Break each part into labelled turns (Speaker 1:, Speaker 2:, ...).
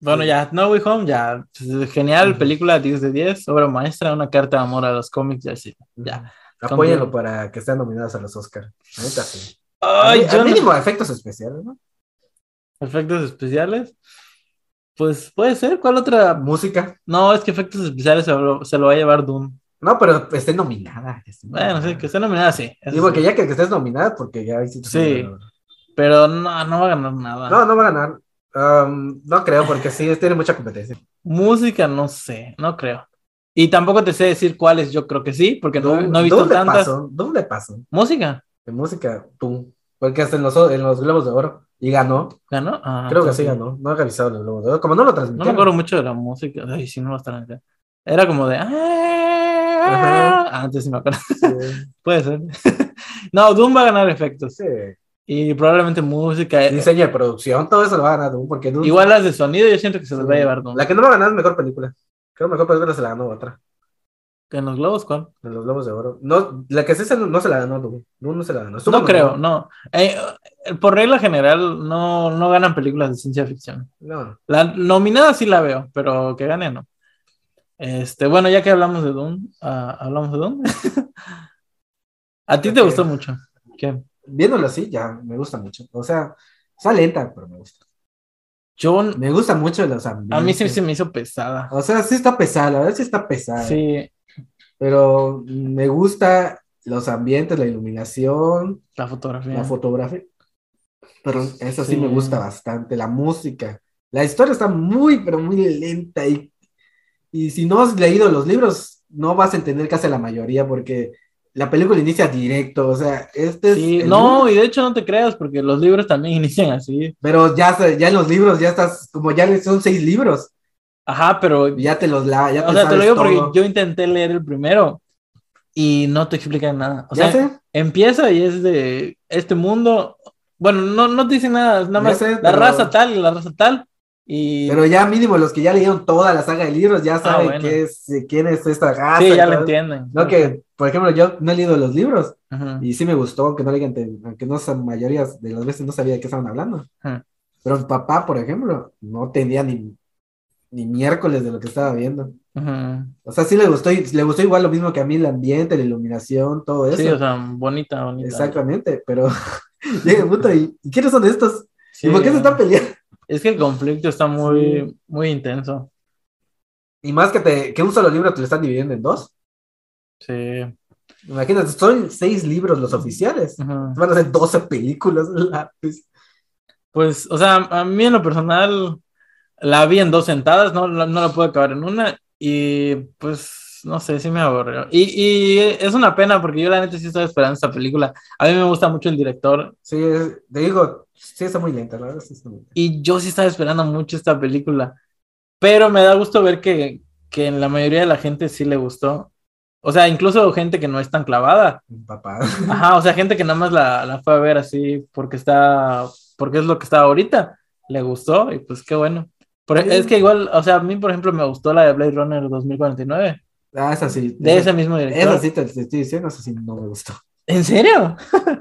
Speaker 1: Bueno, ya, No Way Home, ya, pues, genial, película 10 de 10, obra maestra, una carta de amor a los cómics, ya sí, ya.
Speaker 2: Apóyenlo para que sean nominadas a los Oscar. Neta, sí.
Speaker 1: Ay,
Speaker 2: Al-
Speaker 1: yo
Speaker 2: al
Speaker 1: no-
Speaker 2: mínimo a efectos especiales, ¿no?
Speaker 1: Efectos especiales, pues puede ser, ¿cuál otra?
Speaker 2: Música.
Speaker 1: No, es que efectos especiales se lo, se lo va a llevar Doom.
Speaker 2: No, pero esté nominada. que esté
Speaker 1: Bueno, sí,
Speaker 2: nominada.
Speaker 1: que esté nominada, sí. eso
Speaker 2: Digo
Speaker 1: sí.
Speaker 2: que ya que, que estés nominada, porque ya hiciste
Speaker 1: Sí.
Speaker 2: un ganador.
Speaker 1: Pero no, no va a ganar nada.
Speaker 2: No, no va a ganar. Um, no creo, porque sí, tiene mucha competencia.
Speaker 1: Música, no sé, no creo. Y tampoco te sé decir cuáles, yo creo que sí, porque no,
Speaker 2: Doom-
Speaker 1: no he visto
Speaker 2: Doom le
Speaker 1: tantas.
Speaker 2: pasó, Doom le pasó.
Speaker 1: Música,
Speaker 2: De música, tú. Porque hasta en los, en los Globos de Oro. Y ganó.
Speaker 1: ¿ganó? Ah,
Speaker 2: creo que
Speaker 1: entonces,
Speaker 2: sí ganó. No ha realizado los Globos de Oro. Como no lo
Speaker 1: No
Speaker 2: transmitieron.
Speaker 1: me acuerdo mucho de la música. Ay, sí, no va a estar acá. Era como de. "Ah,
Speaker 2: Ajá.
Speaker 1: Antes sí me acuerdo.
Speaker 2: Sí,
Speaker 1: Puede ser. no, Doom va a ganar efectos.
Speaker 2: sí.
Speaker 1: Y probablemente música. eh,
Speaker 2: Diseño de producción, todo eso lo va a ganar Doom. Porque Doom-
Speaker 1: Igual las de sonido, yo siento que se las va a llevar Doom.
Speaker 2: La que no va a ganar es mejor película. Creo que mejor película se la ganó otra.
Speaker 1: ¿En los globos cuál?
Speaker 2: En los Globos de Oro. No, la que sí se, no se la ganó Doom. Doom no se la ganó. Estuvo
Speaker 1: No creo,
Speaker 2: nominada.
Speaker 1: no. Eh, eh, por regla general, no, no ganan películas de ciencia ficción.
Speaker 2: No.
Speaker 1: La nominada sí la veo, pero que gane no. Este, bueno, ya que hablamos de Doom, ah, hablamos de Doom. A ti te
Speaker 2: Ok.
Speaker 1: gustó mucho. ¿Qué?
Speaker 2: Viéndolo así, ya me gusta mucho. O sea, está lenta, pero me gusta.
Speaker 1: Yo,
Speaker 2: Me gusta mucho los ambientes.
Speaker 1: a mí sí se me hizo pesada.
Speaker 2: O sea, sí está pesada, la verdad sí está pesada.
Speaker 1: Sí,
Speaker 2: Pero me gusta los ambientes, la iluminación,
Speaker 1: la fotografía.
Speaker 2: la fotografía. Pero eso sí.
Speaker 1: Sí.
Speaker 2: me gusta bastante, la música. La historia está muy, pero muy lenta. Y, y si no has leído los libros, no vas a entender casi la mayoría, porque la película inicia directo. O sea, este
Speaker 1: Sí,
Speaker 2: es. el
Speaker 1: no, y de hecho no te creas, porque los libros también inician así.
Speaker 2: Pero ya, se- ya en los libros, ya estás, como ya son seis libros,
Speaker 1: Ajá, pero, o
Speaker 2: ya te los la, ya te
Speaker 1: sea, te lo
Speaker 2: sabes
Speaker 1: digo
Speaker 2: todo.
Speaker 1: porque yo intenté leer el primero y no te explican nada. O
Speaker 2: ya
Speaker 1: sea,
Speaker 2: sé,
Speaker 1: empieza y es de este mundo. Bueno, no, no te dicen nada, es nada
Speaker 2: Ya
Speaker 1: más
Speaker 2: sé,
Speaker 1: la
Speaker 2: pero-
Speaker 1: raza tal y la raza tal. Y Ah,
Speaker 2: pero ya mínimo los que ya leyeron toda la saga de libros ya saben
Speaker 1: bueno.
Speaker 2: qué es, eh, quién es esta raza.
Speaker 1: sí,
Speaker 2: y
Speaker 1: ya
Speaker 2: todo.
Speaker 1: lo entienden.
Speaker 2: No, que, por ejemplo, yo no he leído los libros
Speaker 1: Ajá.
Speaker 2: y sí me gustó, aunque no leían, aunque no son mayorías de las veces no sabía de qué estaban hablando.
Speaker 1: Ajá.
Speaker 2: Pero mi papá, por ejemplo, no tenía ni, ni miércoles de lo que estaba viendo.
Speaker 1: Ajá.
Speaker 2: O sea, sí le gustó, y- le gustó igual lo mismo que a mí el ambiente, la iluminación, todo eso.
Speaker 1: Sí, o sea, bonita, bonita.
Speaker 2: Exactamente, pero llega el punto y, ¿y ¿quiénes son estos?
Speaker 1: Sí,
Speaker 2: ¿Y por qué se están peleando?
Speaker 1: Es que el conflicto está muy, muy intenso.
Speaker 2: Y más que, te, que un solo libro te lo están dividiendo en dos.
Speaker 1: Sí.
Speaker 2: Imagínate, son seis libros los oficiales.
Speaker 1: Ajá.
Speaker 2: Van a ser 12 películas. la pes-
Speaker 1: Pues, o sea, a mí en lo personal la vi en dos sentadas, no, la- no la pude acabar en una y pues no sé, sí me aburrió. Y, y es una pena porque yo la neta sí estaba esperando esta película. A mí me gusta mucho el director
Speaker 2: Sí, es- te digo, sí está muy lenta, la verdad. Sí está muy lenta.
Speaker 1: y yo sí estaba esperando mucho esta película, pero me da gusto ver que, que en la mayoría de la gente sí le gustó. O sea, incluso gente que no es tan clavada.
Speaker 2: Mi papá.
Speaker 1: Ajá, o sea, gente que nada más la, la fue a ver así porque está, porque es lo que está ahorita, le gustó y pues qué bueno. Por-
Speaker 2: Sí.
Speaker 1: es que igual, o sea, a mí por ejemplo me gustó la de Blade Runner 2049,
Speaker 2: Ah, esa sí.
Speaker 1: de ese mismo
Speaker 2: Esa
Speaker 1: director.
Speaker 2: sí te, te estoy diciendo, esa sí no me gustó.
Speaker 1: ¿En serio?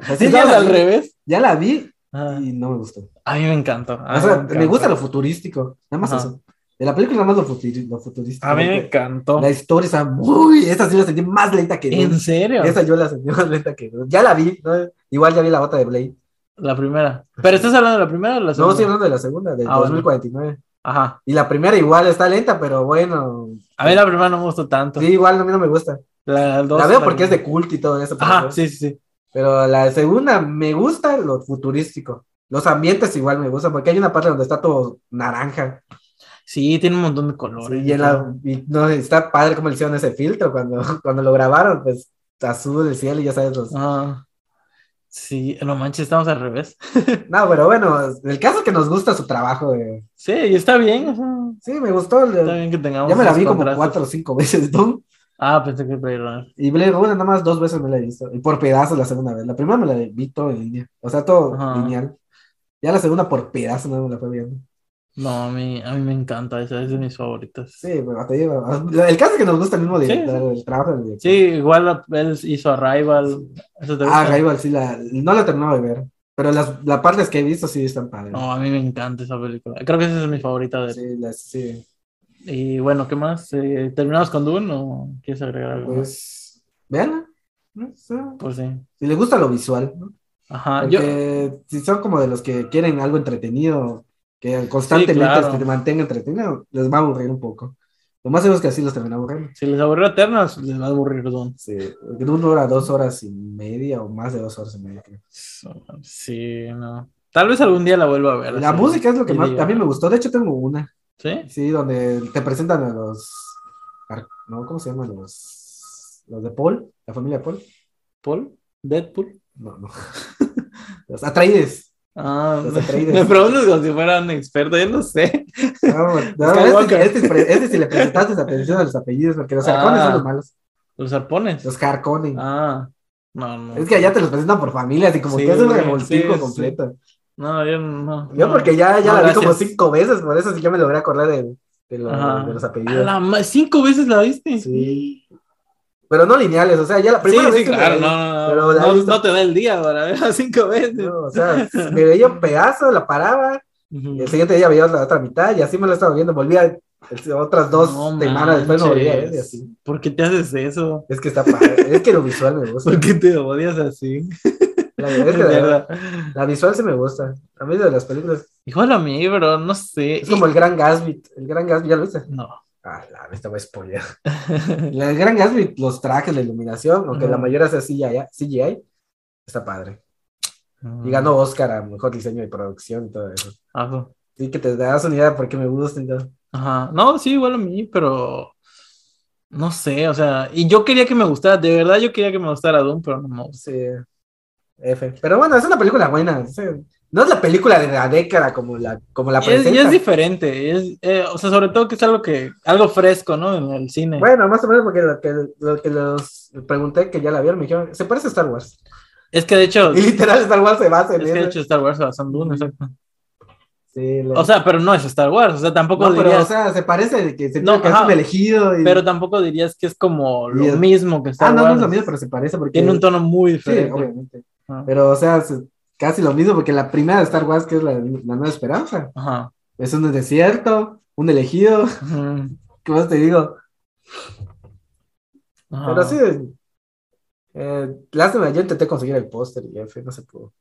Speaker 2: Así ya,
Speaker 1: ¿Estabas
Speaker 2: la
Speaker 1: al
Speaker 2: vi,
Speaker 1: revés?
Speaker 2: ya la vi
Speaker 1: Ah,
Speaker 2: y no me gustó.
Speaker 1: a mí me encantó. a
Speaker 2: O
Speaker 1: mí
Speaker 2: sea,
Speaker 1: Ah, me
Speaker 2: me gusta
Speaker 1: encantó.
Speaker 2: lo futurístico. Nada más
Speaker 1: Ajá.
Speaker 2: eso. De la película nada más lo, futuri- lo futurístico.
Speaker 1: A mí me
Speaker 2: porque-
Speaker 1: encantó.
Speaker 2: La historia está muy. Esta sí la sentí más lenta que
Speaker 1: ¿En
Speaker 2: Dune.
Speaker 1: serio?
Speaker 2: Esa yo la sentí más lenta que Dune. Ya la vi, ¿no? Igual ya vi la otra de Blade.
Speaker 1: La primera. ¿Pero estás hablando de la primera o la
Speaker 2: No,
Speaker 1: segunda?
Speaker 2: estoy hablando de la segunda, del
Speaker 1: Ah, bueno.
Speaker 2: 2049.
Speaker 1: Ajá.
Speaker 2: Y la primera igual está lenta, pero bueno.
Speaker 1: A mí la primera no me gustó tanto.
Speaker 2: Sí, igual a mí no me gusta.
Speaker 1: La, dos
Speaker 2: la veo
Speaker 1: también.
Speaker 2: porque es de culto y todo eso. pero-
Speaker 1: Ajá, sí, sí, sí.
Speaker 2: Pero la segunda me gusta lo futurístico. Los ambientes igual me gustan, porque hay una parte donde está todo naranja.
Speaker 1: Sí, tiene un montón de
Speaker 2: Sí,
Speaker 1: colores.
Speaker 2: y, en la- y no, está padre como le hicieron ese filtro cuando, cuando lo grabaron, pues azul el cielo y ya sabes los,
Speaker 1: Ah, sí, no manches, estamos al revés.
Speaker 2: No, pero bueno, el caso es que nos gusta su trabajo. eh.
Speaker 1: Sí, y está bien, o sea,
Speaker 2: Sí, me gustó. el-
Speaker 1: está bien que tengamos.
Speaker 2: ya me la
Speaker 1: esos
Speaker 2: vi como
Speaker 1: contrastes.
Speaker 2: cuatro o cinco veces, Doom.
Speaker 1: Ah, pensé que Blade Runner.
Speaker 2: Y Blade Runner nada más dos veces me la he visto. Y por pedazos la segunda vez. La primera me la vi todo en línea. O sea, todo
Speaker 1: Ajá.
Speaker 2: lineal. Ya la segunda por pedazos no me la fue viendo.
Speaker 1: No, a mí, a mí me encanta, esa es de mis favoritas.
Speaker 2: Sí, pero te digo, El caso es que nos gusta el mismo
Speaker 1: Sí,
Speaker 2: director, el trabajo del director.
Speaker 1: Sí, igual él hizo Arrival. ¿Eso te
Speaker 2: Ah,
Speaker 1: gusta?
Speaker 2: Rival, sí, la, no la terminó de ver. Pero las, las partes que he visto sí están padres.
Speaker 1: No, a mí me encanta esa película. Creo que esa es mi favorita de él.
Speaker 2: Sí, las- sí.
Speaker 1: Y bueno, ¿qué más? Eh, ¿Terminamos con Dune o quieres agregar algo? más?
Speaker 2: Pues, vean. ¿no? Sí.
Speaker 1: Pues sí.
Speaker 2: Si les gusta lo visual, ¿no?
Speaker 1: Ajá, Ah, yo,
Speaker 2: Porque si son como de los que quieren algo entretenido, que constantemente
Speaker 1: claro.
Speaker 2: te mantenga entretenido, les va a aburrir un poco. Lo más seguro es que así los termina aburriendo.
Speaker 1: si les aburrió Eternas, les va a aburrir Dune.
Speaker 2: Sí, de una hora, dos horas y media o más de dos horas y media. creo.
Speaker 1: Sí, no. Tal vez algún día la vuelva a ver.
Speaker 2: La
Speaker 1: así.
Speaker 2: música es lo que
Speaker 1: y
Speaker 2: más
Speaker 1: diga.
Speaker 2: también me gustó. De hecho, tengo una,
Speaker 1: ¿Sí?
Speaker 2: sí, donde te presentan a los. ar- No, ¿Cómo se llaman los? Los de Paul, la familia de Paul.
Speaker 1: ¿Paul? ¿Deadpool?
Speaker 2: No, no. los Atreides.
Speaker 1: Ah,
Speaker 2: Los
Speaker 1: me,
Speaker 2: Atreides.
Speaker 1: me preguntas como si fuera un experto, yo no sé.
Speaker 2: No, no,
Speaker 1: Skywalker.
Speaker 2: este, este, pre- este si le prestaste atención a los apellidos, porque los Harkonnen
Speaker 1: Ah.
Speaker 2: son los malos.
Speaker 1: ¿Los arpones?
Speaker 2: Los Harkonnen.
Speaker 1: Ah, no, no.
Speaker 2: Es que allá te los presentan por familias y como
Speaker 1: Sí,
Speaker 2: que es un
Speaker 1: güey,
Speaker 2: revoltijo
Speaker 1: sí,
Speaker 2: completo.
Speaker 1: No, yo no.
Speaker 2: Yo
Speaker 1: no.
Speaker 2: porque ya,
Speaker 1: No,
Speaker 2: ya la vi
Speaker 1: gracias.
Speaker 2: como cinco veces, por eso sí que me logré acordar de, de lo-
Speaker 1: Ajá.
Speaker 2: de los
Speaker 1: A
Speaker 2: apellidos.
Speaker 1: la ma- ¿Cinco veces la viste?
Speaker 2: Sí. Pero no lineales, o sea, ya la
Speaker 1: Sí,
Speaker 2: primera
Speaker 1: sí,
Speaker 2: vez que la
Speaker 1: claro,
Speaker 2: vi,
Speaker 1: no, no, no.
Speaker 2: pero la he
Speaker 1: no,
Speaker 2: visto-
Speaker 1: no te da el día para verla cinco veces.
Speaker 2: no, o sea, me veía un pedazo, la paraba,
Speaker 1: Ujú.
Speaker 2: y el siguiente día veía la otra mitad, y así me la estaba viendo, volvía el- otras dos
Speaker 1: No
Speaker 2: semanas después, no volvía a ver, y
Speaker 1: manches.
Speaker 2: así.
Speaker 1: ¿Por qué te haces eso?
Speaker 2: Es que está padre, es que lo visual me gusta.
Speaker 1: ¿Por qué te odias así?
Speaker 2: La, verdad
Speaker 1: Es
Speaker 2: es que la-
Speaker 1: verdad.
Speaker 2: la visual sí me gusta. A mí de las películas,
Speaker 1: Igual a mí, bro, no sé.
Speaker 2: es como el Gran Gatsby, el Gran Gatsby, ¿ya lo viste?
Speaker 1: No.
Speaker 2: Ah, la me estaba spoiler. El Gran Gatsby, los trajes, la iluminación, aunque
Speaker 1: Ujú.
Speaker 2: la mayoría sea CGI, CGI, está padre. Y ganó Oscar a mejor diseño de producción y todo eso.
Speaker 1: Ajá.
Speaker 2: Sí, que te das una idea de por qué me gusta. entonces.
Speaker 1: Ajá. No, sí, igual a mí, pero. No sé, o sea. Y yo quería que me gustara, de verdad yo quería que me gustara Doom, pero no me gustó.
Speaker 2: Sí. F. Pero bueno, es una película buena. sí. No es la película de la década como la, como la
Speaker 1: Y es, y
Speaker 2: presenta.
Speaker 1: es diferente, es, eh, o sea, sobre todo que es algo que, algo fresco, ¿no? En el cine.
Speaker 2: Bueno, más o menos porque lo que, lo que los pregunté que ya la vieron, me dijeron, se parece a Star Wars.
Speaker 1: es que de hecho,
Speaker 2: Y literal Star Wars se basa
Speaker 1: es
Speaker 2: en
Speaker 1: que de
Speaker 2: eso.
Speaker 1: hecho Star Wars se basó en Dune, exacto.
Speaker 2: Sí, la-
Speaker 1: O sea, pero no es Star Wars, o sea, tampoco
Speaker 2: no, pero
Speaker 1: dirías,
Speaker 2: o sea, se parece de que se
Speaker 1: No,
Speaker 2: tiene que
Speaker 1: ajá.
Speaker 2: hacer un elegido. Y...
Speaker 1: pero tampoco dirías que es como lo
Speaker 2: Y es-
Speaker 1: mismo que Star
Speaker 2: ah, no, no
Speaker 1: Wars.
Speaker 2: es lo mismo, pero se parece porque...
Speaker 1: Tiene un tono muy
Speaker 2: Sí,
Speaker 1: diferente. Ah.
Speaker 2: obviamente.
Speaker 1: Ajá.
Speaker 2: Pero, o sea, se- casi lo mismo porque la primera de Star Wars, que es la, la Nueva Esperanza,
Speaker 1: Ajá.
Speaker 2: es un desierto, un elegido,
Speaker 1: Ujú.
Speaker 2: ¿qué más te digo?
Speaker 1: Ajá.
Speaker 2: Pero sí, eh, lástima, yo intenté conseguir el póster y en fin, no se pudo.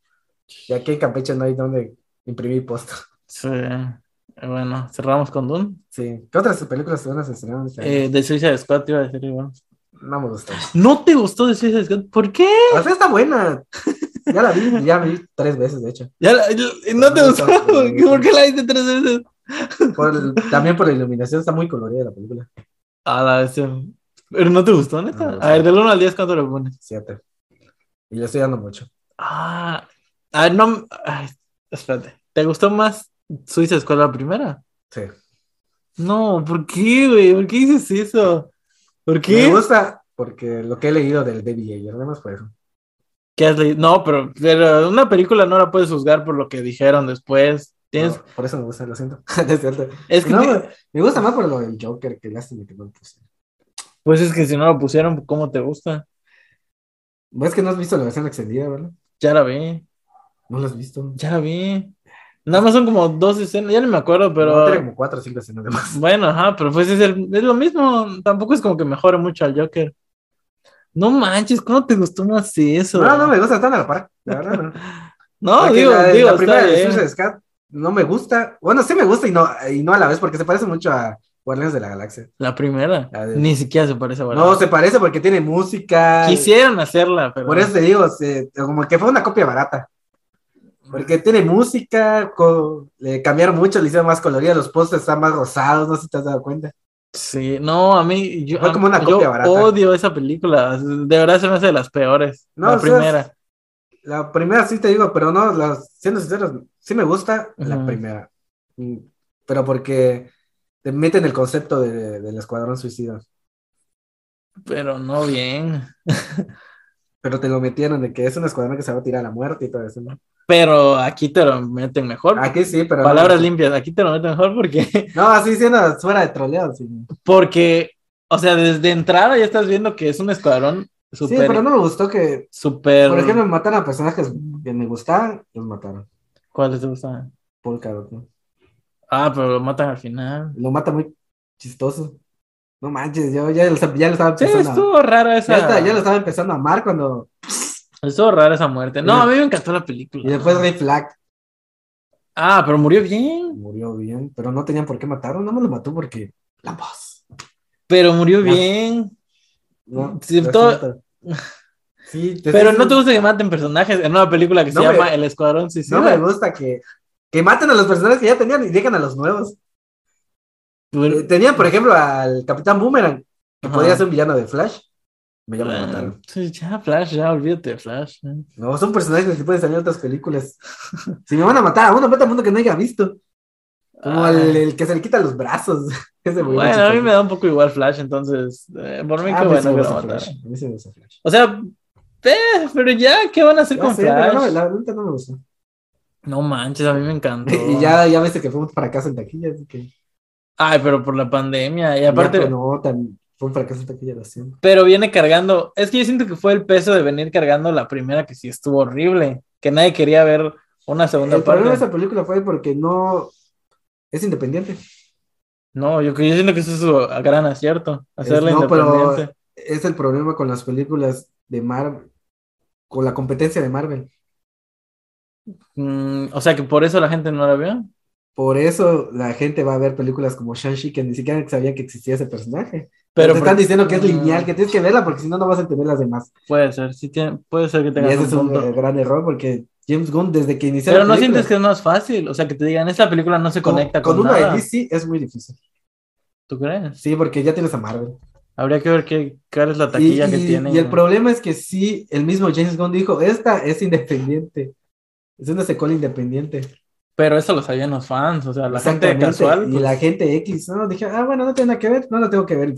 Speaker 2: Y aquí en Campeche no hay donde imprimir póster.
Speaker 1: Sí. Eh, Bueno, cerramos con Dune.
Speaker 2: Sí. ¿Qué otras películas se van a estrenar? este año?
Speaker 1: Eh, de Suicide Squad te iba a decir igual.
Speaker 2: No me gustó.
Speaker 1: ¿No te gustó de Suicide Squad? ¿Por qué?
Speaker 2: O sea, está buena. Ya la vi, ya la vi tres veces, de hecho.
Speaker 1: Ya la- la- ¿No te
Speaker 2: No,
Speaker 1: gustó?
Speaker 2: no, no, no.
Speaker 1: ¿Por qué la viste tres veces?
Speaker 2: Por el- también por la iluminación, está muy colorida la película.
Speaker 1: A la vez. eh, Pero no te gustó, neta.
Speaker 2: No me gustó.
Speaker 1: a ver, del 1 al 10, ¿cuánto le pones?
Speaker 2: Siete. Y le estoy dando mucho.
Speaker 1: Ah, a ver, no. ay, espérate. ¿Te gustó más Suicide Squad la primera?
Speaker 2: Sí.
Speaker 1: No, ¿por qué, güey? ¿Por qué dices eso? ¿Por qué?
Speaker 2: Me gusta porque lo que he leído del David Ayer, nada más fue eso.
Speaker 1: ¿Qué has leído? No, pero, pero una película no la puedes juzgar por lo que dijeron después. Tienes,
Speaker 2: No, por eso me gusta, lo siento. No es cierto.
Speaker 1: es que
Speaker 2: No,
Speaker 1: ti-
Speaker 2: me- me gusta más por lo del Joker, que lástima que no lo puse.
Speaker 1: Pues es que si no lo pusieron, ¿cómo te gusta?
Speaker 2: Es que no has visto la versión extendida, ¿verdad?
Speaker 1: Ya la vi,
Speaker 2: No la has visto.
Speaker 1: ya la vi. Nada más son como dos escenas, ya ni me acuerdo,
Speaker 2: No, tiene
Speaker 1: pero
Speaker 2: como cuatro o cinco escenas de más.
Speaker 1: bueno, ajá, pero pues es, el- es lo mismo. Tampoco es como que mejore mucho al Joker. No manches, ¿cómo te gustó más eso?
Speaker 2: No, no me gusta tan a la par. La verdad, no.
Speaker 1: No,
Speaker 2: Porque
Speaker 1: digo,
Speaker 2: la, la
Speaker 1: digo, está
Speaker 2: primera de
Speaker 1: bien.
Speaker 2: Suicide Squad no me gusta. Bueno, sí me gusta y no, y no a la vez, porque se parece mucho a Guardianes de la Galaxia.
Speaker 1: La primera,
Speaker 2: La de-
Speaker 1: ni siquiera se parece a
Speaker 2: No,
Speaker 1: Valhalla.
Speaker 2: se parece porque tiene música.
Speaker 1: Quisieron hacerla, pero
Speaker 2: Por eso te digo, se- como que fue una copia barata. Porque tiene música, co- le cambiaron mucho, le hicieron más colorida, los postes están más rosados, no sé si te has dado cuenta.
Speaker 1: Sí, no, a mí yo,
Speaker 2: Fue
Speaker 1: a-
Speaker 2: como una
Speaker 1: yo
Speaker 2: copia barata.
Speaker 1: odio esa película, de verdad se me hace de las peores,
Speaker 2: No,
Speaker 1: la
Speaker 2: o sea,
Speaker 1: primera.
Speaker 2: La primera sí te digo, pero no, las- siendo sinceros, sí me gusta
Speaker 1: Ujú.
Speaker 2: la primera. Mm, Pero porque te meten el concepto de- del escuadrón suicida.
Speaker 1: Pero no bien.
Speaker 2: Pero te lo metieron de que es un escuadrón que se va a tirar a la muerte y todo eso, ¿no?
Speaker 1: Pero aquí te lo meten mejor.
Speaker 2: Aquí sí, pero. no.
Speaker 1: Palabras limpias, aquí te lo meten mejor porque,
Speaker 2: No, así siendo fuera de troleo. Sí,
Speaker 1: porque, o sea, desde entrada ya estás viendo que es un escuadrón
Speaker 2: Sí,
Speaker 1: súper,
Speaker 2: pero no me gustó que,
Speaker 1: súper
Speaker 2: por ejemplo, matan a personajes que me gustaban, los mataron.
Speaker 1: ¿Cuáles te gustan?
Speaker 2: Polkadot, ¿no?
Speaker 1: Ah, pero lo matan al final.
Speaker 2: Lo mata muy chistoso. No manches, yo ya lo, ya lo estaba
Speaker 1: Sí,
Speaker 2: empezando. a,
Speaker 1: estuvo rara
Speaker 2: ya,
Speaker 1: esa.
Speaker 2: está- ya lo estaba empezando a amar cuando.
Speaker 1: Estuvo rara esa muerte. No,
Speaker 2: Y de-
Speaker 1: a mí me encantó la película.
Speaker 2: Y después Ray Flag
Speaker 1: Ah, pero murió bien.
Speaker 2: murió bien, pero no tenían por qué matarlo, no me lo mató porque la voz.
Speaker 1: Pero murió
Speaker 2: Ya.
Speaker 1: bien.
Speaker 2: ¿no?
Speaker 1: Sí,
Speaker 2: Pero
Speaker 1: todo-
Speaker 2: sí mata. Sí, te
Speaker 1: Pero no te
Speaker 2: estoy diciendo-
Speaker 1: gusta que maten personajes en una película que se
Speaker 2: No me-
Speaker 1: llama El Escuadrón Suicida.
Speaker 2: No me gusta que, que maten a los personajes que ya tenían y dejen a los nuevos. Eh,
Speaker 1: Pero-
Speaker 2: Tenían, por ejemplo, al Capitán Boomerang, que
Speaker 1: Ajá.
Speaker 2: eh, podría ser un villano de Flash. Me llamo
Speaker 1: Ah,
Speaker 2: mataron.
Speaker 1: sí, ya, Flash, ya, olvídate, de Flash. ¿no?
Speaker 2: No, son personajes que pueden salir en otras películas. Si me van a matar a uno, mata a uno que no haya visto. Como
Speaker 1: Ah,
Speaker 2: el, el que se le quita los brazos. Ese muy
Speaker 1: Bueno, a mí
Speaker 2: chistoso.
Speaker 1: me da un poco igual Flash, entonces, eh, por mí
Speaker 2: Ah,
Speaker 1: qué
Speaker 2: pues sí
Speaker 1: bueno que
Speaker 2: me
Speaker 1: lo
Speaker 2: gusta
Speaker 1: mataron.
Speaker 2: Flash, a mí sí me gusta Flash.
Speaker 1: O sea, eh, pero ya, ¿qué van a hacer
Speaker 2: Ya
Speaker 1: con
Speaker 2: sé,
Speaker 1: Flash?
Speaker 2: pero no, la neta no me gustó.
Speaker 1: No manches, a mí me encantó.
Speaker 2: Y ya, ya ves que fue un fracaso en taquilla, así que.
Speaker 1: Ay, pero por la pandemia. Y
Speaker 2: Ya,
Speaker 1: aparte,
Speaker 2: pero no, tan, fue un fracaso en taquilla la acción.
Speaker 1: pero viene cargando. Es que yo siento que fue el peso de venir cargando la primera que sí estuvo horrible. Que nadie quería ver una segunda
Speaker 2: El
Speaker 1: parte.
Speaker 2: problema de esa película fue porque no. Es independiente.
Speaker 1: No, yo, yo siento que eso es su gran acierto. Hacerla
Speaker 2: no, pero-
Speaker 1: independiente.
Speaker 2: Es el problema con las películas de Marvel. Con la competencia de Marvel.
Speaker 1: Mm, o sea, que por eso la gente no la vio.
Speaker 2: Por eso la gente va a ver películas como Shang-Chi que ni siquiera sabían que existía ese personaje.
Speaker 1: Pero
Speaker 2: Pero te están
Speaker 1: por-
Speaker 2: diciendo que es
Speaker 1: Mm,
Speaker 2: lineal, que tienes que verla porque si no, no vas a entender las demás.
Speaker 1: Puede ser, sí tiene- puede ser que
Speaker 2: Y
Speaker 1: tengas
Speaker 2: ese
Speaker 1: un
Speaker 2: es un
Speaker 1: punto.
Speaker 2: eh, gran error porque James Gunn, desde que inició.
Speaker 1: Pero
Speaker 2: la
Speaker 1: no
Speaker 2: película,
Speaker 1: sientes que es más fácil. O sea, que te digan, esta película no se
Speaker 2: con-
Speaker 1: conecta
Speaker 2: con,
Speaker 1: con,
Speaker 2: una
Speaker 1: nada.
Speaker 2: de DC es muy difícil.
Speaker 1: ¿Tú crees?
Speaker 2: Sí, porque ya tienes a Marvel.
Speaker 1: Habría que ver qué, cuál es la
Speaker 2: Y,
Speaker 1: taquilla que
Speaker 2: y-
Speaker 1: tiene.
Speaker 2: y el
Speaker 1: ¿no?
Speaker 2: problema es que sí, el mismo James Gunn dijo, esta es independiente. Es una secuela independiente.
Speaker 1: Pero eso lo sabían los fans, o sea, la gente
Speaker 2: Exactamente.
Speaker 1: casual. pues,
Speaker 2: Y la gente X, ¿no? Dije, ah, bueno, no tiene nada que ver, no la tengo que ver.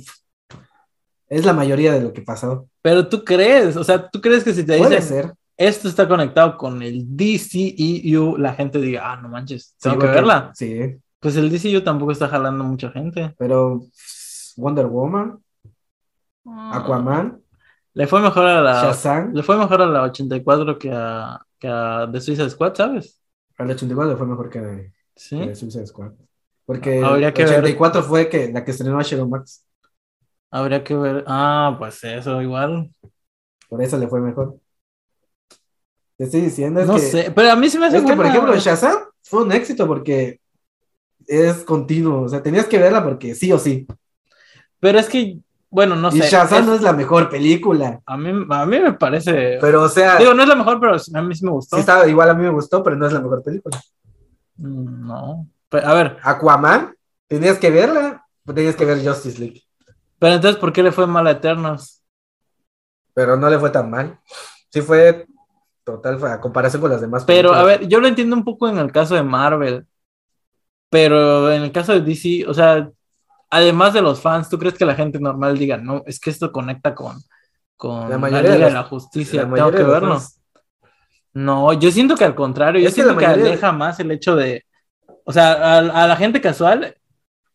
Speaker 2: Es la mayoría de lo que pasó.
Speaker 1: Pero tú crees, o sea, tú crees que si te
Speaker 2: Puede
Speaker 1: dicen
Speaker 2: ser.
Speaker 1: esto está conectado con el DCEU, la gente diga, ah, no manches, tengo
Speaker 2: Sí,
Speaker 1: que
Speaker 2: porque-
Speaker 1: verla.
Speaker 2: Sí,
Speaker 1: Pues el DCEU tampoco está jalando mucha gente.
Speaker 2: pero pff, Wonder Woman,
Speaker 1: Ah.
Speaker 2: Ah. Aquaman,
Speaker 1: Le fue mejor a la.
Speaker 2: Shazam,
Speaker 1: Le fue mejor a la 84 que a, que a The Suicide Squad, ¿sabes?
Speaker 2: al 84 fue mejor que,
Speaker 1: Sí.
Speaker 2: que Suicide Squad. Porque el
Speaker 1: Habría que ver.
Speaker 2: 84 fue que, la que estrenó a Shadow Max.
Speaker 1: Habría que ver. Ah, pues eso, igual.
Speaker 2: Por eso le fue mejor. Te estoy diciendo es
Speaker 1: No
Speaker 2: que...
Speaker 1: sé, pero a mí se me hace
Speaker 2: Es que, por
Speaker 1: buena.
Speaker 2: ejemplo, Shazam fue un éxito porque es continuo. O sea, tenías que verla porque sí o sí.
Speaker 1: Pero es que, bueno, no
Speaker 2: y
Speaker 1: sé.
Speaker 2: Shazam
Speaker 1: es-
Speaker 2: no es la mejor película.
Speaker 1: a, mí, a mí me parece.
Speaker 2: Pero, o sea,
Speaker 1: Digo, no es la mejor, pero a mí sí me gustó.
Speaker 2: sí estaba, igual a mí me gustó, pero no es la mejor película.
Speaker 1: Mm, No. Pe- A ver,
Speaker 2: Aquaman, tenías que verla, tenías que ver Justice League.
Speaker 1: pero entonces, ¿por qué le fue mal a Eternos?
Speaker 2: Pero no le fue tan mal. Sí fue total, fue a comparación con las demás.
Speaker 1: Pero, a
Speaker 2: películas.
Speaker 1: ver, yo lo entiendo un poco en el caso de Marvel. Pero en el caso de DC, o sea, además de los fans, ¿tú crees que la gente normal diga, no, es que esto conecta con, con
Speaker 2: La mayoría de
Speaker 1: Liga de
Speaker 2: los-
Speaker 1: la Justicia,
Speaker 2: La
Speaker 1: tengo
Speaker 2: mayoría
Speaker 1: que
Speaker 2: de los
Speaker 1: verlo?
Speaker 2: fans-
Speaker 1: No, yo siento que al contrario, yo
Speaker 2: Es que la
Speaker 1: siento que,
Speaker 2: mayoría de-
Speaker 1: aleja más el hecho de, o sea, a, a la gente casual,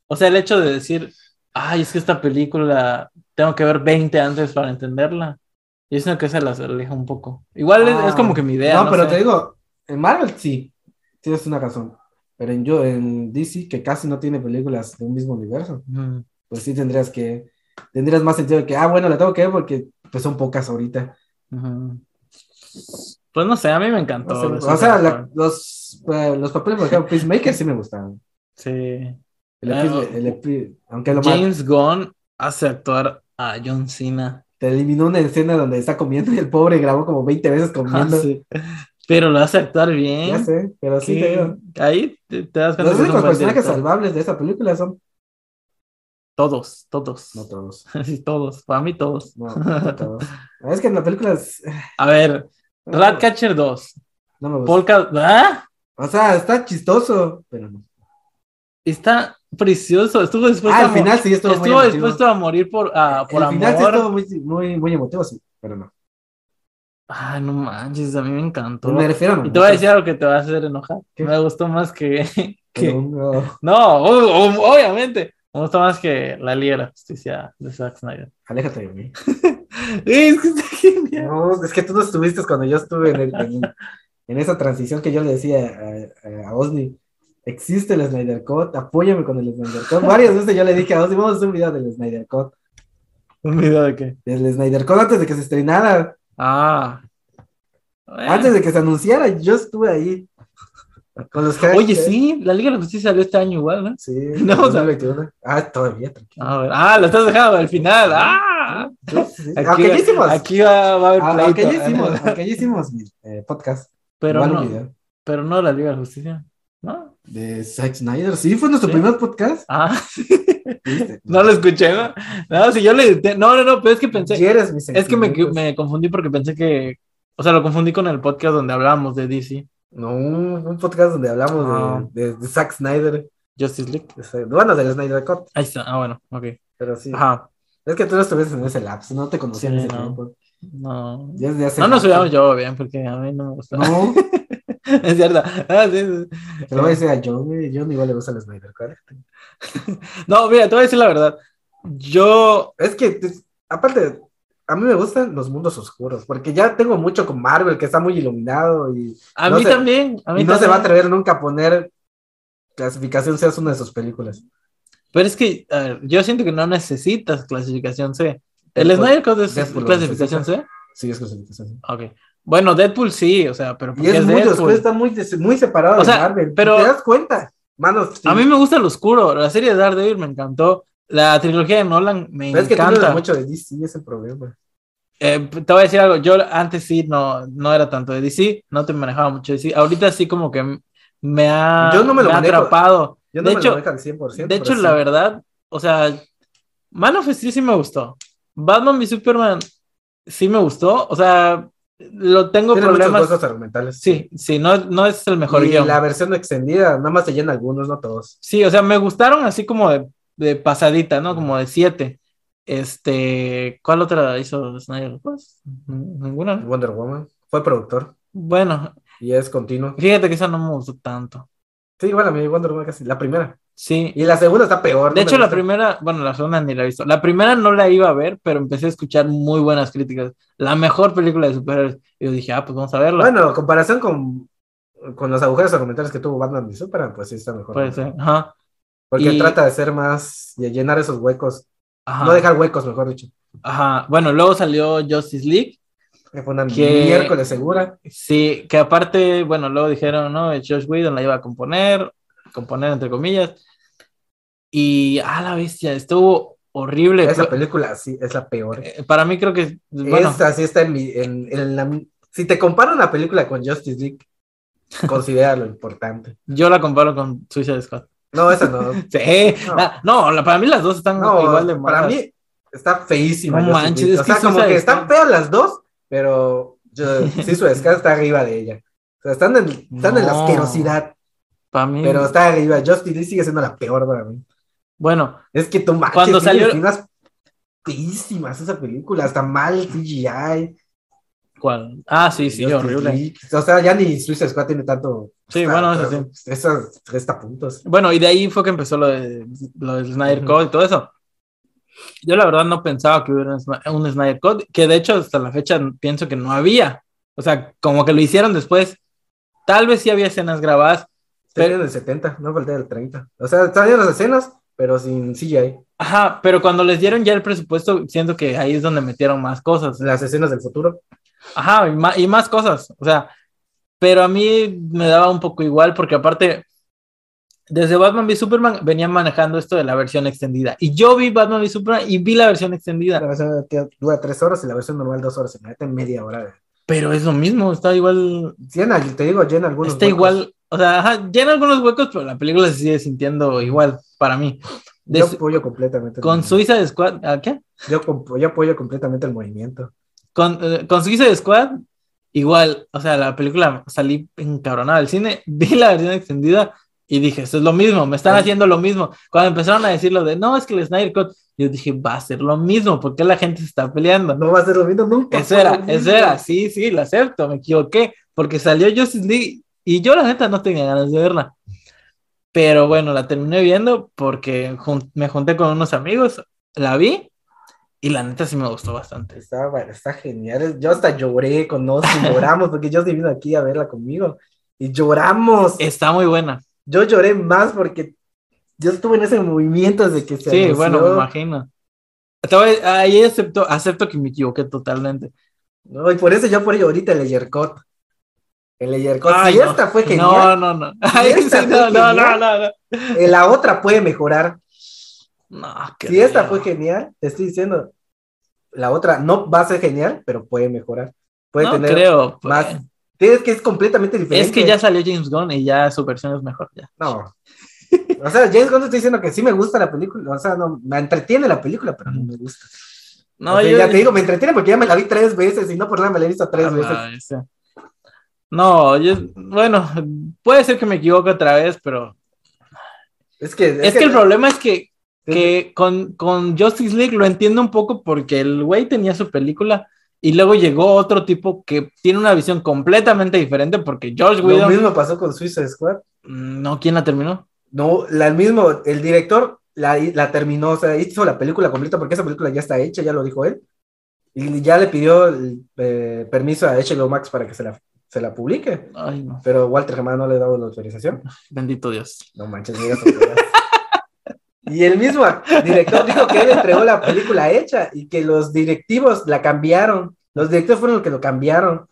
Speaker 1: o sea, el hecho de decir, ay, es que esta película tengo que ver 20 antes para entenderla. Yo siento que se las aleja un poco. Igual es-
Speaker 2: Ah.
Speaker 1: es, como que mi idea.
Speaker 2: No,
Speaker 1: No,
Speaker 2: pero
Speaker 1: sé.
Speaker 2: te digo, en Marvel sí, tienes una razón. Pero en, yo, en DC, que casi no tiene películas de un mismo universo,
Speaker 1: Mm.
Speaker 2: pues sí tendrías que, tendrías más sentido de que, ah, bueno, la tengo que ver porque pues son pocas ahorita.
Speaker 1: Ujú. Pues no sé, a mí me encantó.
Speaker 2: No sé,
Speaker 1: de
Speaker 2: o sea,
Speaker 1: Suicide
Speaker 2: la-
Speaker 1: Squad.
Speaker 2: los, eh, los papeles, por ejemplo, Peacemaker sí me gustaban.
Speaker 1: Sí.
Speaker 2: El de
Speaker 1: Ah,
Speaker 2: Peacem- el de Pe- aunque lo mal,
Speaker 1: James Gunn hace actuar a John Cena.
Speaker 2: te eliminó una escena donde está comiendo y el pobre grabó como 20 veces comiendo.
Speaker 1: Ah, sí. Pero lo hace actuar bien.
Speaker 2: Ya sé, pero sí
Speaker 1: Sí.
Speaker 2: te digo.
Speaker 1: Ahí te, te das cuenta
Speaker 2: Los
Speaker 1: que es un
Speaker 2: únicos
Speaker 1: buen
Speaker 2: personajes
Speaker 1: director.
Speaker 2: salvables de esa película son.
Speaker 1: Todos, todos.
Speaker 2: No todos.
Speaker 1: Sí, todos. Para mí todos.
Speaker 2: No, no todos. Es que en la película es.
Speaker 1: A ver, Ratcatcher 2.
Speaker 2: No me gusta.
Speaker 1: Polka. ¿Ah?
Speaker 2: O sea, está chistoso, pero no.
Speaker 1: Está precioso. Estuvo dispuesto
Speaker 2: ah,
Speaker 1: a
Speaker 2: al
Speaker 1: mo-
Speaker 2: final sí estuvo, muy
Speaker 1: Pues Estuvo
Speaker 2: emotivo.
Speaker 1: dispuesto a morir por, a- Ah, por
Speaker 2: Al
Speaker 1: amor.
Speaker 2: final sí estuvo muy, muy, muy emotivo, sí, pero no.
Speaker 1: Ay, Ah, no manches, a mí me encantó.
Speaker 2: Me refiero a
Speaker 1: Y te voy a decir algo que te va a hacer enojar.
Speaker 2: ¿Qué?
Speaker 1: Me gustó más que. que-
Speaker 2: pero no.
Speaker 1: No, ob- ob- obviamente. Me gustó más que la Liga de la Justicia de Zack Snyder.
Speaker 2: Aléjate de mí.
Speaker 1: Es que está genial.
Speaker 2: No, es que tú no estuviste cuando yo estuve en el, en el- en esa transición que yo le decía a, a, a Osni, existe el Snyder Cut, apóyame con el Snyder Cut. Varias veces yo le dije a Osni, vamos a hacer un video del Snyder Cut.
Speaker 1: ¿Un video de qué?
Speaker 2: Del Snyder Cut antes de que se estrenara.
Speaker 1: Ah. Eh.
Speaker 2: Bueno. Antes de que se anunciara, yo estuve ahí. Con los hashtags.
Speaker 1: Oye, sí, la Liga de la Justicia salió este año igual, ¿no?
Speaker 2: Sí.
Speaker 1: No,
Speaker 2: No,
Speaker 1: o sea-
Speaker 2: Ah, todavía, tranquilo.
Speaker 1: A ver, Ah, lo estás dejando al final. Ah.
Speaker 2: Sí.
Speaker 1: Aquí,
Speaker 2: Aunque ya hicimos.
Speaker 1: aquí va, va a haber
Speaker 2: Ah, aunque ya
Speaker 1: pleito. ¿eh?
Speaker 2: hicimos, aunque ya hicimos mi, eh, podcast.
Speaker 1: Pero
Speaker 2: igual un
Speaker 1: no,
Speaker 2: video.
Speaker 1: pero no la Liga de la Justicia. ¿No?
Speaker 2: De Zack Snyder. Sí, fue nuestro
Speaker 1: Sí.
Speaker 2: primer podcast.
Speaker 1: Ah,
Speaker 2: ¿Viste?
Speaker 1: no lo escuché, ¿no? No, si yo le edité- No, no, no, pero es que pensé.
Speaker 2: Ya eres mi
Speaker 1: Es que me,
Speaker 2: sentimientos.
Speaker 1: me confundí porque pensé que. O sea, lo confundí con el podcast donde hablábamos de DC,
Speaker 2: No, un podcast donde hablamos de-
Speaker 1: Ah.
Speaker 2: de, de Zack Snyder.
Speaker 1: Justice League.
Speaker 2: O sea, Bueno, del Snyder Cut,
Speaker 1: Ahí está. Ah, bueno, ok.
Speaker 2: pero sí.
Speaker 1: Ajá.
Speaker 2: Es que tú no estuviste en ese lapso, no te conocí en
Speaker 1: Sí,
Speaker 2: ese
Speaker 1: no.
Speaker 2: tiempo.
Speaker 1: No.
Speaker 2: Ya desde hace
Speaker 1: No nos
Speaker 2: rato.
Speaker 1: hubiéramos llevado bien porque a mí no me gusta.
Speaker 2: No,
Speaker 1: Es cierto. Ah, sí, sí.
Speaker 2: te lo voy a decir a John, güey, John igual le gusta el Snyder Cut.
Speaker 1: No, mira, te voy a decir la verdad. Yo.
Speaker 2: Es que, te- aparte, a mí me gustan los mundos oscuros, porque ya tengo mucho con Marvel, que está muy iluminado y,
Speaker 1: A
Speaker 2: No
Speaker 1: mí
Speaker 2: se-
Speaker 1: también. A mí
Speaker 2: y no se va a
Speaker 1: también.
Speaker 2: atrever nunca a poner clasificación seas una de sus películas.
Speaker 1: Pero es que, a ver, yo siento que no necesitas clasificación C. ¿El
Speaker 2: Deadpool-
Speaker 1: Snyder Code es
Speaker 2: Deadpool lo
Speaker 1: clasificación C?
Speaker 2: Sí, es clasificación.
Speaker 1: Ok. Bueno, Deadpool sí, o sea, pero
Speaker 2: Y
Speaker 1: porque
Speaker 2: es,
Speaker 1: es
Speaker 2: muy
Speaker 1: Deadpool.
Speaker 2: oscuro, está muy, des- muy separado
Speaker 1: O sea,
Speaker 2: de Marvel.
Speaker 1: pero-
Speaker 2: ¿Te das cuenta? Manos,
Speaker 1: A mí me gusta el oscuro. La serie de Daredevil me encantó. La trilogía de Nolan me
Speaker 2: es que tú no
Speaker 1: encanta.
Speaker 2: eres mucho de DC, es el problema.
Speaker 1: Eh, te voy a decir algo. Yo antes sí no, no era tanto de DC, no te manejaba mucho de DC. Ahorita sí como que me ha,
Speaker 2: Yo no me lo
Speaker 1: ha
Speaker 2: manejo.
Speaker 1: atrapado.
Speaker 2: Yo no
Speaker 1: de
Speaker 2: me
Speaker 1: hecho,
Speaker 2: lo dejo al 100%.
Speaker 1: de hecho,
Speaker 2: pero
Speaker 1: la
Speaker 2: sí.
Speaker 1: verdad, o sea, Man of Steel sí me gustó. Batman y Superman sí me gustó. O sea, lo tengo
Speaker 2: Tiene muchos
Speaker 1: problemas.
Speaker 2: huecos argumentales.
Speaker 1: Sí, sí, no, no es el mejor
Speaker 2: y
Speaker 1: guión.
Speaker 2: la versión extendida, nada más se llena algunos, no todos.
Speaker 1: Sí, o sea, me gustaron así como de, de pasadita, ¿no? Como de siete. Este, ¿cuál otra hizo Snyder? Pues, ninguna. ¿no?
Speaker 2: Wonder Woman fue productor
Speaker 1: Bueno,
Speaker 2: y es continuo.
Speaker 1: fíjate que esa no me gustó tanto.
Speaker 2: Sí, bueno, a mí Wonder Woman casi la primera.
Speaker 1: Sí.
Speaker 2: Y la segunda está peor.
Speaker 1: De
Speaker 2: no me
Speaker 1: hecho, la
Speaker 2: gusta.
Speaker 1: primera, bueno, la segunda ni la he visto. La primera no la iba a ver, pero empecé a escuchar muy buenas críticas. La mejor película de superhéroes. Y yo dije, ah, pues vamos a verla.
Speaker 2: Bueno, en comparación con, con los agujeros argumentales que tuvo Batman y Superman, pues sí está mejor.
Speaker 1: Puede ser. Ajá.
Speaker 2: Porque
Speaker 1: Y-
Speaker 2: trata de ser más, de llenar esos huecos.
Speaker 1: Ajá.
Speaker 2: No dejar huecos, mejor dicho.
Speaker 1: Ajá. Bueno, luego salió Justice League.
Speaker 2: Que fue una
Speaker 1: Que-
Speaker 2: miércoles segura.
Speaker 1: Sí, que aparte, bueno, luego dijeron, no, Josh Whedon la iba a componer, componer entre comillas. Y, ah, la bestia, estuvo horrible.
Speaker 2: Esa
Speaker 1: Pero-
Speaker 2: película sí es la peor.
Speaker 1: eh, Para mí creo que, bueno,
Speaker 2: Esta sí está en mi. En, en la- si te comparo una película con Justice League, considera lo importante.
Speaker 1: yo la comparo con Suicide Squad.
Speaker 2: No, esa no.
Speaker 1: Sí,
Speaker 2: No.
Speaker 1: la- no, la- para mí las dos están
Speaker 2: No,
Speaker 1: igual de malas.
Speaker 2: para mí está feísima.
Speaker 1: No
Speaker 2: Justice
Speaker 1: manches,
Speaker 2: League.
Speaker 1: es
Speaker 2: o
Speaker 1: que
Speaker 2: sea, como
Speaker 1: Suicide
Speaker 2: que
Speaker 1: Squad-
Speaker 2: están feas las dos, pero yo, sí, su descanso está arriba de ella. O sea, están en, están en la
Speaker 1: No.
Speaker 2: asquerosidad,
Speaker 1: Para mí-
Speaker 2: pero está arriba. Justice League sigue siendo la peor para mí.
Speaker 1: bueno,
Speaker 2: Es que tú manches,
Speaker 1: Cuando
Speaker 2: tiene
Speaker 1: salió-
Speaker 2: escenas feísimas esa película, hasta mal CGI.
Speaker 1: ¿cuál? Ah, sí, sí,
Speaker 2: Justice
Speaker 1: horrible.
Speaker 2: League. O sea, ya ni Suicide Squad tiene tanto.
Speaker 1: Sí,
Speaker 2: está-
Speaker 1: bueno, eso sí.
Speaker 2: pero Esos 30 puntos.
Speaker 1: Bueno, y de ahí fue que empezó lo, de, lo del Snyder
Speaker 2: Ujú.
Speaker 1: Code y todo eso. Yo la verdad no pensaba que hubiera un Sny- un Snyder Code, que de hecho hasta la fecha pienso que no había. O sea, como que lo hicieron después. Tal vez sí había escenas grabadas.
Speaker 2: Pero en el 70, no falté del 30. O sea, están en las escenas, pero sin CGI.
Speaker 1: Ajá, pero cuando les dieron ya el presupuesto, siento que ahí es donde metieron más cosas.
Speaker 2: Las escenas del futuro.
Speaker 1: Ajá, y ma- y más, cosas, o sea, pero a mí me daba un poco igual porque aparte, desde Batman v Superman venían manejando esto de la versión extendida. Y yo vi Batman v Superman y vi la versión
Speaker 2: La
Speaker 1: extendida,
Speaker 2: versión que dura 3 horas y la versión normal 2 horas. Se me mete media hora.
Speaker 1: pero es lo mismo, está igual,
Speaker 2: Llena, te digo, llena algunos.
Speaker 1: está
Speaker 2: huecos.
Speaker 1: igual, o sea, ajá, llena algunos huecos, pero la película se sigue sintiendo igual para mí. De
Speaker 2: Yo
Speaker 1: su-
Speaker 2: apoyo completamente. el
Speaker 1: con
Speaker 2: movimiento.
Speaker 1: Suiza Squad, ¿a qué?
Speaker 2: Yo, comp- yo apoyo completamente el movimiento.
Speaker 1: Con, eh, con Suicide Squad, igual, o sea, la película salí encabronada del cine, vi la versión extendida y dije, esto es lo mismo, me están
Speaker 2: Ay.
Speaker 1: haciendo lo mismo. Cuando empezaron a decir lo de, no, es que el Snyder Cut, yo dije, va a ser lo mismo, porque la gente se está peleando?
Speaker 2: No va a ser lo mismo nunca.
Speaker 1: Eso era,
Speaker 2: fue lo
Speaker 1: eso
Speaker 2: mismo.
Speaker 1: era, sí, sí, lo acepto, me equivoqué, porque salió Justice League y yo la neta no tenía ganas de verla. Pero bueno, la terminé viendo porque jun- me junté con unos amigos, la vi Y la neta sí me gustó bastante.
Speaker 2: Está, ba- está genial. Yo hasta lloré con Ozzy, lloramos, porque yo vino aquí a verla conmigo. Y lloramos.
Speaker 1: Está muy buena.
Speaker 2: Yo lloré más porque yo estuve en ese movimiento desde que se
Speaker 1: Sí,
Speaker 2: anunció.
Speaker 1: bueno, me imagino. Te voy- Ahí acepto, acepto que me equivoqué totalmente.
Speaker 2: No, y por eso yo por ahí ahorita el Eyercott. El Eyercott.
Speaker 1: Ay,
Speaker 2: si
Speaker 1: no.
Speaker 2: esta fue
Speaker 1: No,
Speaker 2: genial,
Speaker 1: no, no. Ay,
Speaker 2: ¿Y esta
Speaker 1: sí,
Speaker 2: fue
Speaker 1: no, no, no,
Speaker 2: genial?
Speaker 1: no, no.
Speaker 2: eh, la otra puede mejorar.
Speaker 1: No, qué
Speaker 2: Si esta
Speaker 1: feo.
Speaker 2: fue genial, te estoy diciendo, la otra no va a ser genial, pero puede mejorar. Puede
Speaker 1: No
Speaker 2: tener
Speaker 1: creo. pues.
Speaker 2: más. Es que es completamente diferente.
Speaker 1: Es que ya salió James Gunn y ya su versión es mejor. Ya.
Speaker 2: No. O sea, James Gunn estoy diciendo que sí me gusta la película. O sea, no, me entretiene la película, pero no me gusta.
Speaker 1: No,
Speaker 2: O sea,
Speaker 1: yo-
Speaker 2: ya te digo, me entretiene porque ya me la vi tres veces y no por nada me la he visto tres
Speaker 1: Ah,
Speaker 2: veces.
Speaker 1: no, ese- No, yo, bueno, puede ser que me equivoque otra vez, pero
Speaker 2: Es que,
Speaker 1: es, que, el problema es que,
Speaker 2: Sí.
Speaker 1: que con, con Justice League lo entiendo un poco porque el güey tenía su película y luego llegó otro tipo que tiene una visión completamente diferente porque George
Speaker 2: lo
Speaker 1: Whedon,
Speaker 2: mismo pasó con Suicide Squad.
Speaker 1: no, ¿quién la terminó?
Speaker 2: No, la, el mismo, el director la, la terminó, o sea, hizo la película completa porque esa película ya está hecha, ya lo dijo él. Y ya le pidió el, eh, permiso a HBO Max para que se la, se la publique.
Speaker 1: Ay, no,
Speaker 2: Pero Walter Germán no le ha dado la autorización.
Speaker 1: bendito Dios.
Speaker 2: No manches, mira tus ideas. Y el mismo director dijo que él entregó la película hecha y que los directivos la cambiaron. Los directores fueron los que lo cambiaron.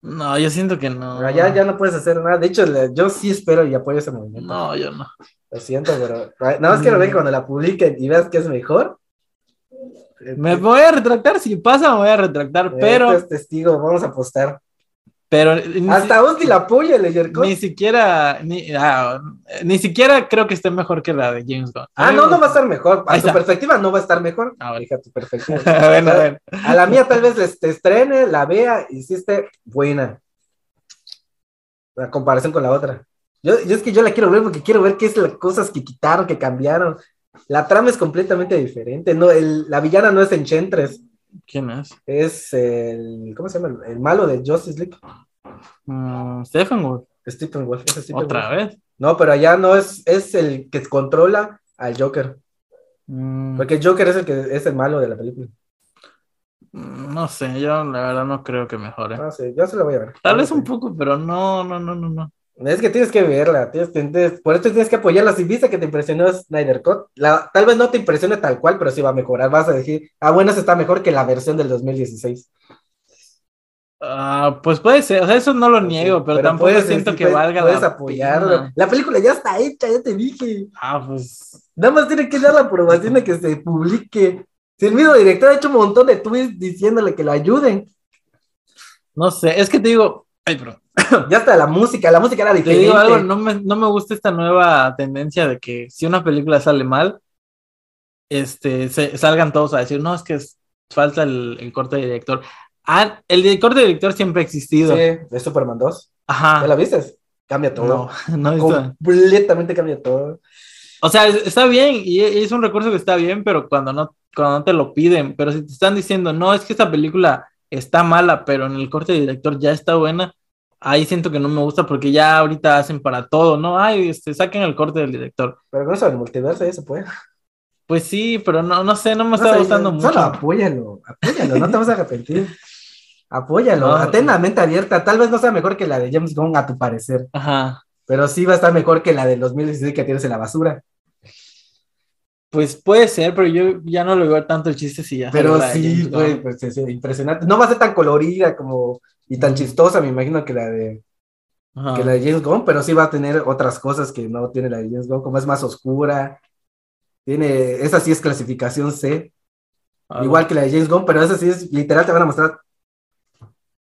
Speaker 1: No, yo siento que no.
Speaker 2: Allá Ah, ya, no puedes hacer nada. De hecho, la- yo sí espero y apoyo ese movimiento.
Speaker 1: No, yo no.
Speaker 2: Lo siento, pero nada más quiero ver cuando la publiquen y veas que es mejor. eh,
Speaker 1: Me
Speaker 2: eh,
Speaker 1: voy a retractar, si pasa me voy a retractar,
Speaker 2: tú
Speaker 1: pero,
Speaker 2: eres testigo, vamos a apostar.
Speaker 1: pero
Speaker 2: pues, Hasta Osti la apoya, el Eyercott.
Speaker 1: Ni siquiera, ni, ah, ni siquiera creo que esté mejor que la de James Gunn.
Speaker 2: Ah, no, no va a estar mejor. A
Speaker 1: Ahí
Speaker 2: tu
Speaker 1: está.
Speaker 2: perspectiva no va a estar mejor.
Speaker 1: Ah, bueno.
Speaker 2: Hija, tu perspectiva.
Speaker 1: bueno, bueno.
Speaker 2: A la mía tal vez les- te estrene, la vea y sí esté buena. La comparación con la otra. Yo, yo es que yo la quiero ver porque quiero ver qué es las cosas que quitaron, que cambiaron. La trama es completamente diferente. No, el- la villana no es Enchantress,
Speaker 1: ¿Quién es?
Speaker 2: es el ¿cómo se llama? El, el malo de Justice League.
Speaker 1: Mm, Stephen Wolf,
Speaker 2: Stephen Wolf, es Stephen
Speaker 1: otra
Speaker 2: Wolf.
Speaker 1: vez.
Speaker 2: No, pero allá no es, es el que controla al Joker.
Speaker 1: Mm,
Speaker 2: Porque el Joker es el que es el malo de la película.
Speaker 1: mm, no sé, yo la verdad no creo que mejore.
Speaker 2: No sé, yo se la voy a ver.
Speaker 1: Tal
Speaker 2: No
Speaker 1: vez
Speaker 2: sé.
Speaker 1: un poco, pero no, no, no, no, no.
Speaker 2: Es que tienes que verla, tienes que, tienes- por eso tienes que apoyarla. Si viste que te impresionó Snyder Cut, la, tal vez no te impresione tal cual, pero sí va a mejorar. Vas a decir, ah, bueno, esa está mejor que la versión del 2016.
Speaker 1: Ah, pues puede ser, o sea, eso no lo niego, pero, tampoco
Speaker 2: puedes
Speaker 1: siento
Speaker 2: decir,
Speaker 1: que
Speaker 2: puedes-
Speaker 1: valga
Speaker 2: Puedes
Speaker 1: la
Speaker 2: apoyarla.
Speaker 1: pena.
Speaker 2: La película ya está hecha, ya te dije.
Speaker 1: Ah, pues.
Speaker 2: Nada más tiene que dar la aprobación de que se publique. Si el mismo director ha hecho un montón de tweets diciéndole que lo ayuden.
Speaker 1: No sé, es que te digo, ay, pero
Speaker 2: Ya está la música, la música era
Speaker 1: te
Speaker 2: diferente.
Speaker 1: digo algo, no me, no me gusta esta nueva tendencia de que si una película sale mal, este, se- salgan todos a decir, no, es que es- falta el, el corte de director. Ah, el de- corte de director siempre ha existido.
Speaker 2: Sí, de Superman 2. ¿Ya
Speaker 1: Ajá.
Speaker 2: la viste? Cambia todo.
Speaker 1: Ah. No, no es-
Speaker 2: Completamente cambia todo.
Speaker 1: O sea, es- está bien y e- es un recurso que está bien, pero cuando no, cuando no te lo piden, pero si te están diciendo, no, es que esta película está mala, pero en el corte de director ya está buena, ahí siento que no me gusta porque ya ahorita hacen para todo, ¿no? Ay, este, saquen el corte del director.
Speaker 2: Pero con eso del multiverso ya se puede.
Speaker 1: Pues sí, pero no, no sé, no me
Speaker 2: No
Speaker 1: está
Speaker 2: sé,
Speaker 1: gustando mucho.
Speaker 2: Solo apóyalo, apóyalo, no te vas a arrepentir. Apóyalo,
Speaker 1: No.
Speaker 2: ten la mente abierta. Tal vez no sea mejor que la de James Gunn, a tu parecer,
Speaker 1: Ajá.
Speaker 2: pero sí va a estar mejor que la del 2016 que tienes en la basura.
Speaker 1: Pues puede ser, pero yo ya no le veo tanto el chiste si ya.
Speaker 2: Pero
Speaker 1: salió la de
Speaker 2: sí,
Speaker 1: James
Speaker 2: güey,
Speaker 1: Gunn.
Speaker 2: pues, es impresionante. No va a ser tan colorida como y tan
Speaker 1: Mm.
Speaker 2: chistosa, me imagino, que la, de,
Speaker 1: Ajá.
Speaker 2: que la de James Gunn, pero sí va a tener otras cosas que no tiene la de James Gunn, como es más oscura. Tiene, esa sí es clasificación C,
Speaker 1: Ah,
Speaker 2: igual que la de James Gunn, pero esa sí es literal, te van a mostrar.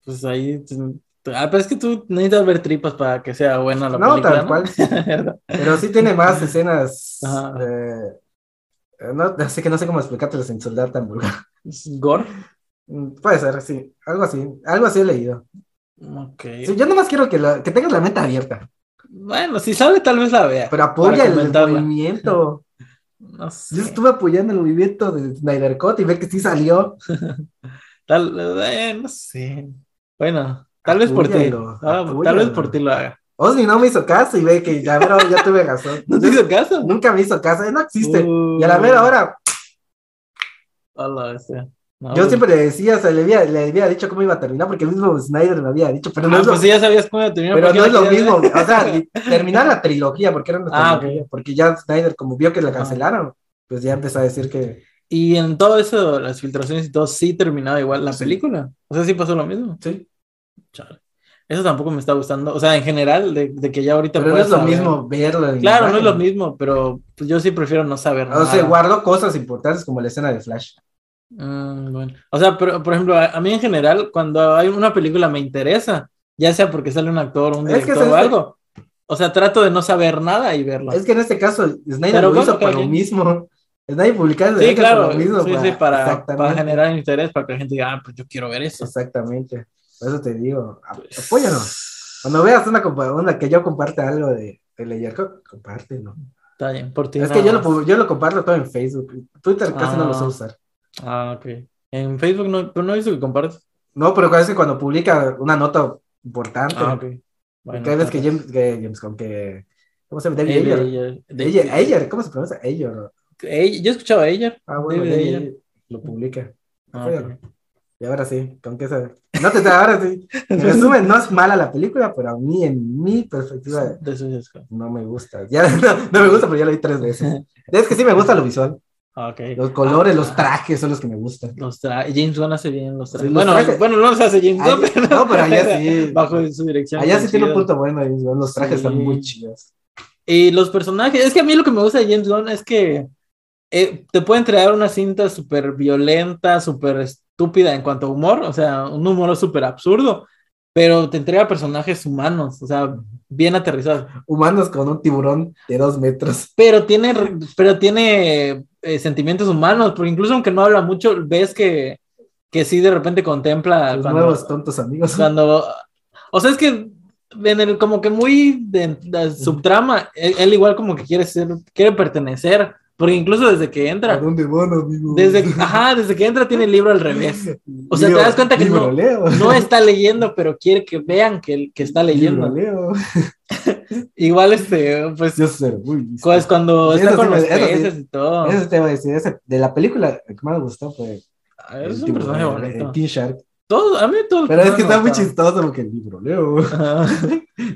Speaker 1: Pues ahí. tú- tú- Ah, pero es que tú necesitas ver tripas para que sea buena la
Speaker 2: no,
Speaker 1: película.
Speaker 2: tal
Speaker 1: ¿no?
Speaker 2: cual.
Speaker 1: ¿Verdad?
Speaker 2: Pero sí tiene más escenas.
Speaker 1: Ajá.
Speaker 2: eh, no, así que no sé cómo explicártelas sin soldar tan vulgar.
Speaker 1: ¿Es gore?
Speaker 2: Mm, Puede ser, sí. Algo así. Algo así he leído.
Speaker 1: Ok.
Speaker 2: Sí, yo nomás quiero que, la- que tengas la mente abierta.
Speaker 1: Bueno, si sale, tal vez la vea.
Speaker 2: Pero apoya
Speaker 1: Para
Speaker 2: el
Speaker 1: comentarla.
Speaker 2: movimiento.
Speaker 1: No sé.
Speaker 2: Yo estuve apoyando el movimiento de Snyder Cut y ve que sí salió.
Speaker 1: Tal, eh, no sé. Bueno, tal vez por ti.
Speaker 2: Apóyalo,
Speaker 1: Ah, tal
Speaker 2: apóyalo.
Speaker 1: vez por ti lo haga.
Speaker 2: Osni no me hizo caso y ve que ya, mero, ya tuve razón.
Speaker 1: ¿No te hizo caso?
Speaker 2: Nunca me hizo caso. eh, No existe.
Speaker 1: Uh.
Speaker 2: Y a la mera ahora.
Speaker 1: Hola, este. No,
Speaker 2: Yo
Speaker 1: güey.
Speaker 2: siempre le decía, o sea, le había, le había dicho cómo iba a terminar, porque el mismo Snyder me había dicho, pero no
Speaker 1: Ah,
Speaker 2: es lo,
Speaker 1: pues sí, ya sabías cómo iba a terminar.
Speaker 2: pero
Speaker 1: ¿por qué
Speaker 2: no es
Speaker 1: la
Speaker 2: lo
Speaker 1: querías
Speaker 2: mismo.
Speaker 1: ver?
Speaker 2: O sea, li- terminar la trilogía, porque era una
Speaker 1: Ah, ok.
Speaker 2: trilogía, porque ya Snyder, como vio que la cancelaron, pues ya empezó a decir que
Speaker 1: Y en todo eso, las filtraciones y todo, sí terminaba igual la película. O sea, sí pasó lo mismo.
Speaker 2: sí.
Speaker 1: Chale. Eso tampoco me está gustando. O sea, en general, de, de que ya ahorita.
Speaker 2: Pero no
Speaker 1: puedes
Speaker 2: es lo
Speaker 1: saber.
Speaker 2: mismo verlo. en
Speaker 1: Claro, no es
Speaker 2: imagen.
Speaker 1: lo mismo, pero pues, yo sí prefiero no saber
Speaker 2: O sea,
Speaker 1: nada.
Speaker 2: guardó cosas importantes como la escena de Flash.
Speaker 1: Mm, bueno. O sea, pero, por ejemplo, a, a mí en general, cuando hay una película me interesa, ya sea porque sale un actor, un
Speaker 2: Es que
Speaker 1: director
Speaker 2: es
Speaker 1: o
Speaker 2: este-
Speaker 1: algo. O sea, trato de no saber nada y verla.
Speaker 2: Es que en este caso, Snyder
Speaker 1: Pero
Speaker 2: lo
Speaker 1: bueno,
Speaker 2: hizo por
Speaker 1: cada
Speaker 2: lo
Speaker 1: quien.
Speaker 2: mismo. Snyder publicaba
Speaker 1: Sí, claro,
Speaker 2: por lo mismo. pues.
Speaker 1: sí, sí, para,
Speaker 2: Exactamente.
Speaker 1: para generar interés, para que la gente diga, ah, pues yo quiero ver eso. Pues
Speaker 2: Exactamente. Por eso te digo, ap- apóyanos. Cuando veas una, compa- una que yo comparta algo de, de Ledger, co- compártelo.
Speaker 1: Está bien, por ti.
Speaker 2: es
Speaker 1: nada
Speaker 2: que yo lo,
Speaker 1: más.
Speaker 2: pu- yo lo comparto todo en Facebook. Twitter casi no lo sé
Speaker 1: Ah.
Speaker 2: usar.
Speaker 1: Ah, ok. En Facebook no, pero no he visto que compartes.
Speaker 2: No, pero a veces cuando publica una nota importante,
Speaker 1: Ah, ok.
Speaker 2: porque
Speaker 1: Bueno,
Speaker 2: hay veces
Speaker 1: está
Speaker 2: que
Speaker 1: bien.
Speaker 2: James, que James con que. ¿Cómo se llama? David
Speaker 1: David
Speaker 2: Ayer.
Speaker 1: Ayer.
Speaker 2: Ayer,
Speaker 1: David-
Speaker 2: Ayer, ¿cómo se pronuncia? Ayer.
Speaker 1: Ayer- Yo he escuchado a Ayer.
Speaker 2: Ah, bueno,
Speaker 1: David
Speaker 2: David
Speaker 1: Ayer.
Speaker 2: Ayer lo publica.
Speaker 1: Ah, ok.
Speaker 2: Apóyalo. Y ahora sí, ¿con qué se.? No te ahora sí. En resumen, no es mala la película, pero a mí, en mi perspectiva,
Speaker 1: De Suicide Squad.
Speaker 2: no me gusta. Ya, no, no me gusta, pero ya la vi tres veces. Es que sí me gusta lo visual.
Speaker 1: Ah, ok.
Speaker 2: Los colores,
Speaker 1: Ah,
Speaker 2: los trajes son los que me gustan.
Speaker 1: Los trajes, James Gunn hace bien los trajes.
Speaker 2: Sí, los
Speaker 1: bueno,
Speaker 2: trajes.
Speaker 1: bueno, no los hace James
Speaker 2: Allá-
Speaker 1: Gunn, pero
Speaker 2: no, pero allá sí.
Speaker 1: bajo su dirección.
Speaker 2: Allá sí
Speaker 1: está
Speaker 2: tiene un
Speaker 1: chido.
Speaker 2: punto bueno, ahí, ¿no? los trajes
Speaker 1: Sí.
Speaker 2: están muy chidos.
Speaker 1: Y los personajes, es que a mí lo que me gusta de James Gunn es que eh, te pueden traer una cinta súper violenta, súper estúpida en cuanto a humor, o sea, un humor súper absurdo, pero te entrega personajes humanos, o sea, bien aterrizados.
Speaker 2: Humanos con un tiburón de dos metros.
Speaker 1: Pero tiene, re- pero tiene eh, sentimientos humanos, porque incluso aunque no habla mucho, ves que, que sí de repente contempla
Speaker 2: Los
Speaker 1: cuando-
Speaker 2: nuevos tontos amigos.
Speaker 1: cuando o sea es que en el como que muy de, de subtrama él, él igual como que quiere ser quiere pertenecer porque incluso desde que
Speaker 2: ¿A
Speaker 1: entra
Speaker 2: dónde van, amigos?
Speaker 1: desde ajá desde que entra tiene el libro al revés o sea, te das cuenta que
Speaker 2: libro
Speaker 1: no-
Speaker 2: leo.
Speaker 1: no está leyendo pero quiere que vean que, que está
Speaker 2: Libro
Speaker 1: leyendo
Speaker 2: leo.
Speaker 1: igual este pues
Speaker 2: Yo soy muy listo.
Speaker 1: pues, cuando
Speaker 2: Eso
Speaker 1: está
Speaker 2: sí
Speaker 1: con
Speaker 2: me-
Speaker 1: los
Speaker 2: eso sí.
Speaker 1: peces y todo
Speaker 2: Eso te iba a decir. este, ese- de la película, el que más me gustó fue
Speaker 1: Ah, es
Speaker 2: el
Speaker 1: un
Speaker 2: tiburón,
Speaker 1: personaje
Speaker 2: el- el
Speaker 1: bonito
Speaker 2: T-Shark.
Speaker 1: todo a mí todo el
Speaker 2: Pero es que está muy
Speaker 1: personaje
Speaker 2: chistoso porque el libro leo.
Speaker 1: me gustaba. Ajá.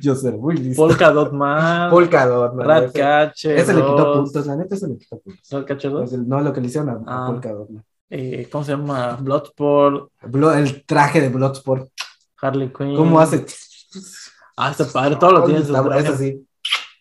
Speaker 2: Yo soy muy listo.
Speaker 1: Polka Dot Man
Speaker 2: Polka Dot, man, ese-
Speaker 1: Ratcatcher
Speaker 2: Ese le quitó
Speaker 1: Ross,
Speaker 2: puntos, la neta, ese le quitó puntos.
Speaker 1: Ratcatcher Ross.
Speaker 2: Pues el- No, lo que le hicieron a, a
Speaker 1: Ah.
Speaker 2: Polka Dot. man.
Speaker 1: eh, ¿cómo se llama? Bloodsport,
Speaker 2: Blo- el traje de Bloodsport.
Speaker 1: Harley Quinn.
Speaker 2: ¿Cómo hace?
Speaker 1: Ah, está padre, todo lo tiene en su
Speaker 2: Está-
Speaker 1: cráneo.
Speaker 2: Eso sí.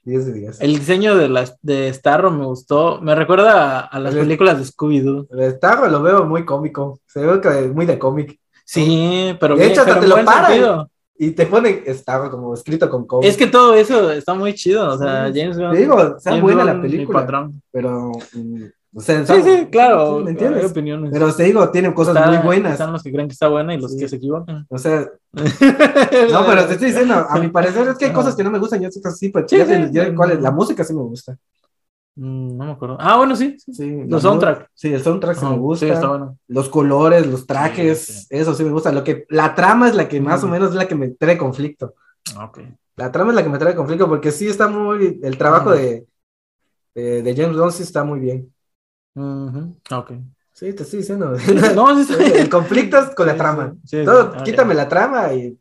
Speaker 2: 10 de 10.
Speaker 1: El diseño de, las de Starro me gustó. Me recuerda a, a las
Speaker 2: El-
Speaker 1: películas de Scooby-Doo.
Speaker 2: El Starro lo veo muy cómico. Se ve que muy de cómic.
Speaker 1: Sí, pero.
Speaker 2: De
Speaker 1: bien,
Speaker 2: hecho, hasta
Speaker 1: pero en
Speaker 2: te lo
Speaker 1: buen
Speaker 2: paran.
Speaker 1: sentido.
Speaker 2: Y te ponen Starro como escrito con cómic.
Speaker 1: Es que todo eso está muy chido. O sea,
Speaker 2: Sí,
Speaker 1: James Gunn.
Speaker 2: Te digo, está
Speaker 1: James
Speaker 2: buena
Speaker 1: Gunn,
Speaker 2: la
Speaker 1: mi
Speaker 2: película.
Speaker 1: patrón.
Speaker 2: Pero. mm, o sea,
Speaker 1: Sí,
Speaker 2: está-
Speaker 1: sí, claro. Hay
Speaker 2: ¿Me entiendes?
Speaker 1: opiniones.
Speaker 2: Pero te digo, tienen cosas
Speaker 1: Está-
Speaker 2: muy buenas.
Speaker 1: Están los que creen que está buena y los
Speaker 2: Sí.
Speaker 1: que se equivocan.
Speaker 2: O sea, no, pero te estoy diciendo, a mi parecer es que hay
Speaker 1: Ajá.
Speaker 2: cosas que no me gustan y otras sí, pero
Speaker 1: Sí,
Speaker 2: ya
Speaker 1: sí,
Speaker 2: sé- ya
Speaker 1: no,
Speaker 2: cuál es.
Speaker 1: no.
Speaker 2: la música sí me gusta.
Speaker 1: Mm, No me acuerdo. Ah, bueno, sí. sí.
Speaker 2: Sí, la mu-
Speaker 1: Los soundtracks.
Speaker 2: Sí, el soundtrack sí Pues, me gusta.
Speaker 1: Sí, está bueno.
Speaker 2: Los colores, los trajes,
Speaker 1: Sí, sí.
Speaker 2: eso sí me gusta. Lo que, la trama es la que más o
Speaker 1: Mm.
Speaker 2: menos es la que me trae conflicto.
Speaker 1: Ah, ok.
Speaker 2: La trama es la que me trae conflicto porque sí está muy, el trabajo
Speaker 1: Ajá.
Speaker 2: de, de, de James Bond sí está muy bien.
Speaker 1: Ujú, ok.
Speaker 2: Sí, te estoy diciendo.
Speaker 1: No, sí, sí.
Speaker 2: el conflicto es con la
Speaker 1: Sí,
Speaker 2: trama.
Speaker 1: sí, sí,
Speaker 2: Todo,
Speaker 1: sí. Ah,
Speaker 2: quítame la trama y,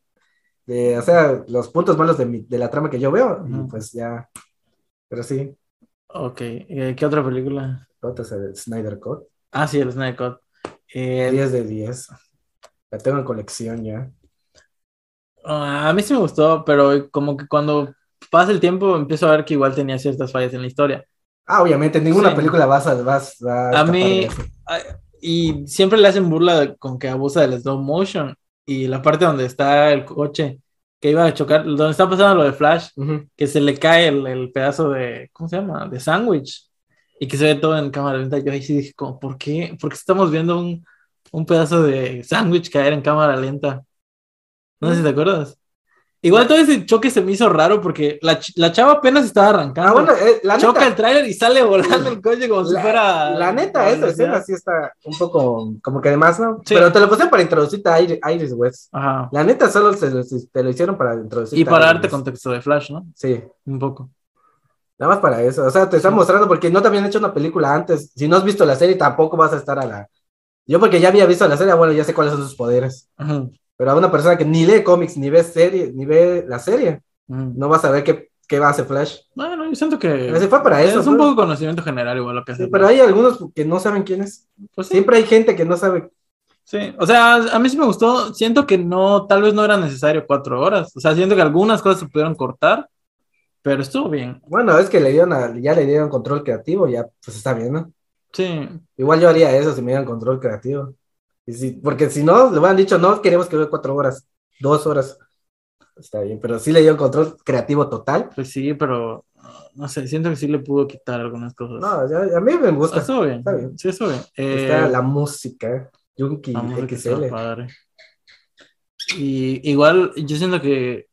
Speaker 2: eh, o sea, los puntos malos de, mi- de la trama que yo veo, y
Speaker 1: Ujú.
Speaker 2: pues ya. Pero sí,
Speaker 1: ya. Ok, eh, ¿qué otra película?
Speaker 2: otra es el Snyder Code.
Speaker 1: Ah, sí, el Snyder Cut. Eh,
Speaker 2: 10 de 10. La tengo en colección ya.
Speaker 1: oh, a mí sí me gustó, pero como que cuando pasa el tiempo empiezo a ver que igual tenía ciertas fallas en la historia.
Speaker 2: Ah, obviamente, ninguna
Speaker 1: Sí.
Speaker 2: película vas a. Vas, va
Speaker 1: A
Speaker 2: escapar
Speaker 1: mí-
Speaker 2: de eso.
Speaker 1: Y siempre le hacen burla de- con que abusa del slow motion y la parte donde está el coche que iba a chocar, donde está pasando lo de Flash,
Speaker 2: Ujú.
Speaker 1: que se le cae el, el pedazo de, ¿cómo se llama? De sándwich. Y que se ve todo en cámara lenta. Yo ahí sí dije, como, ¿por qué? ¿Por qué estamos viendo un, un pedazo de sándwich caer en cámara lenta? No sé si te acuerdas. Igual todo ese choque se me hizo raro porque la, ch- la chava apenas estaba arrancando.
Speaker 2: Ah, bueno, eh, la
Speaker 1: Choca
Speaker 2: neta.
Speaker 1: el tráiler y sale volando el coche como si
Speaker 2: La-
Speaker 1: fuera...
Speaker 2: La neta, esa escena sí está un poco como que además, ¿no?
Speaker 1: Ah, Sí.
Speaker 2: Pero te lo puse para introducirte a Iris Iris West.
Speaker 1: Ajá.
Speaker 2: La neta, solo se lo- te lo hicieron para introducirte.
Speaker 1: Y
Speaker 2: a
Speaker 1: para
Speaker 2: Iris
Speaker 1: darte
Speaker 2: West.
Speaker 1: contexto de Flash, ¿no?
Speaker 2: Sí,
Speaker 1: Un poco.
Speaker 2: nada más para eso. O sea, te están mostrando porque no te habían hecho una película antes. Si no has visto la serie, tampoco vas a estar a la, Yo porque ya había visto la serie, bueno, ya sé cuáles son sus poderes.
Speaker 1: Ujú,
Speaker 2: Pero a una persona que ni lee cómics, ni ve serie, ni ve la serie,
Speaker 1: ujú.
Speaker 2: no va a saber qué, qué va a hacer Flash.
Speaker 1: Bueno, yo siento que
Speaker 2: Pero se fue para eso.
Speaker 1: es un
Speaker 2: fue-
Speaker 1: poco conocimiento general igual lo que hace.
Speaker 2: Sí, pero hay algunos que no saben quién es.
Speaker 1: Pues sí,
Speaker 2: Siempre hay gente que no sabe.
Speaker 1: sí. O sea, a mí sí me gustó. Siento que no, tal vez no era necesario cuatro horas. O sea, siento que algunas cosas se pudieron cortar, pero estuvo bien.
Speaker 2: Bueno, es que le dieron a- ya le dieron control creativo, ya pues está bien, ¿no?
Speaker 1: Sí,
Speaker 2: Igual yo haría eso si me dieran control creativo. Y si, porque si no, le hubieran dicho, no, queremos que dure cuatro horas, dos horas. Está bien, pero sí le dieron control creativo total.
Speaker 1: pues sí, pero no sé, siento que sí le pudo quitar algunas cosas.
Speaker 2: No, ya- a mí me gusta.
Speaker 1: estuvo bien.
Speaker 2: está bien.
Speaker 1: Sí, estuvo bien. Eh,
Speaker 2: Está la música, Yunky
Speaker 1: la música
Speaker 2: XL.
Speaker 1: estaba padre. eh. Y igual yo siento que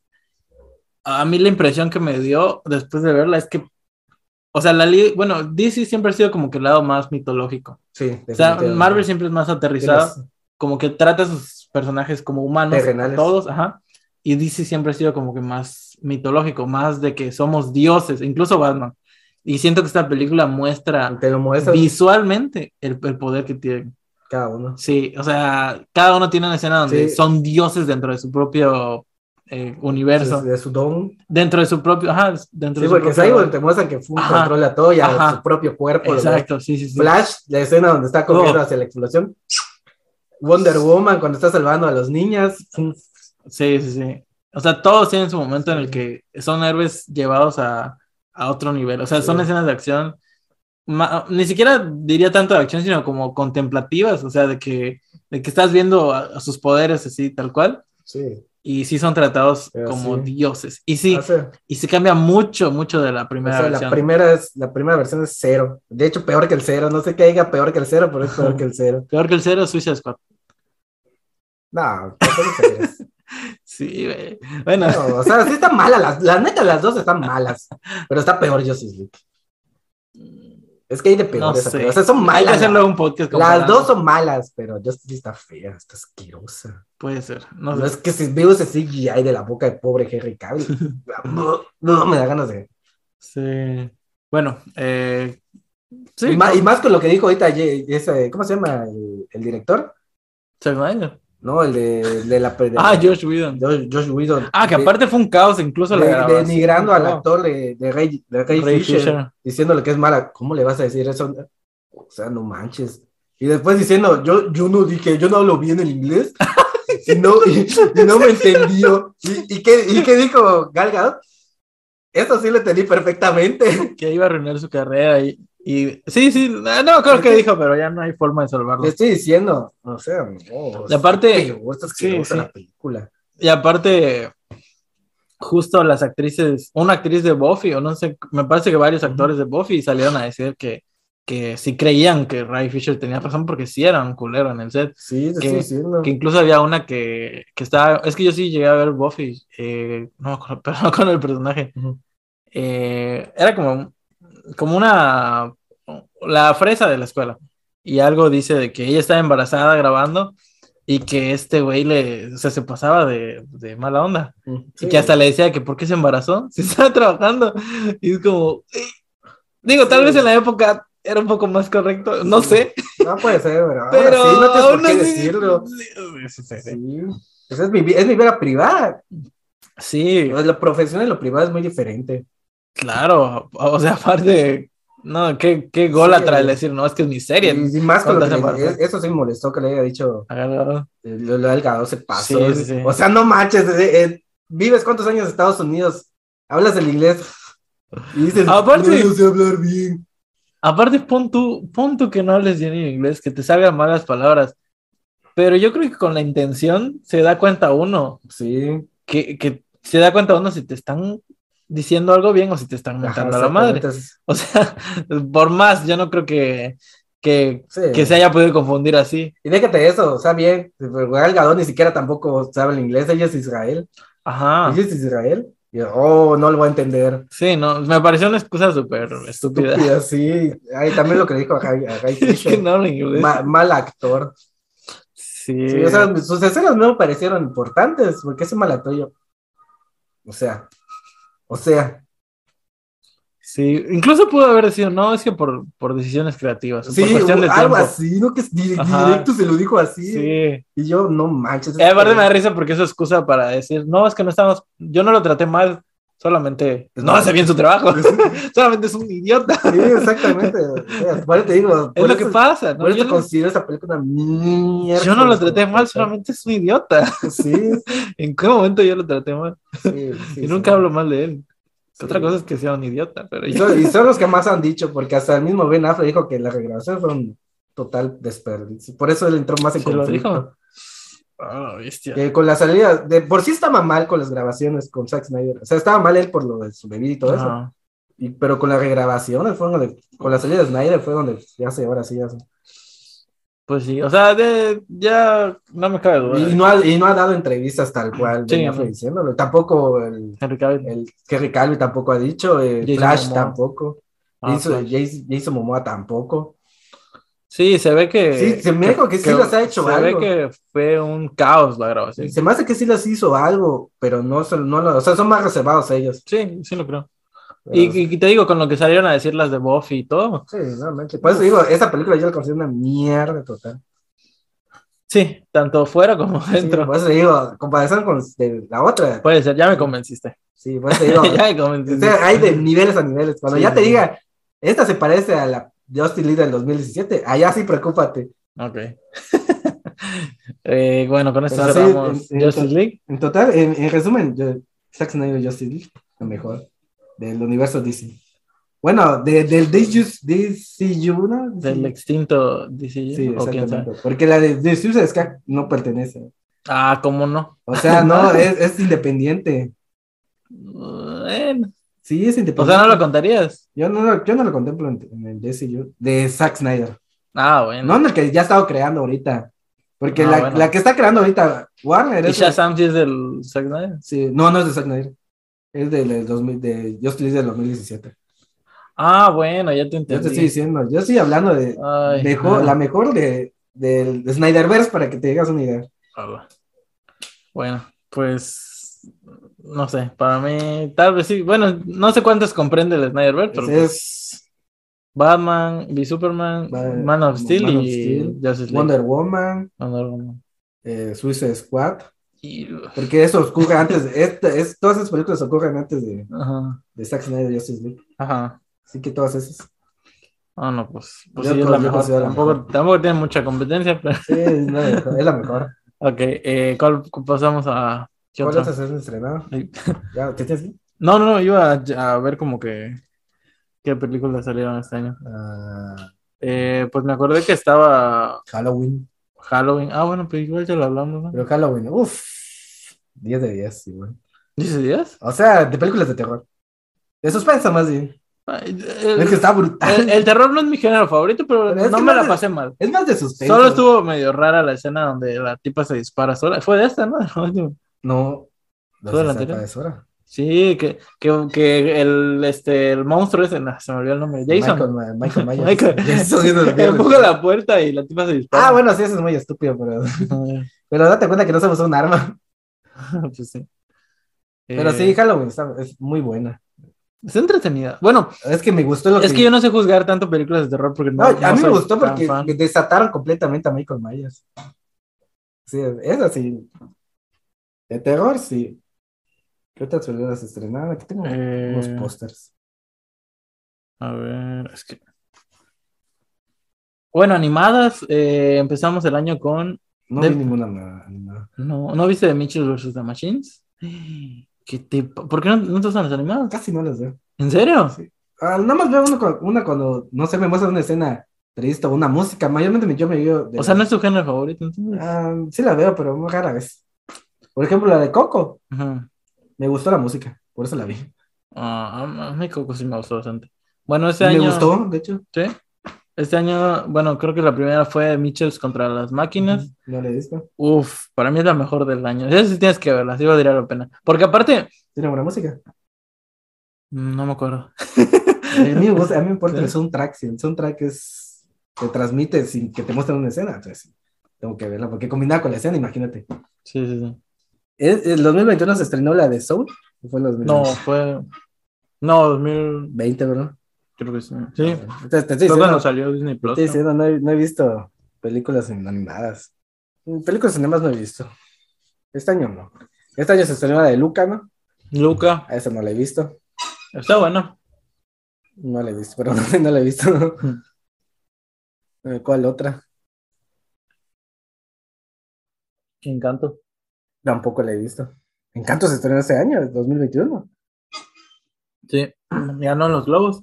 Speaker 1: a mí la impresión que me dio después de verla es que, o sea, la li- bueno, DC siempre ha sido como que el lado más mitológico.
Speaker 2: Sí,
Speaker 1: O sea,
Speaker 2: definitivamente.
Speaker 1: Marvel siempre es más aterrizado,
Speaker 2: Tienes-
Speaker 1: como que trata a sus personajes como humanos,
Speaker 2: Terrenales.
Speaker 1: todos, ajá. Y DC siempre ha sido como que más mitológico, más de que somos dioses, incluso Batman. Y siento que esta película muestra
Speaker 2: Te lo muestran
Speaker 1: visualmente el, el poder que tienen.
Speaker 2: cada uno.
Speaker 1: Sí, o sea, cada uno tiene una escena donde
Speaker 2: Sí.
Speaker 1: son dioses dentro de su propio eh, universo,
Speaker 2: De su don.
Speaker 1: dentro de su propio, ajá, dentro
Speaker 2: Sí,
Speaker 1: de su
Speaker 2: porque
Speaker 1: propio.
Speaker 2: Cyborg te muestran que Fun
Speaker 1: Ajá.
Speaker 2: controla todo y a
Speaker 1: Ajá.
Speaker 2: su propio cuerpo. lo
Speaker 1: Exacto, sí, sí,
Speaker 2: ve.
Speaker 1: sí.
Speaker 2: Flash, la escena donde está corriendo
Speaker 1: Oh.
Speaker 2: hacia la explosión. Wonder Woman cuando está salvando a los niñas. Fun.
Speaker 1: Sí, sí, sí. O sea, todos tienen su momento en el que son héroes llevados a, a otro nivel. O sea, son
Speaker 2: Sí.
Speaker 1: escenas de acción, ma- ni siquiera diría tanto de acción, sino como contemplativas, o sea, de que, de que estás viendo a, a sus poderes así, tal cual,
Speaker 2: Sí.
Speaker 1: y sí son tratados
Speaker 2: Pero
Speaker 1: como
Speaker 2: Ah, sí.
Speaker 1: dioses. Y sí,
Speaker 2: O sea,
Speaker 1: y se cambia mucho, mucho de la
Speaker 2: o
Speaker 1: primera
Speaker 2: sea, la,
Speaker 1: versión.
Speaker 2: primera es, la primera versión es cero. De hecho, peor que el cero. No sé qué diga peor que el cero, pero es peor que el cero.
Speaker 1: Peor que el cero, Suicide Squad.
Speaker 2: No, tampoco te creas.
Speaker 1: Sí, güey. Bueno,
Speaker 2: No, o sea, sí están malas. Las, las neta, las dos están malas. Pero está peor Justice League. Es que hay de peor.
Speaker 1: no sé.
Speaker 2: O sea, son
Speaker 1: Hay que
Speaker 2: malas.
Speaker 1: hacerlo un podcast
Speaker 2: Las
Speaker 1: comparando.
Speaker 2: dos son malas, pero Justice League está fea, está asquerosa.
Speaker 1: Puede ser. No
Speaker 2: No
Speaker 1: sé.
Speaker 2: es que si veo ese CGI de la boca de pobre Henry Cavill, no, no, me da ganas de.
Speaker 1: Sí. Bueno, eh, sí.
Speaker 2: y, ma- y más,
Speaker 1: no,
Speaker 2: con lo que dijo ahorita, Ye- ese, ¿cómo se llama el, el director?
Speaker 1: Zack Snyder.
Speaker 2: No, el de, el de la. de-
Speaker 1: Ah, Josh Whedon.
Speaker 2: Josh, Josh Whedon.
Speaker 1: Ah, que
Speaker 2: De-
Speaker 1: aparte fue un caos incluso
Speaker 2: de-
Speaker 1: la grabación.
Speaker 2: denigrando al
Speaker 1: No.
Speaker 2: actor de, de Ray, de Ray
Speaker 1: Ray
Speaker 2: Fisher,
Speaker 1: Fisher.
Speaker 2: diciéndole que es mala. ¿Cómo le vas a decir eso? O sea, no manches. Y después diciendo, yo, yo no dije, yo no hablo bien el inglés. y, no, y, y no me entendió. ¿Y, y qué, ¿Y qué dijo Gal Gadot? Eso sí lo entendí perfectamente.
Speaker 1: Que iba a arruinar su carrera y... y- Sí, sí, no no, creo que
Speaker 2: Sí.
Speaker 1: dijo, pero ya no hay forma de salvarlo.
Speaker 2: Te estoy diciendo, o sea, no,
Speaker 1: Y aparte-
Speaker 2: es que esta es
Speaker 1: sí,
Speaker 2: que gusta
Speaker 1: sí.
Speaker 2: la película.
Speaker 1: Y aparte, justo las actrices, una actriz de Buffy, o no sé, me parece que varios actores de Buffy salieron a decir que, que sí creían que Ray Fisher tenía razón porque sí era un culero en el set.
Speaker 2: Sí, te
Speaker 1: Que-
Speaker 2: estoy diciendo.
Speaker 1: Que incluso había una que, que estaba, es que yo sí llegué a ver Buffy, eh, no me acuerdo, pero no con el personaje.
Speaker 2: Ujú.
Speaker 1: Eh, era como, como una, la fresa de la escuela. Y algo dice de que ella estaba embarazada grabando y que este güey le, o sea, se pasaba de, de mala onda.
Speaker 2: Mm, Sí.
Speaker 1: Y que hasta le decía que por qué se embarazó, si estaba trabajando. Y es como, eh. digo, tal
Speaker 2: Sí.
Speaker 1: vez en la época era un poco más correcto, no
Speaker 2: Sí.
Speaker 1: sé,
Speaker 2: No puede ser, pero,
Speaker 1: pero
Speaker 2: ahora sí, no tienes por
Speaker 1: aún
Speaker 2: qué
Speaker 1: así-
Speaker 2: decirlo.
Speaker 1: Sí, sí, sí.
Speaker 2: Sí. Pues es, mi, vi- es mi vida privada.
Speaker 1: Sí,
Speaker 2: Lo, lo profesional y lo privado es muy diferente.
Speaker 1: claro, o sea, aparte, no, qué, qué gol
Speaker 2: Sí.
Speaker 1: atrás decir, no, es que es mi serie.
Speaker 2: Y, y más con lo que
Speaker 1: Cuántas
Speaker 2: le-
Speaker 1: embarazas.
Speaker 2: eso sí me molestó que le haya dicho
Speaker 1: Agarrado.
Speaker 2: eh, lo, lo del Gadot se pasó.
Speaker 1: Sí, sí, sí.
Speaker 2: O sea, no manches, eh, eh, vives cuántos años en Estados Unidos, hablas el inglés y dices,
Speaker 1: Aparte-
Speaker 2: no, no sé hablar bien.
Speaker 1: Aparte, pon tú, pon tú que no hables bien en inglés, que te salgan malas palabras. Pero yo creo que con la intención se da cuenta uno,
Speaker 2: Sí.
Speaker 1: que, que se da cuenta uno si te están diciendo algo bien o si te están
Speaker 2: Ajá,
Speaker 1: mentando a la madre.
Speaker 2: exactamente, es-
Speaker 1: O sea, por más, yo no creo que, que,
Speaker 2: sí.
Speaker 1: que se haya podido confundir así.
Speaker 2: Y déjate eso, o sea, bien, el Gadot ni siquiera tampoco sabe el inglés, ella es Israel.
Speaker 1: Ajá.
Speaker 2: Ella es Israel. Y, oh, no lo voy a entender.
Speaker 1: Sí, no, me pareció una excusa súper estúpida.
Speaker 2: Estúpida, sí. Ay, también lo que le dijo a Ray, a Ray
Speaker 1: Es que
Speaker 2: Fisher.
Speaker 1: no hablan inglés.
Speaker 2: Ma- mal actor.
Speaker 1: Sí.
Speaker 2: Sí, o sea, sus escenas no me parecieron importantes, porque es un mal actor. yo- O sea, o sea,
Speaker 1: Sí, incluso pudo haber sido, no, es que por, por decisiones creativas,
Speaker 2: Sí,
Speaker 1: por cuestión de
Speaker 2: o algo
Speaker 1: tiempo.
Speaker 2: así, ¿no? Que es di-
Speaker 1: Ajá.
Speaker 2: directo se lo dijo así.
Speaker 1: Sí.
Speaker 2: Y yo, no manches.
Speaker 1: Y aparte me da risa porque es su excusa para decir, no, es que no estamos, yo no lo traté mal, solamente no hace bien su trabajo, solamente es un idiota.
Speaker 2: Sí, exactamente. O sea, Por eso te digo.
Speaker 1: Es
Speaker 2: por
Speaker 1: lo
Speaker 2: eso-
Speaker 1: que pasa, ¿no?
Speaker 2: Por eso
Speaker 1: Yo, no-
Speaker 2: considero esa película una mierda.
Speaker 1: yo no lo traté mal, solamente es un idiota.
Speaker 2: Sí,
Speaker 1: ¿En qué momento yo lo traté mal?
Speaker 2: sí, sí,
Speaker 1: y nunca
Speaker 2: sí.
Speaker 1: hablo mal de él. Otra
Speaker 2: Sí.
Speaker 1: cosa es que sea un idiota, pero
Speaker 2: Y
Speaker 1: yo...
Speaker 2: son, y son los que más han dicho, porque hasta el mismo Ben Affleck dijo que las regrabaciones son total desperdicio. Por eso él entró más en
Speaker 1: ¿Se lo
Speaker 2: conflicto.
Speaker 1: dijo? Ah, la bestia.
Speaker 2: Que con la salida, de por sí estaba mal con las grabaciones con Zack Snyder. O sea, estaba mal él por lo de su bebida y todo eso.
Speaker 1: Ajá.
Speaker 2: Y- pero con las regrabaciones fue donde, con la salida de Snyder fue donde ya se, ahora sí ya se.
Speaker 1: Pues sí, o sea, de- ya no me cabe duda.
Speaker 2: Y no, ha, y no ha dado entrevistas tal cual,
Speaker 1: Sí,
Speaker 2: Ben
Speaker 1: no.
Speaker 2: Affleck diciéndolo. Tampoco el,
Speaker 1: Henry Cavill.
Speaker 2: el Henry Cavill tampoco ha dicho, eh,
Speaker 1: Jason
Speaker 2: Flash
Speaker 1: Momoa.
Speaker 2: tampoco,
Speaker 1: Ah,
Speaker 2: Jason,
Speaker 1: pues.
Speaker 2: Jason- Jason Momoa tampoco.
Speaker 1: Sí, se ve que.
Speaker 2: Sí, se me dijo que sí las ha hecho
Speaker 1: Se
Speaker 2: algo.
Speaker 1: ve que fue un caos la grabación. Sí,
Speaker 2: Se me hace que sí las hizo algo, pero no, se- no lo- o sea, son más reservados ellos.
Speaker 1: sí, lo creo.
Speaker 2: Pero-
Speaker 1: Y, y- y te digo, con lo que salieron a decir las de Buffy y todo.
Speaker 2: Sí, no manches. Por eso digo, esa película yo la considero una mierda total.
Speaker 1: Sí, tanto fuera como
Speaker 2: Sí,
Speaker 1: dentro.
Speaker 2: por eso digo, comparación con de la otra.
Speaker 1: Puede ser, ya me convenciste.
Speaker 2: Sí, por eso digo,
Speaker 1: Pues, ya me
Speaker 2: o
Speaker 1: convenciste.
Speaker 2: sea, hay de niveles a niveles. Cuando
Speaker 1: Sí,
Speaker 2: ya te
Speaker 1: sí.
Speaker 2: diga, esta se parece a la de Austin Lee del 2017, allá sí preocúpate.
Speaker 1: Ok. Eh, bueno, con esto
Speaker 2: Pero sí,
Speaker 1: cerramos
Speaker 2: en- en-
Speaker 1: Justice League.
Speaker 2: En total, en, en resumen, yo, Zack Snyder y Justin Lee, lo mejor del universo DC. Bueno, de- del DCU, DCU, ¿no?
Speaker 1: Del extinto DCU.
Speaker 2: Sí,
Speaker 1: o quién sabe.
Speaker 2: exactamente. Porque la de, de Suicide Squad no pertenece.
Speaker 1: Ah, ¿cómo no?
Speaker 2: O sea, no, es, es independiente.
Speaker 1: Bueno,
Speaker 2: Sí, es
Speaker 1: o
Speaker 2: independiente.
Speaker 1: sea, no lo contarías.
Speaker 2: yo, no lo, yo no lo contemplo en, en el DCU de Zack Snyder.
Speaker 1: Ah, bueno.
Speaker 2: No en el que ya ha estado creando ahorita. Porque
Speaker 1: Ah,
Speaker 2: la,
Speaker 1: bueno.
Speaker 2: la que está creando ahorita Warner
Speaker 1: ¿Y
Speaker 2: es.
Speaker 1: Shazam sí es del Zack Snyder?
Speaker 2: Sí, no, no es de Zack Snyder. Es del, del 2000, de Justice League del 2017.
Speaker 1: Ah, bueno, ya te
Speaker 2: Yo te
Speaker 1: entendí.
Speaker 2: estoy diciendo, yo estoy hablando de,
Speaker 1: Ay,
Speaker 2: mejor-
Speaker 1: ah,
Speaker 2: la mejor de, del Snyderverse para que te digas una idea.
Speaker 1: ah, Bueno, pues no sé, para mí tal vez sí. Bueno, no sé cuántos comprende el Snyderverse, pero pues,
Speaker 2: Es
Speaker 1: Batman v Superman,
Speaker 2: Ba-
Speaker 1: Man of Steel
Speaker 2: Man of
Speaker 1: y
Speaker 2: Steel,
Speaker 1: Justice League.
Speaker 2: Wonder Woman,
Speaker 1: Wonder Woman.
Speaker 2: eh, Suicide Squad.
Speaker 1: Y,
Speaker 2: Porque eso ocurre antes, de- esta- es- todas esas películas ocurren antes de,
Speaker 1: ajá,
Speaker 2: de Zack Snyder y Justice League.
Speaker 1: ajá.
Speaker 2: Así que todas esas.
Speaker 1: Ah, no, pues, pues
Speaker 2: Yo
Speaker 1: sí, es
Speaker 2: creo-
Speaker 1: la
Speaker 2: yo
Speaker 1: mejor.
Speaker 2: considero la
Speaker 1: Tampoco,
Speaker 2: mejor.
Speaker 1: tampoco tiene mucha competencia, pero.
Speaker 2: Sí, es la mejor. Es la mejor.
Speaker 1: Ok, eh, ¿cuál pasamos a. qué
Speaker 2: ¿Cuál
Speaker 1: otra?
Speaker 2: otra se ha estrenado?
Speaker 1: Ay.
Speaker 2: Ya, ¿Qué tienes? aquí?
Speaker 1: No, no, no, iba a, a ver como que. ¿Qué películas salieron este año?
Speaker 2: Ah,
Speaker 1: Eh, pues me acordé que estaba
Speaker 2: Halloween.
Speaker 1: Halloween. Ah, bueno, pero igual ya lo hablamos, ¿no?
Speaker 2: Pero Halloween, uff. 10 de 10, sí, güey.
Speaker 1: ¿Dice días?
Speaker 2: O sea, de películas de terror. De suspenso, más bien.
Speaker 1: Ay,
Speaker 2: Es que
Speaker 1: El,
Speaker 2: está brutal.
Speaker 1: el- el terror no es mi género favorito, pero
Speaker 2: Pero es
Speaker 1: no
Speaker 2: que
Speaker 1: me
Speaker 2: no
Speaker 1: la
Speaker 2: es-
Speaker 1: pasé mal.
Speaker 2: Es más de suspenso.
Speaker 1: Solo estuvo medio rara la escena donde la tipa se dispara sola. Fue de esta, ¿no? La última.
Speaker 2: No.
Speaker 1: ¿Todo
Speaker 2: No
Speaker 1: el
Speaker 2: se
Speaker 1: anterior?
Speaker 2: sepa de Sora.
Speaker 1: Sí, que, que, que el, este, el monstruo ese, no, se me olvidó el nombre, Jason.
Speaker 2: Michael, Michael Myers.
Speaker 1: Michael.
Speaker 2: Jason, sí, no lo pierdes.
Speaker 1: Empuja la puerta y la tipa se dispara.
Speaker 2: Ah, bueno, sí, eso es muy estúpido, pero.
Speaker 1: bueno.
Speaker 2: Pero date cuenta que no se usó un arma.
Speaker 1: pues sí.
Speaker 2: Pero
Speaker 1: Eh,
Speaker 2: sí, Halloween está, es muy buena.
Speaker 1: Está entretenida. Bueno,
Speaker 2: Es que me gustó lo
Speaker 1: es que yo no sé juzgar tanto películas de terror porque no.
Speaker 2: No, a
Speaker 1: no
Speaker 2: mí me
Speaker 1: soy
Speaker 2: gustó
Speaker 1: tan
Speaker 2: porque
Speaker 1: fan.
Speaker 2: desataron completamente a Michael Myers. Sí, es así. De terror, sí. ¿Qué otras películas estrenaron? Aquí tengo
Speaker 1: Eh,
Speaker 2: unos pósters.
Speaker 1: A ver, es que. Bueno, animadas, eh, empezamos el año con.
Speaker 2: No
Speaker 1: de-
Speaker 2: vi ninguna ma- animada.
Speaker 1: ¿No, ¿no viste de Mitchell vs. The Machines? ¿Qué te... pa- ¿Por qué no, no te gustan las animadas?
Speaker 2: Casi no las veo.
Speaker 1: ¿En serio?
Speaker 2: Sí. Ah, nada más veo uno cu- una cuando, no sé, me muestran una escena triste o una música. Mayormente me- yo me veo. de
Speaker 1: O sea,
Speaker 2: la-
Speaker 1: no es tu género favorito, entonces.
Speaker 2: Ah, sí la veo, pero muy rara vez. Por ejemplo, la de Coco.
Speaker 1: Ajá.
Speaker 2: Me gustó la música, por eso la vi.
Speaker 1: Ah, a mí Coco sí me gustó bastante. Bueno, este
Speaker 2: me
Speaker 1: año.
Speaker 2: gustó, de hecho.
Speaker 1: ¿sí? Este año, bueno, creo que la primera fue Mitchells contra las máquinas.
Speaker 2: No le he visto.
Speaker 1: Uf, para mí es la mejor del año. Esa sí tienes que verla, sí valdría la pena. Porque aparte,
Speaker 2: Tiene buena música.
Speaker 1: mm, no me acuerdo.
Speaker 2: A mí me gusta, a mí me importa el
Speaker 1: Sí.
Speaker 2: soundtrack. Si el soundtrack es, te transmite sin que te muestren una escena, entonces tengo que verla, porque combinada con la escena, imagínate.
Speaker 1: Sí, sí, sí.
Speaker 2: En en 2021 se estrenó la de Soul. ¿o Fue en 2020?
Speaker 1: No, fue. No, 2000,
Speaker 2: 20, bro.
Speaker 1: creo que sí. Sí,
Speaker 2: Te, te estoy
Speaker 1: fue
Speaker 2: diciendo,
Speaker 1: cuando salió Disney Plus.
Speaker 2: te estoy
Speaker 1: ¿no?
Speaker 2: diciendo, no, he, no he visto películas animadas. Películas animadas no he visto. Este año no. Este año se estrenó la de Luca, ¿no?
Speaker 1: Luca,
Speaker 2: A esa no la he visto.
Speaker 1: está bueno.
Speaker 2: No la he visto, pero no la he visto. Eh, ¿Cuál otra?
Speaker 1: Encanto.
Speaker 2: Tampoco la he visto. Encanto se estrenó este año, 2021.
Speaker 1: Sí, ganó los globos.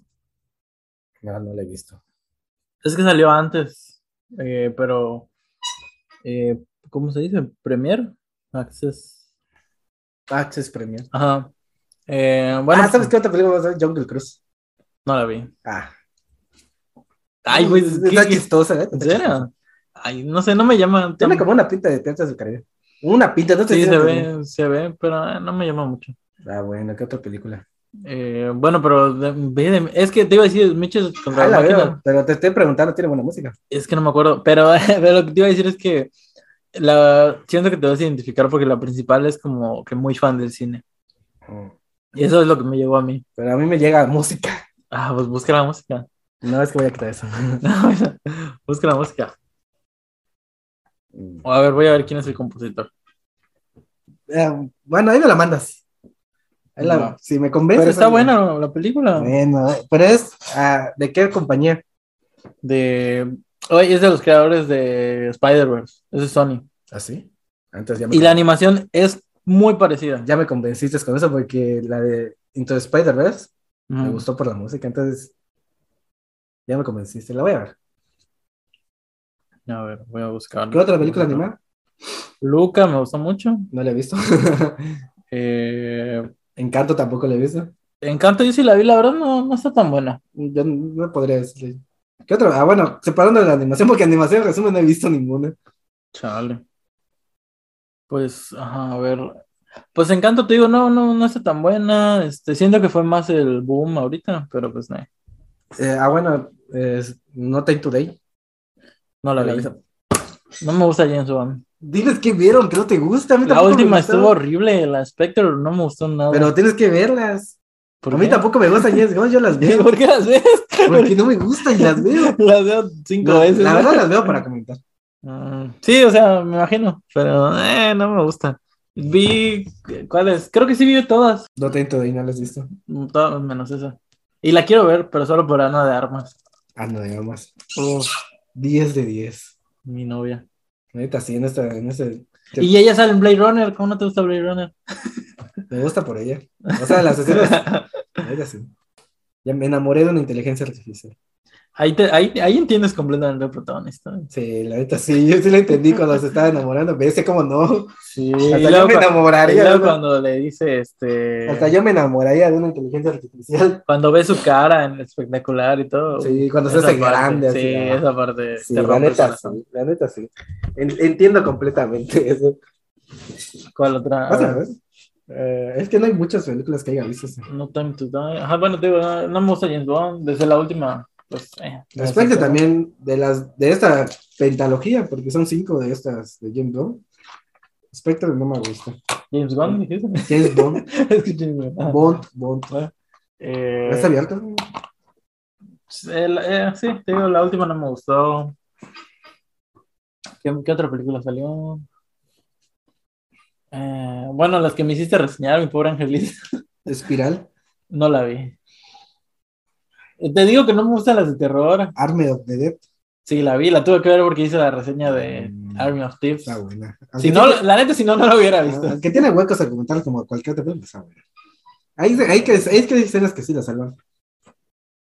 Speaker 2: No, no la he visto.
Speaker 1: Es que salió antes, eh, pero eh, ¿cómo se dice? Premier Access.
Speaker 2: Access Premier.
Speaker 1: Ajá. Eh, bueno,
Speaker 2: ah, ¿sabes qué otra película vas a ver? Jungle Cruise.
Speaker 1: no la vi.
Speaker 2: Ah.
Speaker 1: Ay, güey, ¿qué-
Speaker 2: Mm, Está
Speaker 1: qué-
Speaker 2: chistosa, ¿eh?
Speaker 1: ¿En serio? Ay, no sé, no me llama.
Speaker 2: Tiene
Speaker 1: tan-
Speaker 2: como una pinta de Piratas del Caribe. Una pinta, no te
Speaker 1: Sí,
Speaker 2: digo
Speaker 1: se
Speaker 2: que
Speaker 1: ve, se ve, pero eh, no me llama mucho.
Speaker 2: no. Ah, bueno, ¿qué otra película?
Speaker 1: Eh, bueno, pero de- ve de- es que te iba a decir Mitchell contra
Speaker 2: Ah, la
Speaker 1: la máquina.
Speaker 2: veo, pero te estoy preguntando, ¿tiene buena música?
Speaker 1: Es que no me acuerdo, pero, pero lo que te iba a decir es que la, siento que te vas a identificar porque la principal es como que muy fan del cine.
Speaker 2: Mm.
Speaker 1: Y eso es lo que me llevó a mí.
Speaker 2: Pero a mí me llega música.
Speaker 1: Ah, pues busca la música.
Speaker 2: No, es que voy a quitar eso.
Speaker 1: busca la música.
Speaker 2: Mm.
Speaker 1: O a ver, voy a ver quién es el compositor.
Speaker 2: Eh, bueno, ahí me la mandas. Ahí la-
Speaker 1: No.
Speaker 2: Si me convences.
Speaker 1: Pero está
Speaker 2: ahí me-
Speaker 1: buena la película.
Speaker 2: Bueno, pero es ah, de qué compañía.
Speaker 1: De... Oye, es de los creadores de Spider-Verse. Es de Sony.
Speaker 2: ¿Ah, sí? Entonces ya me,
Speaker 1: Y la animación es muy parecida.
Speaker 2: ya me convenciste con eso porque la de Into the Spider-Verse me
Speaker 1: Ujú.
Speaker 2: gustó por la música, entonces ya me convenciste. La voy a ver.
Speaker 1: A ver, voy a buscar.
Speaker 2: ¿Qué otra película animada?
Speaker 1: Luca, me gustó mucho.
Speaker 2: No la he visto.
Speaker 1: Eh,
Speaker 2: Encanto tampoco la he visto.
Speaker 1: Encanto, yo sí la vi, la verdad no, no está tan buena.
Speaker 2: Yo no podría decirle. ¿Qué otra? Ah, bueno, separando de la animación, porque animación en resumen no he visto ninguna.
Speaker 1: Chale. Pues, ajá, a ver. Pues Encanto, te digo, no, no, no está tan buena. Este, siento que fue más el boom ahorita, pero pues no,
Speaker 2: Eh, ah, bueno, es No Time Today.
Speaker 1: no la
Speaker 2: La
Speaker 1: vi.
Speaker 2: vi.
Speaker 1: No me gusta James Wan.
Speaker 2: Diles que vieron, que no te gusta. A mí
Speaker 1: La
Speaker 2: tampoco me
Speaker 1: última
Speaker 2: gustó.
Speaker 1: estuvo horrible, la Spectre no me gustó nada.
Speaker 2: Pero tienes que verlas.
Speaker 1: ¿Por
Speaker 2: a mí
Speaker 1: qué?
Speaker 2: tampoco me gustan James Gunn, yo las veo.
Speaker 1: ¿Por qué las ves?
Speaker 2: Porque no me gustan y las veo.
Speaker 1: Las veo cinco
Speaker 2: La,
Speaker 1: veces.
Speaker 2: la verdad las veo para comentar.
Speaker 1: Mm, Sí, o sea, me imagino, pero eh, no me gusta. Vi, ¿cuáles? Creo que sí vi todas, mm,
Speaker 2: No Time Today, no las he visto.
Speaker 1: todas menos esa. Y la quiero ver, pero solo por Ana de Armas.
Speaker 2: Ah, no, digamos.
Speaker 1: Uf,
Speaker 2: 10 de 10.
Speaker 1: mi novia.
Speaker 2: Neta, sí, en esta, en este, Sí.
Speaker 1: Y ella sale en Blade Runner, ¿cómo no te gusta Blade Runner?
Speaker 2: me gusta por ella. O sea, las escenas, neta, sí. Ya me enamoré de una inteligencia artificial.
Speaker 1: Ahí, te- ahí, ahí entiendes completamente al protagonista.
Speaker 2: Sí, la neta, sí, yo sí la entendí cuando se estaba enamorando, pero ese como no.
Speaker 1: Sí,
Speaker 2: Hasta
Speaker 1: y
Speaker 2: yo
Speaker 1: luego,
Speaker 2: me
Speaker 1: cu- y
Speaker 2: enamoraría.
Speaker 1: luego
Speaker 2: de una-
Speaker 1: cuando le dice, este,
Speaker 2: Hasta yo me enamoraría de una inteligencia artificial.
Speaker 1: cuando ve su cara en el espectacular y todo.
Speaker 2: Sí, cuando se
Speaker 1: esa
Speaker 2: hace
Speaker 1: parte,
Speaker 2: grande. así,
Speaker 1: Sí,
Speaker 2: ah.
Speaker 1: esa parte
Speaker 2: Sí,
Speaker 1: te
Speaker 2: la
Speaker 1: rompe el
Speaker 2: neta,
Speaker 1: corazón.
Speaker 2: sí, la neta, sí. En- Entiendo completamente eso.
Speaker 1: ¿Cuál otra? A
Speaker 2: Vas a
Speaker 1: ver.
Speaker 2: ver. Eh, es que no hay muchas películas que haya visto. sí.
Speaker 1: No Time to Die. Ajá, bueno, te digo, ah, no, no me gusta James Bond. Desde la última, pues. Eh, no
Speaker 2: Después
Speaker 1: sé,
Speaker 2: de también de las de esta pentalogía, porque son cinco de estas de James Bond. Spectre no me gusta.
Speaker 1: James Bond, dijiste.
Speaker 2: James Bond,
Speaker 1: es que James Bond. ajá.
Speaker 2: Bond, Bond.
Speaker 1: Eh,
Speaker 2: ¿Está abierto?
Speaker 1: el- eh, sí, te digo, la última no me gustó. ¿Qué, qué otra película salió? Eh, bueno, las que me hiciste reseñar, mi pobre angelita,
Speaker 2: Espiral,
Speaker 1: no la vi. Eh, Te digo que no me gustan las de terror.
Speaker 2: Army of the Dead.
Speaker 1: Sí, la vi, la tuve que ver porque hice la reseña de
Speaker 2: Mm.
Speaker 1: Army of Thieves.
Speaker 2: Está buena.
Speaker 1: Si
Speaker 2: Aunque
Speaker 1: no,
Speaker 2: tiene-
Speaker 1: la neta, si no, no la hubiera visto.
Speaker 2: aunque tiene huecos argumentales como cualquier otra película, está buena. Hay, hay, que, hay que hay escenas que sí la salvan.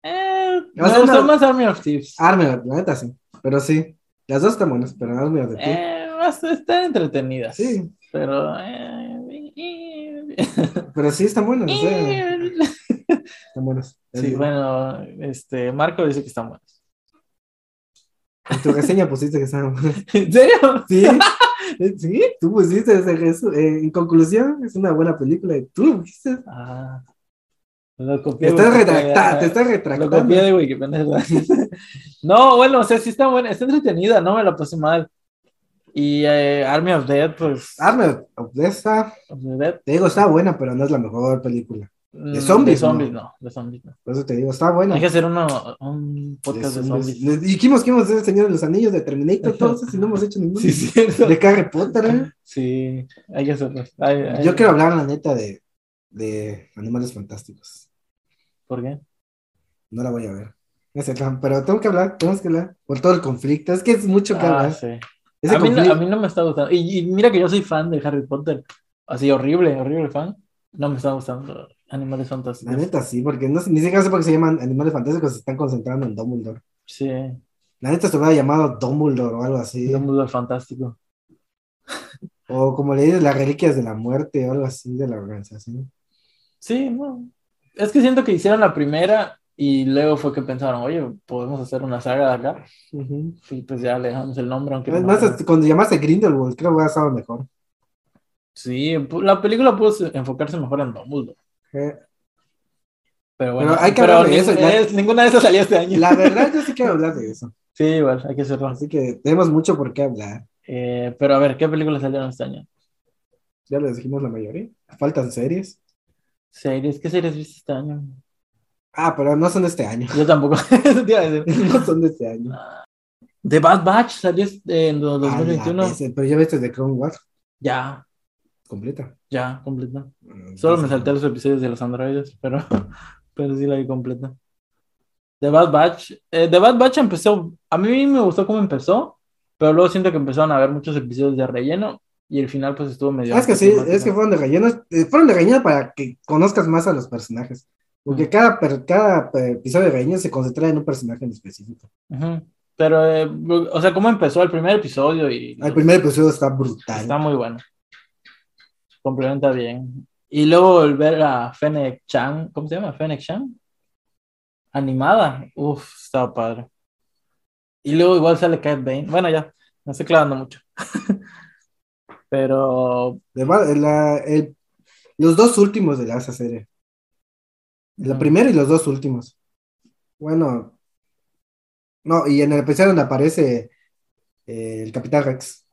Speaker 1: Eh, me
Speaker 2: O sea,
Speaker 1: gustó
Speaker 2: no-
Speaker 1: más Army of Thieves.
Speaker 2: Army of la neta sí. Pero sí. Las dos están buenas, pero Army of the Dead.
Speaker 1: Eh, más- están entretenidas.
Speaker 2: Sí,
Speaker 1: Pero. eh,
Speaker 2: pero sí están buenas. o sea, están buenas.
Speaker 1: Sí, bueno, este, Marco dice que están buenas.
Speaker 2: En tu reseña pusiste que estaban buenas.
Speaker 1: ¿En serio?
Speaker 2: Sí, eh, sí, tú pusiste ese Jesús. Eh, en conclusión, es una buena película. y Tú lo pusiste.
Speaker 1: Ah, lo copié.
Speaker 2: Te estás
Speaker 1: de Wikipedia.
Speaker 2: retractando, te estás
Speaker 1: Lo copié
Speaker 2: retractando.
Speaker 1: de Wikipedia. no, bueno, o sea, sí está buena, está entretenida, no me la puse mal. Y eh, Army of Dead, pues.
Speaker 2: Ah. Arnold, of Death está-
Speaker 1: of the Dead,
Speaker 2: te digo, está buena, pero no es la mejor película.
Speaker 1: De
Speaker 2: zombies,
Speaker 1: De zombies, no. de zombies, no.
Speaker 2: Por eso te digo, está buena.
Speaker 1: Hay que hacer uno, un podcast de
Speaker 2: zombies.
Speaker 1: zombies.
Speaker 2: Les Dijimos que íbamos a hacer el Señor de los Anillos de Terminator, entonces, y no hemos hecho ninguno.
Speaker 1: Sí, cierto.
Speaker 2: De Harry Potter, ¿eh?
Speaker 1: Sí, hay que hacerlo. Hay- hay-
Speaker 2: Yo quiero hablar, la neta, de, de Animales Fantásticos.
Speaker 1: ¿Por qué?
Speaker 2: No la voy a ver. No sé, Cam, pero tengo que hablar, tenemos que hablar. Por todo el conflicto, es que es mucho que
Speaker 1: Ah,
Speaker 2: hablar.
Speaker 1: sí.
Speaker 2: Ese
Speaker 1: a, mí no,
Speaker 2: conflicto-
Speaker 1: a mí no me está gustando. Y, y mira que yo soy fan de Harry Potter. Así, horrible, horrible fan. No me está gustando Animales
Speaker 2: La
Speaker 1: Fantásticos.
Speaker 2: neta, sí, porque no, sé- ni siquiera sé por qué se llaman Animales Fantásticos, se están concentrando en Dumbledore.
Speaker 1: Sí,
Speaker 2: La neta se hubiera llamado Dumbledore o algo así.
Speaker 1: es un mundo fantástico.
Speaker 2: O como le dices, las reliquias de la muerte o algo así de la organización.
Speaker 1: Sí, no. Es que siento que hicieron la primera y luego fue que pensaron, oye, podemos hacer una saga de acá. Y pues ya le dejamos el nombre, aunque.
Speaker 2: Es
Speaker 1: no-
Speaker 2: más, hasta cuando llamarse Grindelwald, creo que hubiera estado mejor.
Speaker 1: Sí, pu- la película pudo se- enfocarse mejor en Dumbledore.
Speaker 2: Eh,
Speaker 1: Pero bueno,
Speaker 2: Pero hay que hablar de eso,
Speaker 1: nin-
Speaker 2: ya-
Speaker 1: es- ninguna de esas salió este año.
Speaker 2: La verdad, yo sí quiero hablar de eso.
Speaker 1: Sí, igual, hay que hacerlo.
Speaker 2: Así que tenemos mucho por qué hablar.
Speaker 1: Eh, pero a ver, ¿qué películas salieron este año?
Speaker 2: Ya les dijimos la mayoría. Faltan series.
Speaker 1: Series, ¿qué series viste este año?
Speaker 2: Ah, pero no son de este año.
Speaker 1: Yo tampoco. Eso te iba a decir.
Speaker 2: No son de este año.
Speaker 1: The Bad Batch salió este- en do- 2021.
Speaker 2: Ah, la ese, pero ya viste de Clone Wars
Speaker 1: Ya,
Speaker 2: completa.
Speaker 1: ya, completa.
Speaker 2: Mm,
Speaker 1: Solo
Speaker 2: sí,
Speaker 1: me
Speaker 2: sí.
Speaker 1: salté los episodios de los androides, pero, pero sí la vi completa. The Bad Batch. eh, The Bad Batch empezó. A mí me gustó cómo empezó, pero luego siento que empezaron a haber muchos episodios de relleno y el final, pues estuvo medio.
Speaker 2: Ah, es que sí, es que
Speaker 1: anticlimático.
Speaker 2: fueron de relleno. eh, Fueron de relleno para que conozcas más a los personajes. Porque
Speaker 1: Mm.
Speaker 2: cada, per- cada eh, episodio de relleno se concentra en un personaje en específico.
Speaker 1: Ujú. Pero, eh, o sea, cómo empezó el primer episodio y.
Speaker 2: El primer episodio está brutal.
Speaker 1: Está muy bueno. Complementa bien. Y luego volver a Fennec Chan, ¿cómo se llama? Fennec Chan. Animada. Uf, estaba padre. Y luego igual sale Cat Bane. Bueno, ya, no estoy clavando mucho. Pero.
Speaker 2: De va- la- el- los dos últimos de la esa serie. La
Speaker 1: Mm.
Speaker 2: primera y los dos últimos. Bueno. No, y en el episodio donde aparece eh, el Capitán Rex.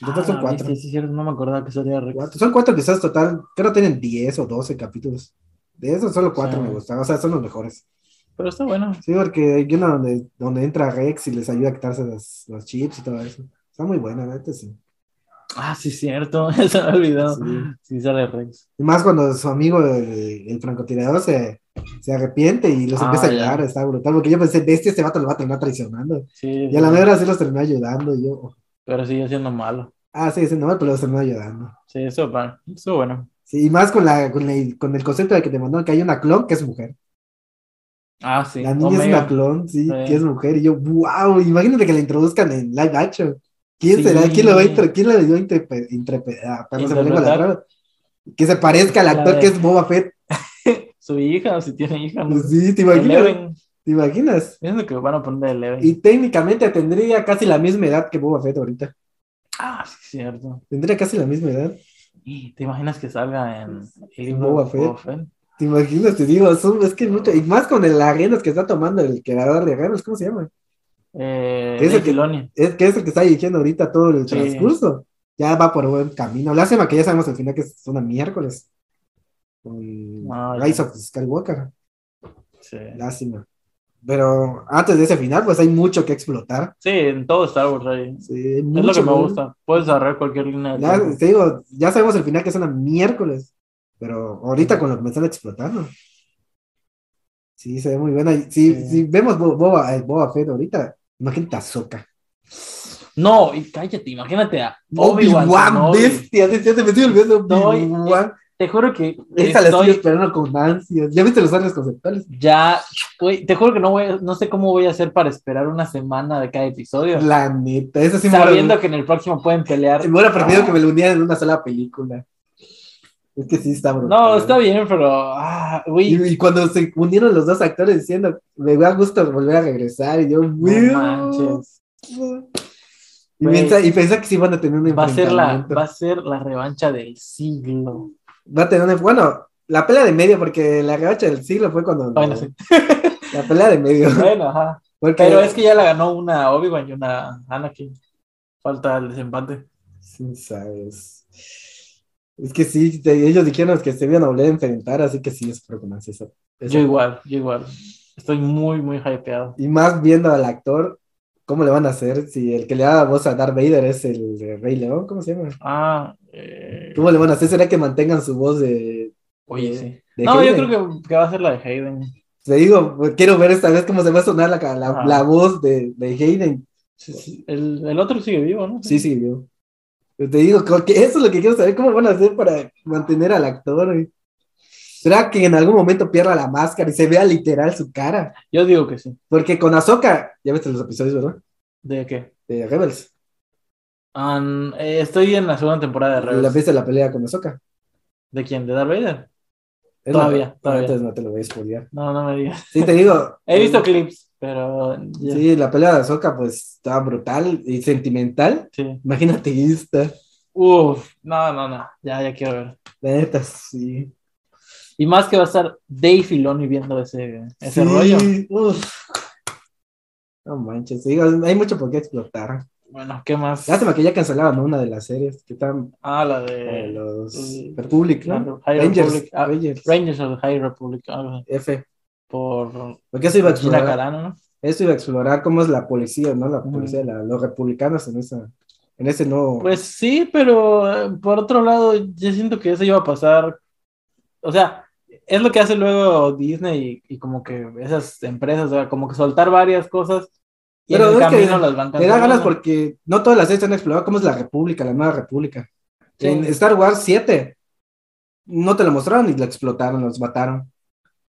Speaker 2: Total son
Speaker 1: Ah,
Speaker 2: cuatro.
Speaker 1: viste, sí, es cierto, no me acordaba que salía Rex.
Speaker 2: Cuatro- Son cuatro episodios total. Creo que tienen 10 o 12 capítulos. De esos solo cuatro
Speaker 1: Sí.
Speaker 2: me gustan. O sea, son los mejores.
Speaker 1: Pero está bueno.
Speaker 2: Sí, porque hay uno donde, donde entra Rex y les ayuda a quitarse los, los chips y todo eso. Está muy buena, la neta, sí.
Speaker 1: Ah, sí, es cierto. Se me ha olvidado.
Speaker 2: Sí.
Speaker 1: Sí, sale Rex.
Speaker 2: Y más cuando su amigo, el, el francotirador, se, se arrepiente y los
Speaker 1: Ah,
Speaker 2: empieza a
Speaker 1: ya.
Speaker 2: ayudar, está brutal. Porque yo pensé, bestia, este vato lo va a terminar traicionando.
Speaker 1: Sí,
Speaker 2: Y a la mera sí los terminó ayudando. Y yo,
Speaker 1: pero sigue siendo malo.
Speaker 2: ah, sí, ese no, pero los terminó ayudando.
Speaker 1: Sí, eso va- estuvo bueno.
Speaker 2: Sí, y más con, la, con, la- con el concepto de que te mandaron que hay una clon que es mujer.
Speaker 1: Ah, sí.
Speaker 2: La niña es
Speaker 1: Omega.
Speaker 2: una clon, sí,
Speaker 1: Sí.
Speaker 2: que es mujer. Y yo, wow, imagínate que la introduzcan en live action. ¿Quién
Speaker 1: Sí.
Speaker 2: será? ¿Quién, lo va a inter- quién la dio a interpe- interpe- ah, perdón, se me lengua la
Speaker 1: Interpretar.
Speaker 2: traba. Que se parezca al
Speaker 1: La
Speaker 2: actor
Speaker 1: de-
Speaker 2: que es Boba Fett. Pues
Speaker 1: su hija, si tiene hija, no sé.
Speaker 2: Sí, te imaginas.
Speaker 1: Eleven.
Speaker 2: ¿Te imaginas?
Speaker 1: Pienso que van a poner de Eleven.
Speaker 2: Y técnicamente tendría casi la misma edad que Boba Fett ahorita.
Speaker 1: Ah, sí, es cierto.
Speaker 2: Tendría casi la misma edad.
Speaker 1: Y, ¿Te imaginas que salga en el libro
Speaker 2: Boba
Speaker 1: de
Speaker 2: Fett.
Speaker 1: Boba Fett?
Speaker 2: ¿Te imaginas? Te digo, son- es que es mucho. Y más con el arenas que está tomando el creador de Rebels, ¿cómo se llama?
Speaker 1: Eh,
Speaker 2: Es el
Speaker 1: Dave
Speaker 2: que-
Speaker 1: Filoni.
Speaker 2: Es que es el que está dirigiendo ahorita todo el
Speaker 1: Sí.
Speaker 2: transcurso. Ya va por buen camino. Lástima que ya sabemos al final que es una miércoles. Con
Speaker 1: Ah, ya.
Speaker 2: Rise of Skywalker.
Speaker 1: Sí.
Speaker 2: Lástima. Pero antes de ese final, pues hay mucho que explotar.
Speaker 1: Sí, en todo Star Wars hay.
Speaker 2: Sí, hay
Speaker 1: Es
Speaker 2: mucho este-
Speaker 1: lo que me
Speaker 2: que-
Speaker 1: gusta. Puedes agarrar cualquier línea de
Speaker 2: Ya,
Speaker 1: tiempo.
Speaker 2: te digo, ya sabemos el final que es una miércoles, pero ahorita con lo que me están explotando. Sí, se ve muy buena. Y Si,
Speaker 1: Sí.
Speaker 2: si vemos Bo- Boba, eh, Boba Fett ahorita, imagínate a Soca.
Speaker 1: No, y cállate, imagínate a Obi-Wan. Kenobi.
Speaker 2: bestia, bestia, te me estoy olvidando de
Speaker 1: Estoy-
Speaker 2: Obi-Wan.
Speaker 1: Te juro que
Speaker 2: Esta la
Speaker 1: estoy
Speaker 2: estoy esperando con ansias. ¿Ya viste los artes conceptuales?
Speaker 1: ya, güey, te juro que no voy, no sé cómo voy a hacer para esperar una semana de cada episodio,
Speaker 2: La neta, eso sí me hubiera-
Speaker 1: sabiendo Ah. que en el próximo pueden pelear.
Speaker 2: me hubiera preferido que me lo unieran en una sola película. Es que sí está brutal.
Speaker 1: No, está bien, pero ah, güey,
Speaker 2: Y, y cuando se unieron los dos actores diciendo, me da gusto volver a regresar, y yo, "Will".
Speaker 1: manches.
Speaker 2: Y,
Speaker 1: Güey.
Speaker 2: piensa, y pensé que sí van a tener un
Speaker 1: va a ser la
Speaker 2: enfrentamiento.
Speaker 1: va a ser la revancha del siglo.
Speaker 2: Va a tener un enf- Bueno, la pelea de medio, porque la revancha del siglo fue cuando...
Speaker 1: Bueno, sí.
Speaker 2: La pelea de medio.
Speaker 1: Bueno, ajá.
Speaker 2: Porque,
Speaker 1: Pero es que ya la ganó una Obi-Wan y una Anakin. Falta el desempate.
Speaker 2: Sí, sabes. Es que sí, te- ellos dijeron que se iban a volver a enfrentar, así que sí, espero que más eso. eso.
Speaker 1: Yo igual, yo igual. Estoy muy, muy hypeado.
Speaker 2: Y más viendo al actor, ¿cómo le van a hacer? Si el que le da la voz a Darth Vader es el de Rey León, ¿cómo se llama?
Speaker 1: Ah, eh,
Speaker 2: ¿Cómo le van a hacer? ¿Será que mantengan su voz de...
Speaker 1: oye, sí.
Speaker 2: de
Speaker 1: No, yo
Speaker 2: Hayden?
Speaker 1: creo que, que va a ser la de Hayden.
Speaker 2: Te digo, pues, quiero ver esta vez cómo se va a sonar la, ca- la-
Speaker 1: Ajá.
Speaker 2: la voz de, de Hayden.
Speaker 1: Sí, sí. El, el otro sigue vivo, ¿no?
Speaker 2: Sí, sí, yo. Pero Te digo, como que eso es lo que quiero saber, cómo van a hacer para mantener al actor. güey? ¿Será que en algún momento pierda la máscara y se vea literal su cara?
Speaker 1: Yo digo que sí.
Speaker 2: Porque con Ahsoka, ya viste los episodios, ¿verdad?
Speaker 1: ¿De qué?
Speaker 2: De Rebels.
Speaker 1: An- eh, estoy en la segunda temporada de
Speaker 2: La
Speaker 1: Rebels.
Speaker 2: viste la pelea con Ahsoka.
Speaker 1: ¿De quién? ¿De Darth Vader?
Speaker 2: Es
Speaker 1: Todavía,
Speaker 2: la-
Speaker 1: todavía.
Speaker 2: Entonces no te lo voy a spoilear.
Speaker 1: No, no me digas.
Speaker 2: Sí, te digo. eh,
Speaker 1: He visto clips, pero... ya.
Speaker 2: Sí, la pelea de Ahsoka, pues, estaba brutal y sentimental.
Speaker 1: sí.
Speaker 2: Imagínate esta.
Speaker 1: Uf, no, no, no. Ya, ya quiero ver.
Speaker 2: La neta, sí.
Speaker 1: Y más que va a estar Dave Filoni viendo ese, ese
Speaker 2: Sí,
Speaker 1: rollo.
Speaker 2: uf. No manches, digo, hay mucho por qué explotar.
Speaker 1: Bueno, ¿qué más?
Speaker 2: Lástima que ya cancelaban una de las series que están
Speaker 1: Ah, la de
Speaker 2: eh, los
Speaker 1: el-
Speaker 2: Republic,
Speaker 1: mm, la
Speaker 2: ¿no?
Speaker 1: de High
Speaker 2: Rangers,
Speaker 1: Republic. Ah,
Speaker 2: Rangers,
Speaker 1: Rangers of the High Republic. algo así,
Speaker 2: F.
Speaker 1: por
Speaker 2: Porque eso iba a
Speaker 1: Gina
Speaker 2: explorar,
Speaker 1: Carano, ¿no?
Speaker 2: eso iba a explorar cómo es la policía, ¿no? La
Speaker 1: Ujú.
Speaker 2: policía, la- los republicanos en esa, en ese nuevo.
Speaker 1: Pues sí, pero eh, por otro lado, yo siento que eso iba a pasar. O sea, es lo que hace luego Disney y, y como que esas empresas, o sea, como que soltar varias cosas y en
Speaker 2: Pero
Speaker 1: el
Speaker 2: es que
Speaker 1: camino las van
Speaker 2: Te da ganas
Speaker 1: cancelando.
Speaker 2: porque no todas las series han explorado cómo es la República, la nueva República.
Speaker 1: Sí.
Speaker 2: En Star Wars 7 no te la mostraron y la explotaron, los mataron.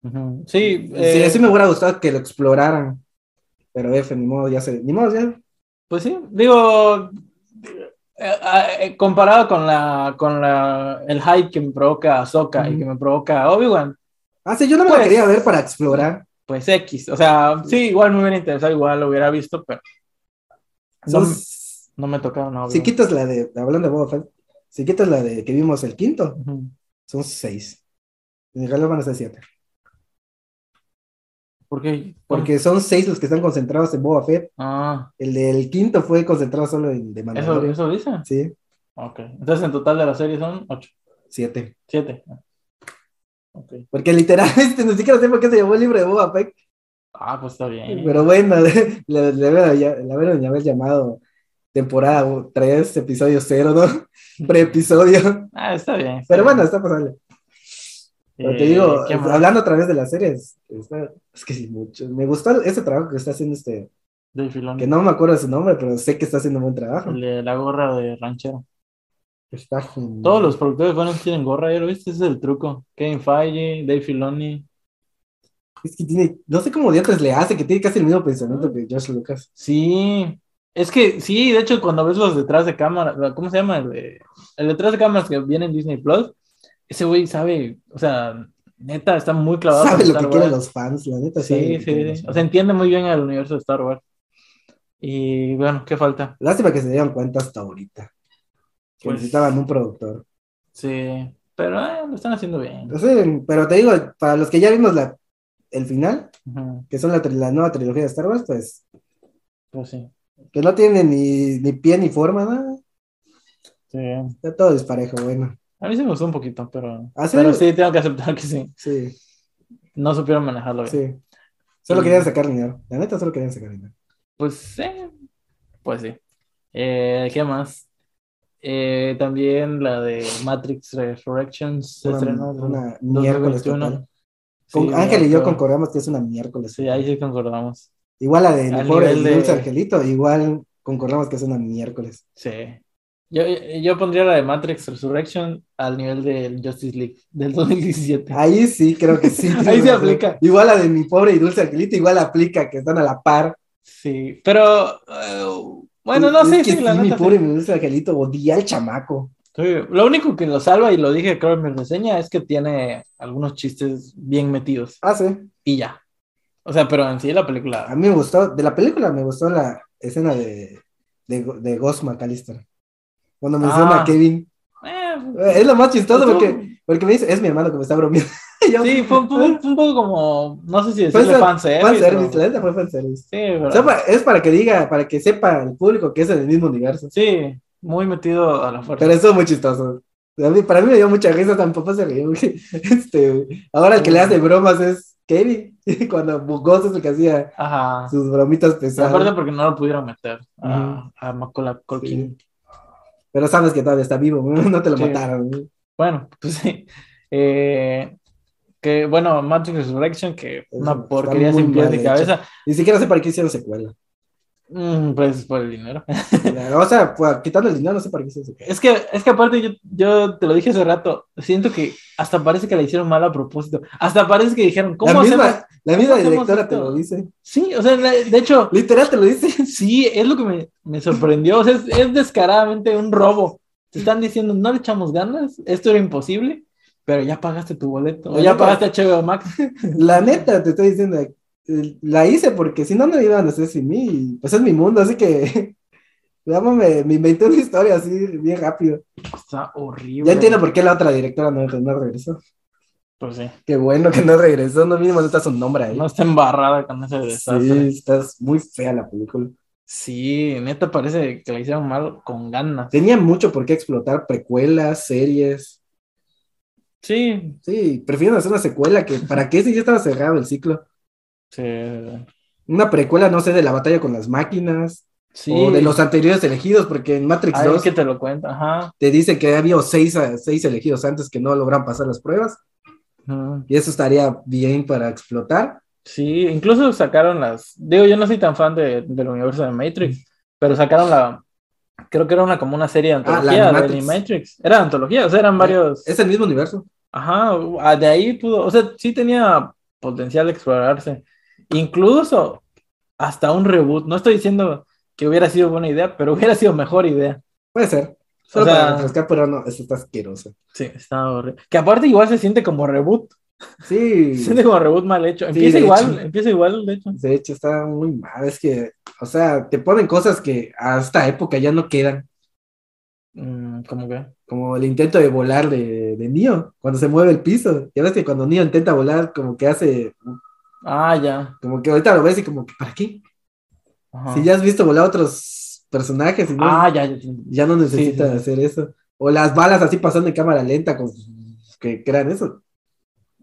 Speaker 1: Ujú. Sí,
Speaker 2: sí,
Speaker 1: eh,
Speaker 2: sí me hubiera gustado que lo exploraran. Pero F, ni modo, ya se. Ni modo, ya.
Speaker 1: Pues sí, digo, eh, eh, comparado con la con la el hype que me provoca Ahsoka y
Speaker 2: Ujú.
Speaker 1: que me provoca Obi-Wan,
Speaker 2: Ah, sí, yo no me la
Speaker 1: Pues-
Speaker 2: quería ver para explorar.
Speaker 1: pues X, o sea, sí, igual me hubiera interesado, igual lo hubiera visto, pero no,
Speaker 2: Entonces,
Speaker 1: no me tocaron a
Speaker 2: si
Speaker 1: Obi-Wan.
Speaker 2: quitas la de. Hablando de Boba Fett, si quitas la de que vimos el quinto,
Speaker 1: Ujú.
Speaker 2: son seis. En realidad van a ser siete.
Speaker 1: ¿Por qué?
Speaker 2: Porque son seis los que están concentrados en Boba Fett.
Speaker 1: Ah,
Speaker 2: El del quinto fue concentrado solo en de
Speaker 1: ¿eso,
Speaker 2: Mandalorian.
Speaker 1: eso dice.
Speaker 2: Sí,
Speaker 1: Ok. Entonces en total de la serie son ocho,
Speaker 2: siete.
Speaker 1: siete. Ok.
Speaker 2: Porque literal, este, ni siquiera sé por qué se llamó el libro de Boba Fett.
Speaker 1: Ah, pues está bien.
Speaker 2: Pero bueno, le, le, le- le hubieran haber llamado temporada 3, episodio 0, ¿no? Preepisodio.
Speaker 1: Ah, está bien. está
Speaker 2: Pero
Speaker 1: bien.
Speaker 2: bueno, está pasable. Pero te
Speaker 1: Eh,
Speaker 2: digo,
Speaker 1: ¿qué más?
Speaker 2: hablando a través de las series, está- es que sí, mucho. Me gustó ese trabajo que está haciendo este,
Speaker 1: Dave Filoni,
Speaker 2: que no me acuerdo su nombre, pero sé que está haciendo un buen trabajo.
Speaker 1: el de la gorra de ranchero.
Speaker 2: Está genial.
Speaker 1: Todos los productores buenos tienen gorra, ¿ya lo viste? Ese es el truco. Kevin Feige, Dave Filoni.
Speaker 2: Es que tiene, no sé cómo dientes le hace, que tiene casi el mismo pensamiento que George Lucas.
Speaker 1: Sí. Es que sí, de hecho, cuando ves los detrás de cámara, ¿cómo se llama? El, de- el detrás de cámaras que viene en Disney Plus, ese güey sabe, o sea, neta, está muy clavado.
Speaker 2: Sabe
Speaker 1: con
Speaker 2: lo
Speaker 1: Star
Speaker 2: que quieren
Speaker 1: Wars.
Speaker 2: los fans, la neta. sabe lo
Speaker 1: Sí,
Speaker 2: que quieren
Speaker 1: sí,
Speaker 2: los
Speaker 1: sí. O
Speaker 2: fans.
Speaker 1: sea, entiende muy bien el universo de Star Wars. Y bueno, ¿qué falta?
Speaker 2: Lástima que se dieron cuenta hasta ahorita. Que
Speaker 1: Pues-
Speaker 2: necesitaban un productor.
Speaker 1: Sí. Pero eh, lo están haciendo bien.
Speaker 2: Sí, pero te digo, para los que ya vimos la, el final,
Speaker 1: Ujú,
Speaker 2: que son la, tri- la nueva trilogía de Star Wars, pues
Speaker 1: Pues sí.
Speaker 2: que no tiene ni, ni pie ni forma, nada.
Speaker 1: Sí.
Speaker 2: Está todo disparejo, bueno.
Speaker 1: A mí sí me gustó un poquito, pero.
Speaker 2: ¿Ah, sí?
Speaker 1: Pero sí, tengo que aceptar que sí.
Speaker 2: Sí,
Speaker 1: No supieron manejarlo bien.
Speaker 2: sí. Solo
Speaker 1: Y-
Speaker 2: querían sacar dinero. La neta, solo querían sacar dinero.
Speaker 1: Pues eh, pues sí. Eh, ¿qué más? Eh, también la de Matrix Resurrections se
Speaker 2: Una,
Speaker 1: estrenó en
Speaker 2: una miércoles
Speaker 1: 2021.
Speaker 2: total.
Speaker 1: Sí,
Speaker 2: Con- Ángel y yo
Speaker 1: pero-
Speaker 2: concordamos que es una miércoles.
Speaker 1: Sí, ahí sí concordamos.
Speaker 2: Igual la de
Speaker 1: Al
Speaker 2: Mejor el
Speaker 1: nivel de-
Speaker 2: Dulce Angelito, igual concordamos que es una miércoles.
Speaker 1: Sí. Yo, yo pondría la de Matrix Resurrection al nivel del Justice League del 2017.
Speaker 2: Ahí sí, creo que sí.
Speaker 1: Ahí se aplica.
Speaker 2: Igual la de mi pobre y dulce angelito, igual aplica, que están a la par.
Speaker 1: Sí, pero eh, bueno, no
Speaker 2: Es
Speaker 1: sé
Speaker 2: que
Speaker 1: si la
Speaker 2: mi
Speaker 1: neta sí.
Speaker 2: pobre mi dulce angelito odia al chamaco.
Speaker 1: Sí, Lo único que lo salva, y lo dije creo en mi reseña, es que tiene algunos chistes bien metidos.
Speaker 2: Ah, sí.
Speaker 1: y ya. O sea, pero en sí la película.
Speaker 2: A mí me gustó, de la película me gustó la escena de, de, de Ghost McAllister. Cuando menciona
Speaker 1: Ah.
Speaker 2: a Kevin.
Speaker 1: eh,
Speaker 2: Es lo más chistoso
Speaker 1: estuvo-
Speaker 2: porque, porque me dice, es mi hermano que me está bromeando. Y yo,
Speaker 1: Sí, fue, fue- fue un poco como. No sé si
Speaker 2: Fue
Speaker 1: decirle
Speaker 2: fan-
Speaker 1: fanservice.
Speaker 2: fanservice,
Speaker 1: pero-
Speaker 2: la neta fue fanservice.
Speaker 1: Sí, pero-
Speaker 2: O sea, pa- es para que diga, para que sepa el público que es en el mismo universo.
Speaker 1: sí, muy metido a la fuerza.
Speaker 2: Pero estuvo muy chistoso. A mí- para mí me dio mucha risa, tampoco se rió. güey. Este, ahora el que le hace bromas es Kevin, cuando Bugos es el que hacía
Speaker 1: Ajá.
Speaker 2: sus bromitas
Speaker 1: Pero Aparte
Speaker 2: pesadas.
Speaker 1: porque no lo pudieron meter a,
Speaker 2: Ujú.
Speaker 1: a Macaulay Culkin.
Speaker 2: Sí. Pero sabes que todavía está vivo, güey, no te lo
Speaker 1: Sí.
Speaker 2: mataron. güey.
Speaker 1: Bueno, pues sí. Eh, que bueno, Matrix Resurrection, que una
Speaker 2: está
Speaker 1: porquería
Speaker 2: muy
Speaker 1: sin pies
Speaker 2: mal
Speaker 1: ni
Speaker 2: hecha.
Speaker 1: cabeza.
Speaker 2: Ni siquiera sé para qué hicieron secuela.
Speaker 1: Mm, pues por el dinero.
Speaker 2: O sea, pues, quitando el dinero, no sé para qué hicieron secuela.
Speaker 1: Es que, es que aparte, yo, yo te lo dije hace rato, siento que hasta parece que la hicieron mal a propósito. Hasta parece que dijeron, ¿cómo
Speaker 2: la
Speaker 1: hacemos?
Speaker 2: misma, la misma
Speaker 1: hacemos
Speaker 2: directora te
Speaker 1: esto?
Speaker 2: lo dice.
Speaker 1: Sí, o sea, la- de hecho,
Speaker 2: Literal te lo dice.
Speaker 1: sí, es lo que me, me sorprendió. O sea, es, es descaradamente un robo. Te están diciendo, no le echamos ganas, esto era imposible, pero ya pagaste tu boleto. O
Speaker 2: La
Speaker 1: ya
Speaker 2: neta.
Speaker 1: pagaste HBO Max.
Speaker 2: La neta, te estoy diciendo, eh, la hice porque si no, no iban a hacer sin mí. y, Pues es mi mundo, así que. digamos, me, me inventé una historia así, bien rápido.
Speaker 1: Está horrible.
Speaker 2: Ya entiendo por qué la otra directora no, no regresó.
Speaker 1: Pues sí.
Speaker 2: Qué bueno que no regresó, no mínimo no está su nombre ahí.
Speaker 1: No está embarrada con ese desastre.
Speaker 2: sí, estás muy fea la película.
Speaker 1: Sí, neta parece que la hicieron mal con ganas.
Speaker 2: Tenía mucho por qué explotar precuelas, series.
Speaker 1: Sí,
Speaker 2: Sí, prefiero hacer una secuela que. ¿Para qué si ya estaba cerrado el ciclo?
Speaker 1: sí.
Speaker 2: Una precuela, no sé, de la batalla con las máquinas.
Speaker 1: sí.
Speaker 2: O de los anteriores elegidos, porque en Matrix
Speaker 1: Ay,
Speaker 2: 2.
Speaker 1: es que te lo cuenta, ajá.
Speaker 2: te dice que ha habido seis, seis elegidos antes que no logran pasar las pruebas,
Speaker 1: Mm,
Speaker 2: y eso estaría bien para explotar.
Speaker 1: Sí, incluso sacaron las. Digo, yo no soy tan fan de- del universo de Matrix, pero sacaron la. Creo que era una como una serie de
Speaker 2: Ah, la
Speaker 1: antología de
Speaker 2: Animatrix. Eh,
Speaker 1: Animatrix. Era antología, o sea, eran varios.
Speaker 2: Es el mismo universo.
Speaker 1: Ajá, ah, de ahí pudo, o sea, sí tenía potencial de explorarse. Incluso hasta un reboot. No estoy diciendo que hubiera sido buena idea, pero hubiera sido mejor idea.
Speaker 2: Puede ser. Solo
Speaker 1: O sea-
Speaker 2: para refrescar, pero no, eso está asqueroso.
Speaker 1: Sí, está horrible. Que aparte igual se siente como reboot.
Speaker 2: Sí,
Speaker 1: Se siente como reboot mal hecho.
Speaker 2: Sí,
Speaker 1: Empieza
Speaker 2: de
Speaker 1: igual,
Speaker 2: hecho.
Speaker 1: empieza igual, de hecho.
Speaker 2: de hecho está muy mal. Es que, o sea, te ponen cosas que a esta época ya no quedan.
Speaker 1: Mm, como que.
Speaker 2: Como el intento de volar de, de Neo, cuando se mueve el piso. Ya ves que cuando Neo intenta volar, como que hace,
Speaker 1: Ah, ya.
Speaker 2: como que ahorita lo ves y como, que, ¿para qué?
Speaker 1: Ajá.
Speaker 2: Si ya has visto volar a otros personajes y no,
Speaker 1: Ah, ya, ya.
Speaker 2: ya no necesita
Speaker 1: Sí, sí, sí.
Speaker 2: hacer eso. O las balas así pasando en cámara lenta, con... que crean eso.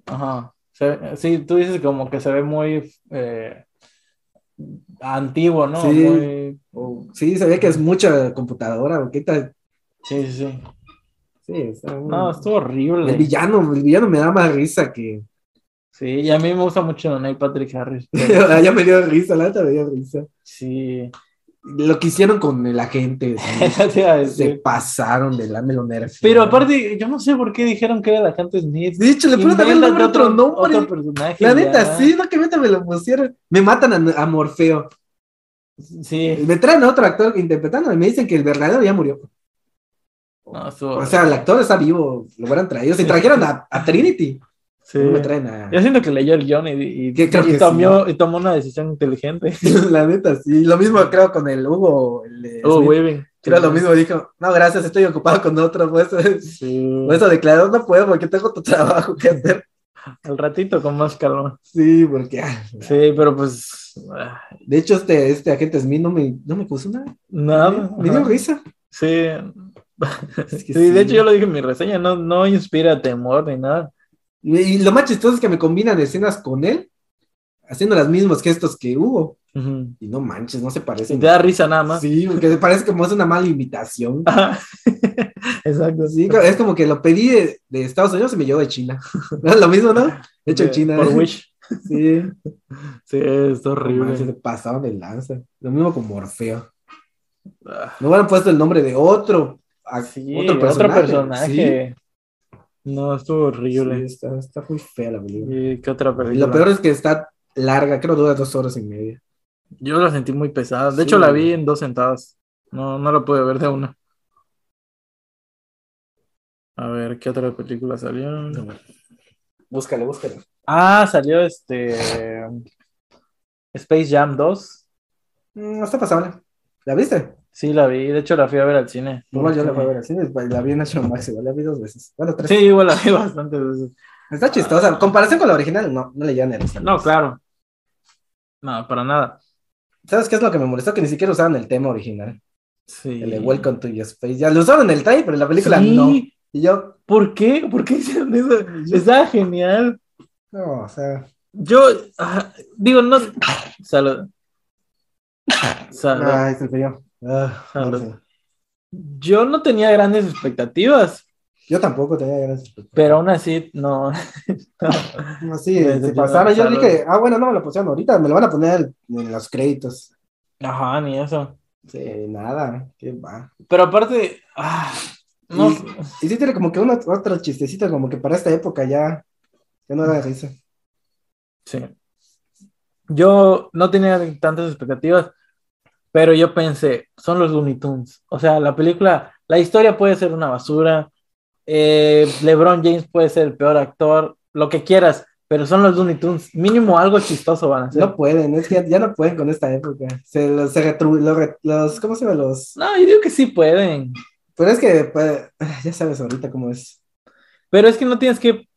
Speaker 1: Ajá. Se- sí, tú dices como que se ve muy eh, antiguo, ¿no?
Speaker 2: Sí.
Speaker 1: Muy-
Speaker 2: O, sí, se ve que es mucha computadora, o qué tal.
Speaker 1: Sí, sí, sí.
Speaker 2: Sí, está muy-
Speaker 1: No, estuvo horrible.
Speaker 2: Mm. el villano, el villano me da más risa que.
Speaker 1: Sí, y a mí me gusta mucho Neil Patrick Harris. pero
Speaker 2: ya me dio risa, la neta me dio risa.
Speaker 1: sí,
Speaker 2: Lo que hicieron con el agente, sí,
Speaker 1: eso te iba a
Speaker 2: se
Speaker 1: decir.
Speaker 2: pasaron de la melonera.
Speaker 1: Pero aparte, yo no sé por qué dijeron que era la gente Smith.
Speaker 2: De hecho, le pudieron haber
Speaker 1: Inventan
Speaker 2: nombrado otro nombre.
Speaker 1: Otro personaje.
Speaker 2: la neta,
Speaker 1: ya.
Speaker 2: sí, no que neta me lo pusieron. Me matan a, a Morfeo.
Speaker 1: Sí.
Speaker 2: Me traen a otro actor interpretando y me dicen que el verdadero ya murió.
Speaker 1: No, estuvo-
Speaker 2: O sea, el actor está vivo, lo hubieran traído. Si trajeron a, a Trinity,
Speaker 1: sí.
Speaker 2: no me traen a.
Speaker 1: Yo siento que leyó el guión y, y,
Speaker 2: Que creo
Speaker 1: y
Speaker 2: que
Speaker 1: tomó, y tomó una decisión inteligente.
Speaker 2: La neta, sí. Lo mismo creo con el Hugo. el de
Speaker 1: Oh,
Speaker 2: Smith.
Speaker 1: Weaving.
Speaker 2: Creo lo mismo, dijo, no, gracias, estoy ocupado con otro. Pues, por
Speaker 1: Sí.
Speaker 2: eso declaró, no puedo porque tengo tu trabajo que hacer.
Speaker 1: Al ratito con más calor.
Speaker 2: Sí, porque. ah,
Speaker 1: Sí, pero pues. ah,
Speaker 2: De hecho, este, este agente Smith no me, no me puso nada.
Speaker 1: Nada.
Speaker 2: Me dio
Speaker 1: Ajá.
Speaker 2: risa.
Speaker 1: Sí.
Speaker 2: Es
Speaker 1: Sí,
Speaker 2: que
Speaker 1: de
Speaker 2: sí.
Speaker 1: hecho yo lo dije en mi reseña, no, no inspira temor ni nada.
Speaker 2: Y y lo más chistoso es que me combinan escenas con él, haciendo los mismos gestos que Hugo.
Speaker 1: Ujú.
Speaker 2: Y no manches, no se
Speaker 1: Si
Speaker 2: parecen.
Speaker 1: te da risa nada más.
Speaker 2: Sí, porque parece como es una mala imitación.
Speaker 1: Ajá. Exacto,
Speaker 2: Sí, es como que lo pedí de, de Estados Unidos y me llegó de China. ¿No es lo mismo, no? De hecho, en
Speaker 1: De-
Speaker 2: China.
Speaker 1: Por Wish.
Speaker 2: Sí.
Speaker 1: Sí, es
Speaker 2: Horrible.
Speaker 1: horrible.
Speaker 2: Se pasaron de lanza. Lo mismo con Morfeo.
Speaker 1: Ah,
Speaker 2: No hubieran puesto el nombre de otro. a-
Speaker 1: sí, otro personaje. No, estuvo
Speaker 2: Sí, sí,
Speaker 1: horrible.
Speaker 2: está, está muy fea la película.
Speaker 1: ¿Y qué otra
Speaker 2: Y
Speaker 1: película?
Speaker 2: lo peor es que está larga, creo dura dos horas y media.
Speaker 1: Yo la sentí muy pesada. De
Speaker 2: Sí.
Speaker 1: hecho, la vi en dos sentadas. No, no la pude ver de una. A ver, ¿qué otra película salió?
Speaker 2: Búscale, búscale.
Speaker 1: Ah, salió este. Space Jam 2.
Speaker 2: Mm, No está pasable. ¿La viste?
Speaker 1: Sí, la vi. De hecho, la fui a ver al cine.
Speaker 2: Igual yo la fui a ver al cine, pues, la vi en HBO Max, igual la vi dos veces. Bueno, tres.
Speaker 1: Sí, igual la vi bastantes veces.
Speaker 2: Está chistosa. En comparación con la original, no, Ah. no le llegan el
Speaker 1: No, claro. No, para nada.
Speaker 2: ¿Sabes qué es lo que me molestó? Que ni siquiera usaron el tema original.
Speaker 1: Sí.
Speaker 2: El de Welcome to Your Space. Ya lo usaron en el trailer, pero en la película
Speaker 1: Sí,
Speaker 2: no. Y yo,
Speaker 1: ¿Por qué? ¿Por qué hicieron eso? Estaba genial.
Speaker 2: no, o sea,
Speaker 1: Yo ah, digo, no. Salud. Salud.
Speaker 2: ah, es el frío. Ah, no
Speaker 1: Salud.
Speaker 2: sé.
Speaker 1: Yo no tenía grandes expectativas,
Speaker 2: Yo tampoco tenía grandes
Speaker 1: pero aún así no.
Speaker 2: No, sí,
Speaker 1: Me
Speaker 2: si
Speaker 1: decepcionó,
Speaker 2: pasara, yo
Speaker 1: Carlos.
Speaker 2: dije, ah, bueno, no me lo pusieron ahorita, me lo van a poner en los créditos.
Speaker 1: Ajá, ni eso.
Speaker 2: Sí, nada, qué va.
Speaker 1: Pero aparte, ah, no.
Speaker 2: Y- Y sí tiene como que unos otros chistecitos, como que para esta época ya, ya no da risa.
Speaker 1: Sí. Yo no tenía tantas expectativas, pero yo pensé, son los Looney Tunes. O sea, la película, la historia puede ser una basura, eh, LeBron James puede ser el peor actor, lo que quieras, pero son los Looney Tunes. Mínimo algo chistoso van a ser.
Speaker 2: No pueden, es que ya, ya no pueden con esta época. Se, los, se retru- los re- los, ¿cómo se llama? Los...
Speaker 1: No, yo digo que sí pueden,
Speaker 2: Pero es que, pues, ya sabes ahorita cómo es.
Speaker 1: pero es que no tienes que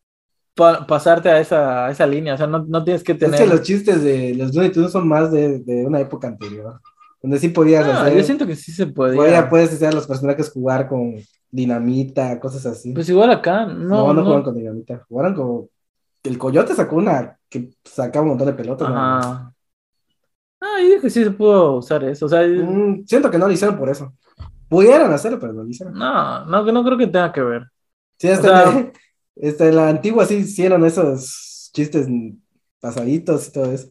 Speaker 1: pa- pasarte a esa, a esa línea, o sea, no, no tienes que tener...
Speaker 2: Es que los chistes de los Looney Tunes son más de, de una época anterior, donde sí podías
Speaker 1: No,
Speaker 2: hacer...
Speaker 1: Ah, yo siento que sí se podía.
Speaker 2: podía- puedes hacer a los personajes jugar con dinamita, cosas así.
Speaker 1: Pues igual acá,
Speaker 2: No,
Speaker 1: no,
Speaker 2: no,
Speaker 1: no,
Speaker 2: jugaron con dinamita, jugaron con... El coyote sacó una que sacaba un montón de pelotas. nada más.
Speaker 1: Ajá. Ah, yo dije que sí se pudo usar eso. O sea,
Speaker 2: Mm, siento que no lo hicieron por eso. Pudieron hacerlo, pero no lo hicieron.
Speaker 1: no, no, no creo que tenga que ver.
Speaker 2: Sí, hasta,
Speaker 1: O sea-
Speaker 2: en, la, hasta en la antigua sí hicieron esos chistes pasaditos y todo eso.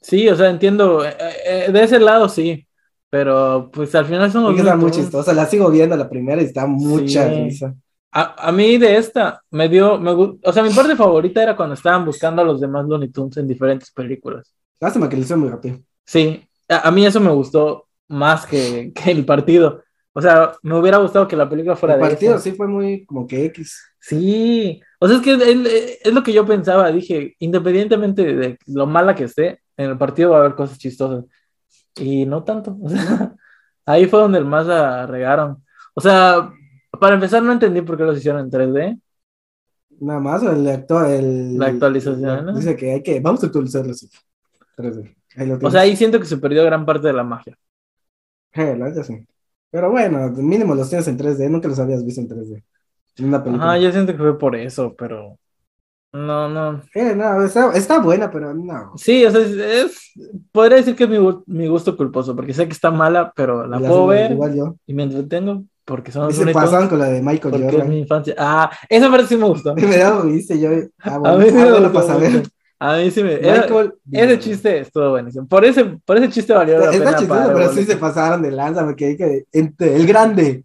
Speaker 1: Sí, o sea, entiendo. eh, eh, de ese lado sí. Pero pues al final son
Speaker 2: Porque
Speaker 1: los
Speaker 2: está muy
Speaker 1: Looney Tunes.
Speaker 2: chistosa. La sigo viendo la primera y está mucha
Speaker 1: Sí.
Speaker 2: risa.
Speaker 1: A, a mí de esta me dio. Me, gu- o sea, mi parte favorita era cuando estaban buscando a los demás Looney Tunes en diferentes películas.
Speaker 2: Lástima que lo hicieron muy rápido.
Speaker 1: Sí, a, a mí eso me gustó más que, que el partido. O sea, me hubiera gustado que la película fuera
Speaker 2: el
Speaker 1: de
Speaker 2: partido
Speaker 1: eso.
Speaker 2: sí fue muy como que X.
Speaker 1: Sí, o sea, es que es, es- es lo que yo pensaba, dije, independientemente de lo mala que esté, en el partido va a haber cosas chistosas. Y no tanto, o sea, ahí fue donde más la regaron. O sea, para empezar, no entendí por qué los hicieron en 3D.
Speaker 2: Nada más el actor. El,
Speaker 1: La actualización, ¿no?
Speaker 2: Dice que hay que. Vamos a actualizarlo así. Ahí lo
Speaker 1: O
Speaker 2: tienes.
Speaker 1: sea, ahí siento que se perdió gran parte de la magia.
Speaker 2: Eh, la neta sí. Pero bueno, mínimo los tienes en 3D. Nunca los habías visto en 3D. En una película.
Speaker 1: Ajá, yo siento que fue por eso, pero no, no.
Speaker 2: Eh, no, está, está buena, pero no.
Speaker 1: Sí, o sea, es, es- podría decir que es mi, gu- mi gusto culposo, porque sé que está mala, pero la
Speaker 2: Las-
Speaker 1: puedo ver
Speaker 2: Igual yo.
Speaker 1: y me entretengo porque son
Speaker 2: Y
Speaker 1: los
Speaker 2: se
Speaker 1: únicos.
Speaker 2: pasaban con la de Michael
Speaker 1: Porque es mi
Speaker 2: Jordan.
Speaker 1: infancia. Ah, esa parte sí me gustó.
Speaker 2: Me daba risa y yo. Ah, bueno,
Speaker 1: A mí sí
Speaker 2: ah,
Speaker 1: me
Speaker 2: bueno,
Speaker 1: gustó
Speaker 2: para saber.
Speaker 1: mucho. A mí sí me. era-
Speaker 2: Michael.
Speaker 1: ese chiste estuvo buenísimo. Por ese, por ese chiste valió la
Speaker 2: Está,
Speaker 1: pena.
Speaker 2: está chistoso,
Speaker 1: pagar
Speaker 2: pero
Speaker 1: boleto.
Speaker 2: sí se pasaron de lanza. Porque hay que. entre el grande.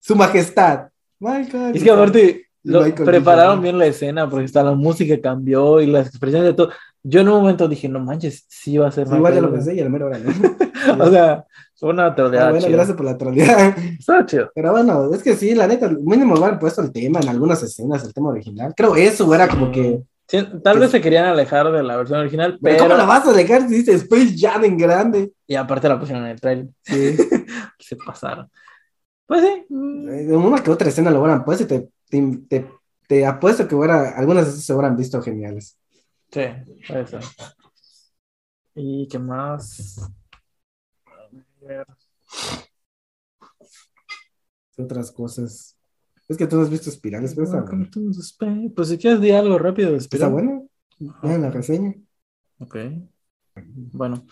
Speaker 2: Su majestad. Michael.
Speaker 1: Es que aparte
Speaker 2: Y
Speaker 1: lo-
Speaker 2: Michael
Speaker 1: prepararon
Speaker 2: Jordan.
Speaker 1: bien la escena porque hasta la música cambió y las expresiones de todo. Yo en un momento dije, no manches, sí va a ser
Speaker 2: Sí, igual ya
Speaker 1: Michael
Speaker 2: lo
Speaker 1: Jordan.
Speaker 2: pensé y a la mera hora. ¿no?
Speaker 1: O sea, fue una
Speaker 2: Ah,
Speaker 1: troleada
Speaker 2: bueno,
Speaker 1: chida.
Speaker 2: gracias por la troleada.
Speaker 1: Estaba chido.
Speaker 2: Pero bueno, es que sí, la neta, mínimo hubieran puesto el tema en algunas escenas, el tema original. Creo eso era como que.
Speaker 1: Sí, tal
Speaker 2: Que-
Speaker 1: vez se querían alejar de la versión original,
Speaker 2: Pero
Speaker 1: pero.
Speaker 2: ¿cómo la vas a dejar si dices Space Jam en grande?
Speaker 1: Y aparte la pusieron en el trailer.
Speaker 2: Sí.
Speaker 1: Se pasaron. Pues sí. mm,
Speaker 2: En una que otra escena lo hubieran puesto y te, te, te, te apuesto que hubiera, algunas de esas se hubieran visto geniales.
Speaker 1: Sí, puede ser. ¿Y qué más? A ver.
Speaker 2: ¿Qué Otras cosas. Es que tú no has visto espirales, pero está,
Speaker 1: Welcome to the space. Pues si quieres di algo rápido,
Speaker 2: está
Speaker 1: espera.
Speaker 2: bueno. Vean la reseña.
Speaker 1: Ok. Bueno,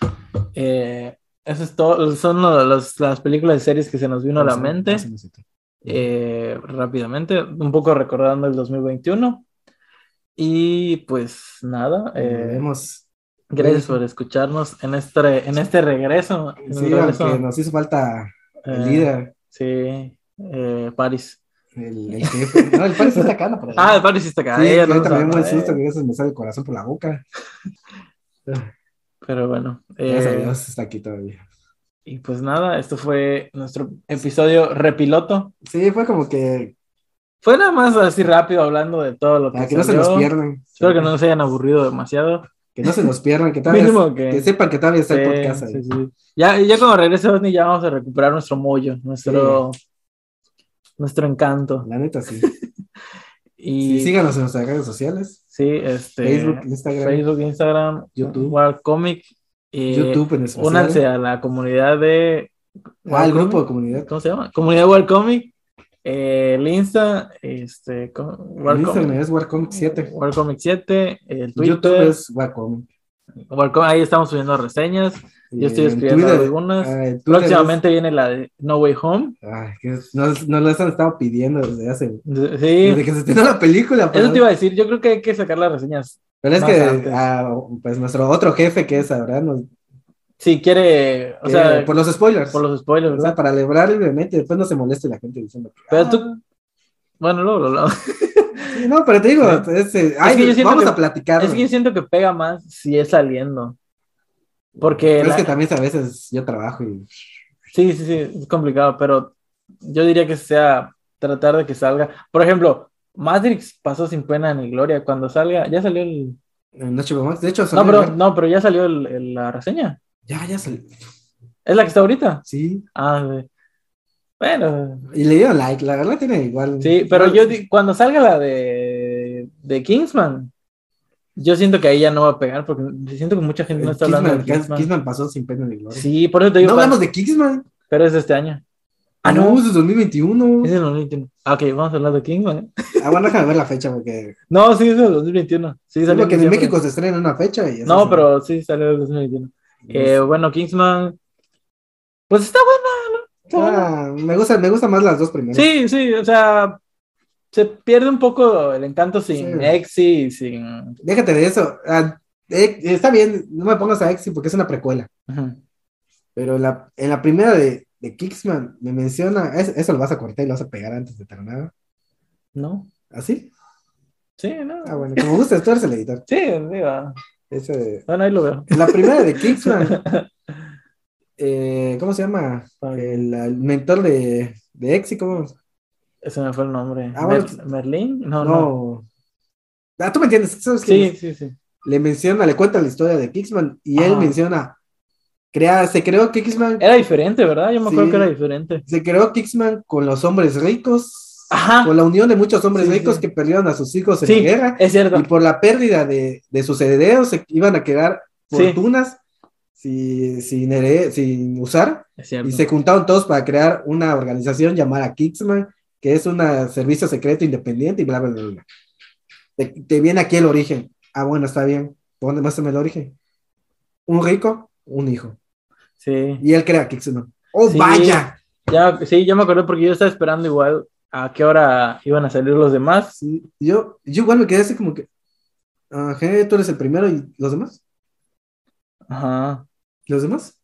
Speaker 1: eh, eso es todo. Son lo- los- las películas y series que se nos vino a la mente. eh, rápidamente, un poco recordando el 2021. Y pues nada,
Speaker 2: Eh,
Speaker 1: eh,
Speaker 2: vemos.
Speaker 1: gracias por escucharnos en este, en este regreso. en el
Speaker 2: Sí,
Speaker 1: regreso,
Speaker 2: aunque nos hizo falta el
Speaker 1: eh,
Speaker 2: líder,
Speaker 1: Sí, eh, Paris.
Speaker 2: el, el jefe. No, el padre está sacando por ahí.
Speaker 1: Ah, el Paris sí está acá.
Speaker 2: sí,
Speaker 1: ella
Speaker 2: que
Speaker 1: no nos
Speaker 2: también
Speaker 1: habla,
Speaker 2: me susto
Speaker 1: eh,
Speaker 2: que a veces me sale el corazón por la boca.
Speaker 1: Pero bueno,
Speaker 2: Gracias a
Speaker 1: eh,
Speaker 2: Dios está aquí todavía.
Speaker 1: y pues nada, esto fue nuestro episodio repiloto.
Speaker 2: Sí, fue como que
Speaker 1: Fue nada más así rápido hablando de todo lo que,
Speaker 2: para Ah, que no se
Speaker 1: salió.
Speaker 2: nos pierdan.
Speaker 1: Espero que no se hayan aburrido demasiado.
Speaker 2: Que no se nos pierdan, que todavía
Speaker 1: Mínimo que.
Speaker 2: que sepan que todavía está el
Speaker 1: Sí,
Speaker 2: podcast ahí.
Speaker 1: sí, sí. Ya, ya cuando regrese Osni, ya vamos a recuperar nuestro mollo, nuestro, nuestro encanto.
Speaker 2: La neta, sí.
Speaker 1: Y
Speaker 2: Sí,
Speaker 1: sí,
Speaker 2: síganos en nuestras redes sociales.
Speaker 1: este,
Speaker 2: Facebook, Instagram,
Speaker 1: Facebook, Instagram,
Speaker 2: YouTube.
Speaker 1: Wild Comic. eh,
Speaker 2: YouTube en especial.
Speaker 1: Únanse a la comunidad de.
Speaker 2: Ah, el
Speaker 1: Wild
Speaker 2: grupo de
Speaker 1: Comic.
Speaker 2: comunidad.
Speaker 1: ¿Cómo se llama? Comunidad Wild Comic. eh, el Insta, este, co-
Speaker 2: El
Speaker 1: Warcomic,
Speaker 2: Instagram es Warcomic 7.
Speaker 1: Warcomic 7, el
Speaker 2: YouTube
Speaker 1: Twitter,
Speaker 2: es Warcomic.
Speaker 1: Warcom- ahí estamos subiendo reseñas, yo estoy
Speaker 2: Eh, En
Speaker 1: escribiendo
Speaker 2: Twitter-
Speaker 1: algunas.
Speaker 2: ah, en Twitter es-
Speaker 1: Próximamente viene la de No Way Home.
Speaker 2: Ay, que es- nos, nos las han estado pidiendo desde hace.
Speaker 1: Sí,
Speaker 2: Desde que se estrenó la película. Pero,
Speaker 1: eso te iba a decir, yo creo que hay que sacar las reseñas.
Speaker 2: pero es
Speaker 1: más
Speaker 2: que
Speaker 1: antes.
Speaker 2: ah, pues nuestro otro jefe que es ahora, nos,
Speaker 1: Si quiere, o
Speaker 2: que-
Speaker 1: sea,
Speaker 2: Eh, por los spoilers.
Speaker 1: por los spoilers,
Speaker 2: O sea,
Speaker 1: ¿verdad?
Speaker 2: para lebrar libremente, después no se moleste la gente diciendo. que,
Speaker 1: Pero
Speaker 2: "Ah,
Speaker 1: tú- Bueno, luego lo hablamos.
Speaker 2: sí, no, pero te digo,
Speaker 1: Sí.
Speaker 2: es, eh, ay,
Speaker 1: que yo siento
Speaker 2: vamos
Speaker 1: que-
Speaker 2: a platicar.
Speaker 1: Es que yo siento que pega más si es saliendo. Porque
Speaker 2: es
Speaker 1: la-
Speaker 2: que también a veces yo trabajo y.
Speaker 1: Sí, sí, sí, es complicado, pero yo diría que sea tratar de que salga. Por ejemplo, Matrix pasó sin pena ni gloria. Cuando salga, ya salió el.
Speaker 2: eh, No, HBO Max, de hecho,
Speaker 1: No,
Speaker 2: salió-
Speaker 1: pero, no, pero ya salió el- el- la reseña.
Speaker 2: Ya, ya salió.
Speaker 1: ¿Es la que está ahorita?
Speaker 2: Sí.
Speaker 1: Ah, sí. Bueno,
Speaker 2: Y le dieron like, la verdad tiene igual.
Speaker 1: sí, pero
Speaker 2: igual-
Speaker 1: yo di- cuando salga la de, de Kingsman, yo siento que ahí ya no va a pegar porque siento que mucha gente no está hablando de
Speaker 2: Kingsman,
Speaker 1: Kingsman.
Speaker 2: Kingsman pasó sin pena ni gloria.
Speaker 1: Sí, por eso te digo,
Speaker 2: no
Speaker 1: pa-
Speaker 2: hablamos de Kingsman.
Speaker 1: pero es este año. Ah, no.
Speaker 2: es de 2021.
Speaker 1: Es el 2021. Ah, ok, vamos a hablar de Kingsman.
Speaker 2: Ah, bueno, déjame ver la fecha porque.
Speaker 1: No, sí, es el 2021. Sí,
Speaker 2: Sí,
Speaker 1: salió en
Speaker 2: porque en
Speaker 1: diciembre.
Speaker 2: México se estrena en una fecha y eso
Speaker 1: No,
Speaker 2: se-
Speaker 1: pero sí salió el 2021. Eh, bueno, Kingsman. Pues está buena, ¿no?
Speaker 2: Ah, me, gusta, me gustan más las dos primeras.
Speaker 1: Sí, sí, o sea, se pierde un poco el encanto sin
Speaker 2: Sí.
Speaker 1: Exi y sin.
Speaker 2: Déjate de eso. Ah, eh, está bien, no me pongas a Exi porque es una precuela.
Speaker 1: Ujú.
Speaker 2: Pero la, en la primera de, de Kingsman me menciona. es- eso lo vas a cortar y lo vas a pegar antes de terminar.
Speaker 1: ¿No?
Speaker 2: ¿Así?
Speaker 1: Sí, no.
Speaker 2: Ah, bueno, como gustes, tú eres el editor.
Speaker 1: Sí, sí, va.
Speaker 2: Ese de-
Speaker 1: Bueno, ahí lo veo.
Speaker 2: En la primera de Kingsman. eh, ¿Cómo se llama? El, el mentor de, de Exi, ¿cómo?
Speaker 1: Ese me fue el nombre.
Speaker 2: Ah, bueno.
Speaker 1: Mer- ¿Merlín? No,
Speaker 2: No.
Speaker 1: no.
Speaker 2: Ah, tú me entiendes, ¿sabes quién
Speaker 1: Sí,
Speaker 2: es?
Speaker 1: sí, sí.
Speaker 2: Le menciona, le cuenta la historia de Kingsman y él
Speaker 1: Ah.
Speaker 2: menciona, crea, se creó Kingsman,
Speaker 1: Era diferente, ¿verdad? Yo me acuerdo
Speaker 2: Sí.
Speaker 1: que era diferente.
Speaker 2: se creó Kingsman con los hombres ricos,
Speaker 1: Ajá.
Speaker 2: con la unión de muchos hombres
Speaker 1: Sí, sí.
Speaker 2: ricos que perdieron a sus hijos en
Speaker 1: Sí,
Speaker 2: la guerra
Speaker 1: es cierto.
Speaker 2: y por la pérdida de, de sus herederos se iban a quedar
Speaker 1: Sí.
Speaker 2: fortunas si- sin, here- sin usar.
Speaker 1: Es cierto.
Speaker 2: Y se juntaron todos para crear una organización llamada Kingsman, que es un servicio secreto independiente y bla, bla, bla. bla. Te, te viene aquí el origen. Ah, bueno, está bien. ¿Dónde más el origen? Un rico, un hijo.
Speaker 1: Sí.
Speaker 2: Y él crea Kingsman. ¡Oh,
Speaker 1: Sí.
Speaker 2: vaya!
Speaker 1: Ya, sí, yo me acordé porque yo estaba esperando igual a qué hora iban a salir los demás.
Speaker 2: Sí, Yo, yo igual me quedé así como que. Ajá, tú eres el primero y los demás.
Speaker 1: Ajá.
Speaker 2: ¿Los demás?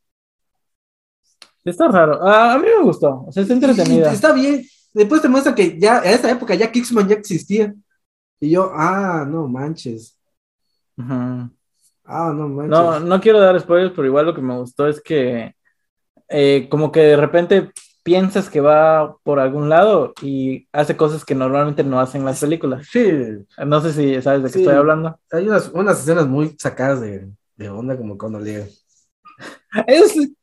Speaker 1: Está raro. Ah, a mí me gustó. O sea, está entretenida.
Speaker 2: Sí, está bien. Después te muestra que ya, a esa época ya Kingsman ya existía. Y yo, ah, no manches.
Speaker 1: Ajá.
Speaker 2: Ah, no manches.
Speaker 1: No, no quiero dar spoilers, pero igual lo que me gustó es que eh, como que de repente piensas que va por algún lado y hace cosas que normalmente no hacen las películas.
Speaker 2: Sí,
Speaker 1: No sé si sabes de qué
Speaker 2: Sí.
Speaker 1: estoy hablando.
Speaker 2: Hay unas, unas escenas muy sacadas de, de onda, como cuando le.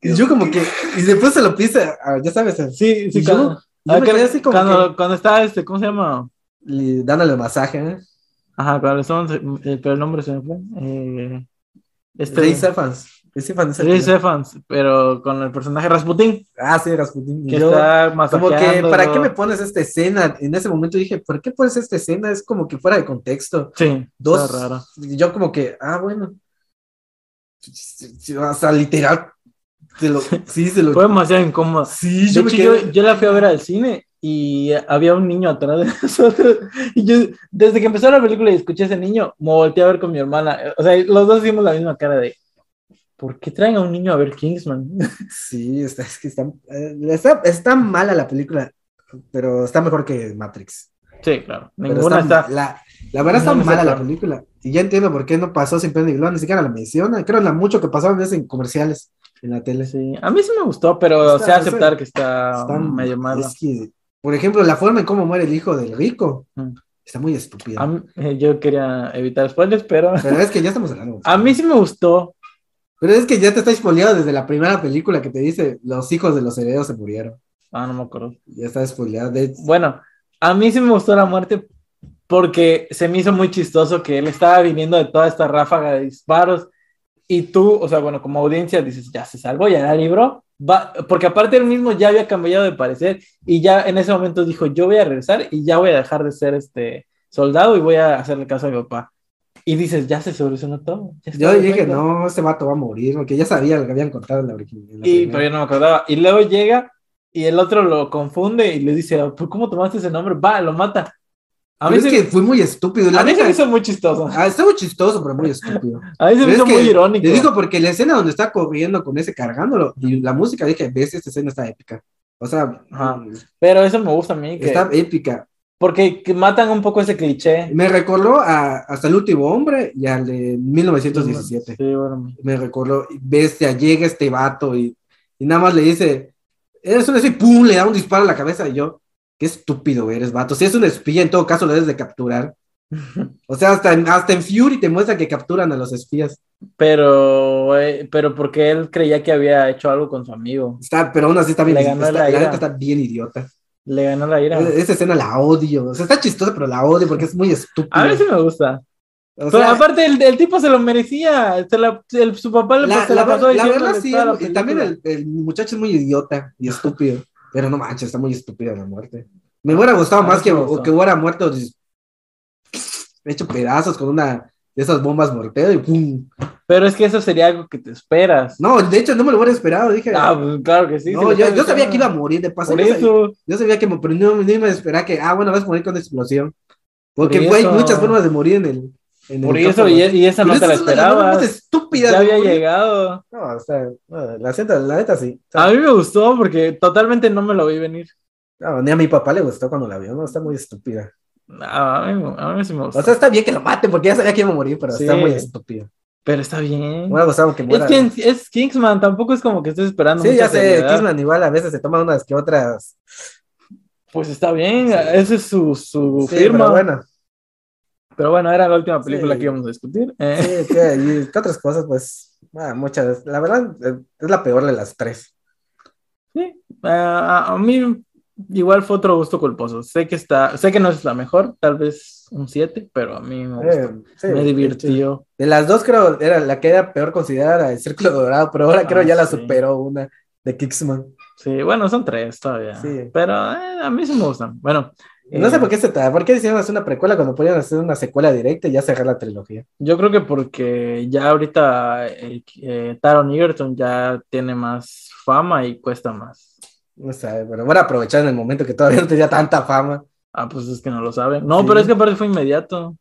Speaker 2: Y yo, como que. Y después se lo pisa, ah, ya sabes. Yo
Speaker 1: Sí, sí,
Speaker 2: ¿Y
Speaker 1: cuando,
Speaker 2: me
Speaker 1: ah,
Speaker 2: quedé
Speaker 1: que-
Speaker 2: así como.
Speaker 1: cuando, cuando está este, ¿cómo se llama?
Speaker 2: que le- dándole masaje, ¿eh?
Speaker 1: Ajá, cuando son, eh, pero el nombre se me fue. Eh, este,
Speaker 2: Ray Stephens. Ray Stephens es el
Speaker 1: Chris
Speaker 2: que-
Speaker 1: Evans, pero con el personaje Rasputin,
Speaker 2: Ah, sí, Rasputin. Y
Speaker 1: que
Speaker 2: yo,
Speaker 1: está
Speaker 2: como
Speaker 1: masajeando.
Speaker 2: que, ¿para qué me pones esta escena? En ese momento dije, ¿por qué pones esta escena? Es como que fuera de contexto.
Speaker 1: Sí,
Speaker 2: Dos.
Speaker 1: está raro.
Speaker 2: Y yo, como que, ah, bueno. Hasta literal. se lo- sí, se lo.
Speaker 1: Fue demasiado incómodo.
Speaker 2: Sí,
Speaker 1: De
Speaker 2: yo me
Speaker 1: hecho,
Speaker 2: quedé.
Speaker 1: yo, yo la fui a ver al cine y había un niño atrás de nosotros. Y yo, desde que empezó la película y escuché a ese niño, me volteé a ver con mi hermana. O sea, los dos hicimos la misma cara de, ¿por qué traen a un niño a ver Kingsman?
Speaker 2: Sí, está, es que está, eh, está, está mala la película, pero está mejor que Matrix.
Speaker 1: Sí, claro.
Speaker 2: Pero
Speaker 1: Ninguna está...
Speaker 2: La, la verdad
Speaker 1: Ninguna está
Speaker 2: está mala la
Speaker 1: claro.
Speaker 2: película. Y ya entiendo por qué no pasó sin pena ni gloria, ni siquiera la menciona. Creo la mucho que pasaba a veces en comerciales, en la tele.
Speaker 1: Sí, a mí sí me gustó, pero
Speaker 2: Está-
Speaker 1: sé aceptar
Speaker 2: está-
Speaker 1: que está,
Speaker 2: Está-
Speaker 1: Ah, medio mala.
Speaker 2: es que, por ejemplo, la forma en cómo muere el hijo del rico
Speaker 1: Mm.
Speaker 2: está muy estúpida.
Speaker 1: A mí- eh, yo quería evitar spoilers, pero
Speaker 2: Pero es que ya estamos hablando.
Speaker 1: a mí sí me gustó.
Speaker 2: Pero es que ya te está spoileado desde la primera película que te dice los hijos de los herederos se murieron.
Speaker 1: Ah, no me acuerdo.
Speaker 2: Ya está spoileado. De,
Speaker 1: Bueno, a mí sí me gustó la muerte porque se me hizo muy chistoso que él estaba viniendo de toda esta ráfaga de disparos y tú, o sea, bueno, como audiencia dices, ya se salvó, ya la libró, va, porque aparte él mismo ya había cambiado de parecer y ya en ese momento dijo, yo voy a regresar y ya voy a dejar de ser este soldado y voy a hacerle caso a mi papá. Y dices, ya se solucionó todo. ya está
Speaker 2: Yo dije,
Speaker 1: perfecto".
Speaker 2: no, ese vato va a morir, porque ya sabía lo que habían contado en la original. en la
Speaker 1: Y,
Speaker 2: primera.
Speaker 1: pero yo no me acordaba. Y luego llega y el otro lo confunde y le dice, "¿Tú ¿cómo tomaste ese nombre? Va, lo mata. A
Speaker 2: Pero
Speaker 1: mí,
Speaker 2: es
Speaker 1: se,
Speaker 2: que fue muy estúpido. La
Speaker 1: a mí se
Speaker 2: neta,
Speaker 1: me hizo muy chistoso.
Speaker 2: ah, estuvo chistoso, pero muy estúpido.
Speaker 1: A mí se
Speaker 2: Pero
Speaker 1: me
Speaker 2: es
Speaker 1: hizo
Speaker 2: que
Speaker 1: muy irónico.
Speaker 2: Te digo porque la escena donde está corriendo con ese cargándolo y la música, dije, ves, esta escena está épica. O sea,
Speaker 1: Ajá. Pero eso me gusta a mí. Que,
Speaker 2: está épica.
Speaker 1: Porque que matan un poco ese cliché.
Speaker 2: Me recordó a, hasta el último hombre y al de 1917.
Speaker 1: Sí, bueno.
Speaker 2: Me recordó, bestia, llega este vato y, y nada más le dice, eres un espía, y pum, le da un disparo a la cabeza y yo, qué estúpido eres, vato. Si es un espía, en todo caso lo debes de capturar. O sea, hasta en, hasta en Fury te muestra que capturan a los espías.
Speaker 1: Pero, güey, pero porque él creía que había hecho algo con su amigo.
Speaker 2: Está, pero aún así está bien,
Speaker 1: Le ganó
Speaker 2: está,
Speaker 1: la
Speaker 2: la
Speaker 1: ira.
Speaker 2: neta está bien idiota.
Speaker 1: Le ganó la ira.
Speaker 2: Eh, Esa escena la odio. O sea, está chistosa, pero la odio porque es muy estúpida.
Speaker 1: A mí sí me gusta.
Speaker 2: O
Speaker 1: Pero
Speaker 2: sea,
Speaker 1: aparte, el, el tipo se lo merecía. Se la- el- su papá le
Speaker 2: la,
Speaker 1: Pues se
Speaker 2: la
Speaker 1: la
Speaker 2: ver-
Speaker 1: pasó
Speaker 2: la
Speaker 1: diciéndole
Speaker 2: verdad sí,
Speaker 1: toda la
Speaker 2: es- y también
Speaker 1: película.
Speaker 2: el, el muchacho es muy idiota y estúpido. pero no manches, está muy estúpida la muerte. Me hubiera gustado
Speaker 1: A mí
Speaker 2: más
Speaker 1: sí
Speaker 2: que,
Speaker 1: me gustó.
Speaker 2: que hubiera muerto dis- hecho pedazos con una de esas bombas mortero y pum.
Speaker 1: Pero es que eso sería algo que te esperas.
Speaker 2: No, de hecho no me lo hubiera esperado, dije.
Speaker 1: Ah, pues, claro que sí. se
Speaker 2: no,
Speaker 1: lo
Speaker 2: yo,
Speaker 1: estaba
Speaker 2: yo sabía que iba a
Speaker 1: diciendo.
Speaker 2: morir de paso.
Speaker 1: Por
Speaker 2: yo sabía-
Speaker 1: eso.
Speaker 2: Yo sabía que, mo- pero no, no me esperaba que, ah, bueno, vas a morir con explosión. Porque
Speaker 1: Por
Speaker 2: güey, hay
Speaker 1: eso.
Speaker 2: muchas formas de morir en el. En
Speaker 1: Por
Speaker 2: el
Speaker 1: eso,
Speaker 2: campo,
Speaker 1: y,
Speaker 2: ¿no?
Speaker 1: y esa
Speaker 2: Pero
Speaker 1: no te la
Speaker 2: es una de las formas
Speaker 1: esperabas.
Speaker 2: más estúpidas
Speaker 1: Ya
Speaker 2: de
Speaker 1: había
Speaker 2: morir.
Speaker 1: llegado.
Speaker 2: No, o sea, no, la, neta- la neta sí. O sea,
Speaker 1: A mí me gustó porque totalmente no me lo vi venir.
Speaker 2: no, ni a mi papá le gustó cuando la vio, no, está muy estúpida.
Speaker 1: A mí, a mí sí me gustó.
Speaker 2: O sea, está bien que lo maten porque ya sabía que iba a morir, pero
Speaker 1: Sí.
Speaker 2: está muy estúpida.
Speaker 1: pero está bien.
Speaker 2: Me hubiera gustado que muera.
Speaker 1: es, que en- es Kingsman, tampoco es como que estés esperando.
Speaker 2: sí,
Speaker 1: mucha
Speaker 2: ya sé,
Speaker 1: seriedad.
Speaker 2: Kingsman igual a veces se toma unas que otras.
Speaker 1: Pues está bien,
Speaker 2: Sí.
Speaker 1: esa es su, su
Speaker 2: Sí,
Speaker 1: firma.
Speaker 2: pero bueno.
Speaker 1: Pero bueno, era la última película
Speaker 2: Sí.
Speaker 1: que íbamos a discutir. Eh,
Speaker 2: Sí, que, y que otras cosas, pues, ah, muchas. La verdad, eh, es la peor de las tres.
Speaker 1: sí. Ah, a, a mí igual fue otro gusto culposo. Sé que está, sé que no es la mejor, tal vez un 7, pero a mí me, gustó.
Speaker 2: Eh, sí,
Speaker 1: me divirtió.
Speaker 2: De las dos creo era la que era peor considerada el Círculo Dorado, pero ahora creo
Speaker 1: Ah,
Speaker 2: ya la
Speaker 1: sí.
Speaker 2: superó una de Kingsman.
Speaker 1: Sí, bueno, son tres todavía.
Speaker 2: Sí.
Speaker 1: Pero eh, a mí sí me gustan. Bueno,
Speaker 2: No sé
Speaker 1: eh,
Speaker 2: por qué se tra- por qué hicieron hacer una precuela cuando podían hacer una secuela directa y ya cerrar la trilogía.
Speaker 1: Yo creo que porque ya ahorita eh, eh, Taron Egerton ya tiene más fama y cuesta más.
Speaker 2: No sé, pero bueno, aprovechar en el momento que todavía no tenía tanta fama.
Speaker 1: Ah, pues es que no lo saben. No,
Speaker 2: Sí.
Speaker 1: pero es que aparte fue inmediato.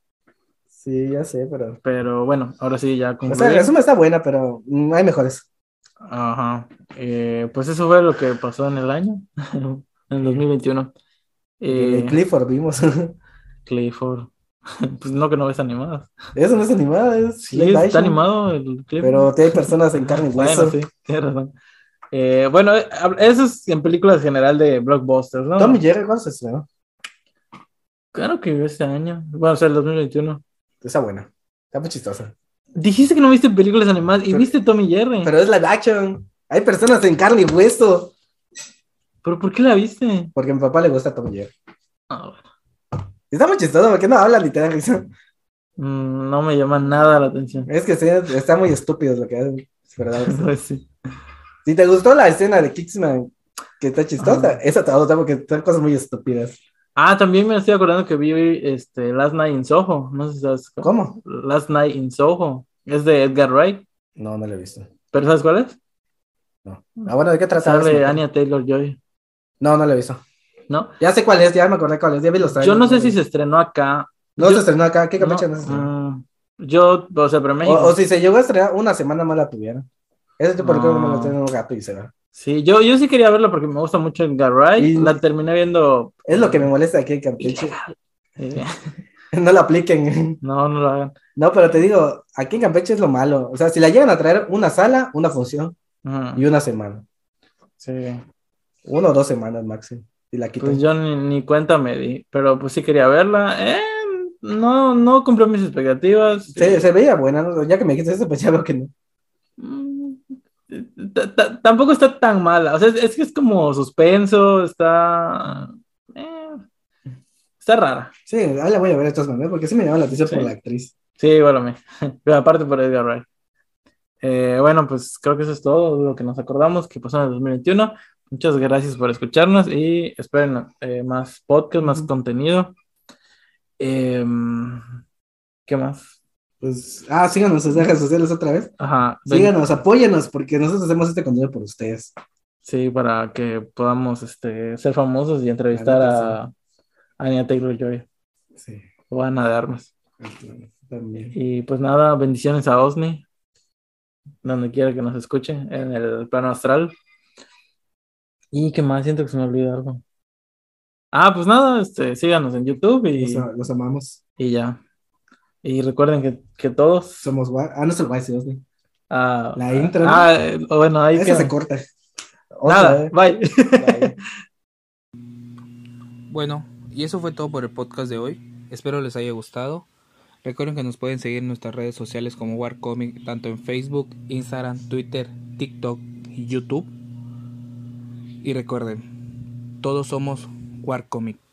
Speaker 2: Sí, ya sé, pero.
Speaker 1: Pero bueno, ahora sí ya
Speaker 2: O
Speaker 1: concluí.
Speaker 2: sea, la suma está buena, pero mm, hay mejores.
Speaker 1: Ajá. Eh, pues eso fue lo que pasó en el año, en 2021. Eh,
Speaker 2: El Clifford vimos. Eso
Speaker 1: Clifford. pues no que no ves animadas.
Speaker 2: no es animado, es.
Speaker 1: Sí,
Speaker 2: live
Speaker 1: está
Speaker 2: action,
Speaker 1: animado el Clifford.
Speaker 2: Pero te hay personas en carne y hueso.
Speaker 1: Bueno, sí, tienes razón. Eh, bueno, eh, eso es en películas general de blockbusters, ¿no?
Speaker 2: Tom y Jerry, ¿cuándo se estrenó?
Speaker 1: Claro que vio este año. Bueno, o sea, el 2021.
Speaker 2: Está buena. Está muy chistosa.
Speaker 1: Dijiste que no viste películas animadas y
Speaker 2: Pero-
Speaker 1: viste Tommy Jerry. Pero,
Speaker 2: Pero es live action. Hay personas en carne y hueso.
Speaker 1: ¿por qué la viste?
Speaker 2: Porque a mi papá le gusta Tom y Jerry.
Speaker 1: Ah, bueno.
Speaker 2: Está muy chistoso porque no hablan ni te dan risa.
Speaker 1: Mm, no me llama nada la atención.
Speaker 2: Es que sí, está muy estúpido lo que hacen. es verdad.
Speaker 1: Pues sí.
Speaker 2: Si te gustó la escena de Kingsman, que está chistosa, esa te va a gustar porque son cosas muy estúpidas.
Speaker 1: Ah, también me estoy acordando que vi este, Last Night in Soho. No sé si sabes. cuál-
Speaker 2: ¿Cómo?
Speaker 1: Last Night in Soho. Es de Edgar Wright.
Speaker 2: No, no la he visto.
Speaker 1: ¿Pero sabes cuál es? Mm.
Speaker 2: Ah, bueno, ¿de qué trata? A ver si me
Speaker 1: Sale
Speaker 2: acuerdo.
Speaker 1: Anya Taylor Joy.
Speaker 2: No, no la he visto.
Speaker 1: ¿No?
Speaker 2: Ya sé cuál es, ya me acordé cuál es. Ya vi los
Speaker 1: Yo
Speaker 2: trailers,
Speaker 1: no sé si
Speaker 2: vi.
Speaker 1: se estrenó acá.
Speaker 2: No
Speaker 1: yo-
Speaker 2: se estrenó acá. ¿Qué capricho no, se estrenó?
Speaker 1: mm, yo, o sea, pero en
Speaker 2: o,
Speaker 1: México.
Speaker 2: o si se llegó a estrenar, una semana más la tuvieron. Ese tipo de cosas no
Speaker 1: Ah.
Speaker 2: la tiene un gato y se va.
Speaker 1: Sí, yo, yo sí quería verla porque me gusta mucho el Garray.
Speaker 2: Y-
Speaker 1: La terminé viendo.
Speaker 2: Es lo que me molesta aquí en Campeche.
Speaker 1: Eh,
Speaker 2: No la apliquen.
Speaker 1: no, no lo hagan.
Speaker 2: No, pero te digo, aquí en Campeche es lo malo. O sea, si la llegan a traer una sala, una función
Speaker 1: Ujú,
Speaker 2: y una semana.
Speaker 1: sí.
Speaker 2: Uno o dos semanas máximo. Y la quitan.
Speaker 1: Pues yo ni, ni cuenta me di, pero pues sí quería verla. Eh, no, no cumplió mis expectativas.
Speaker 2: Se, se veía buena, ¿no? ya que me dijiste eso, pues ya veo que no.
Speaker 1: Mm, t- t- Tampoco está tan mala. O sea, es, es que es como suspenso, está. eh, está rara.
Speaker 2: Sí, ahí la voy a ver de todas maneras, porque sí me llamó la atención
Speaker 1: Sí.
Speaker 2: por la actriz.
Speaker 1: Sí, igual a mí. Pero aparte por Edgar Wright. Eh, bueno, pues creo que eso es todo lo que nos acordamos que pasó en el 2021. Muchas gracias por escucharnos y esperen eh, más podcast, más contenido. Eh, ¿Qué más?
Speaker 2: Pues, ah, síganos en las redes sociales otra vez.
Speaker 1: Ajá. ven-
Speaker 2: Síganos, apóyanos, porque nosotros hacemos este contenido por ustedes.
Speaker 1: Sí, para que podamos este, ser famosos y entrevistar a, a Anya Taylor Joy
Speaker 2: Sí,
Speaker 1: o a Ana de Armas.
Speaker 2: también.
Speaker 1: Y pues nada, bendiciones a Osni, donde quiera que nos escuche, en el plano astral. Y qué más, siento que se me olvidó algo. Ah, pues nada, este, síganos en YouTube y,
Speaker 2: Los, los amamos.
Speaker 1: y ya. Y recuerden que, que todos.
Speaker 2: Somos guay. Ah, no es el guay, sí, Osni.
Speaker 1: ah,
Speaker 2: La intro, ¿no?
Speaker 1: Ah, eh, bueno, ahí
Speaker 2: Esa
Speaker 1: queda.
Speaker 2: se corta. Otra,
Speaker 1: Nada,
Speaker 2: eh.
Speaker 1: bye.
Speaker 2: Bye.
Speaker 3: Bueno, y eso fue todo por el podcast de hoy. Espero les haya gustado. Recuerden que nos pueden seguir en nuestras redes sociales como Warcomic, tanto en Facebook, Instagram, Twitter, TikTok y YouTube. Y recuerden, todos somos Warcomic.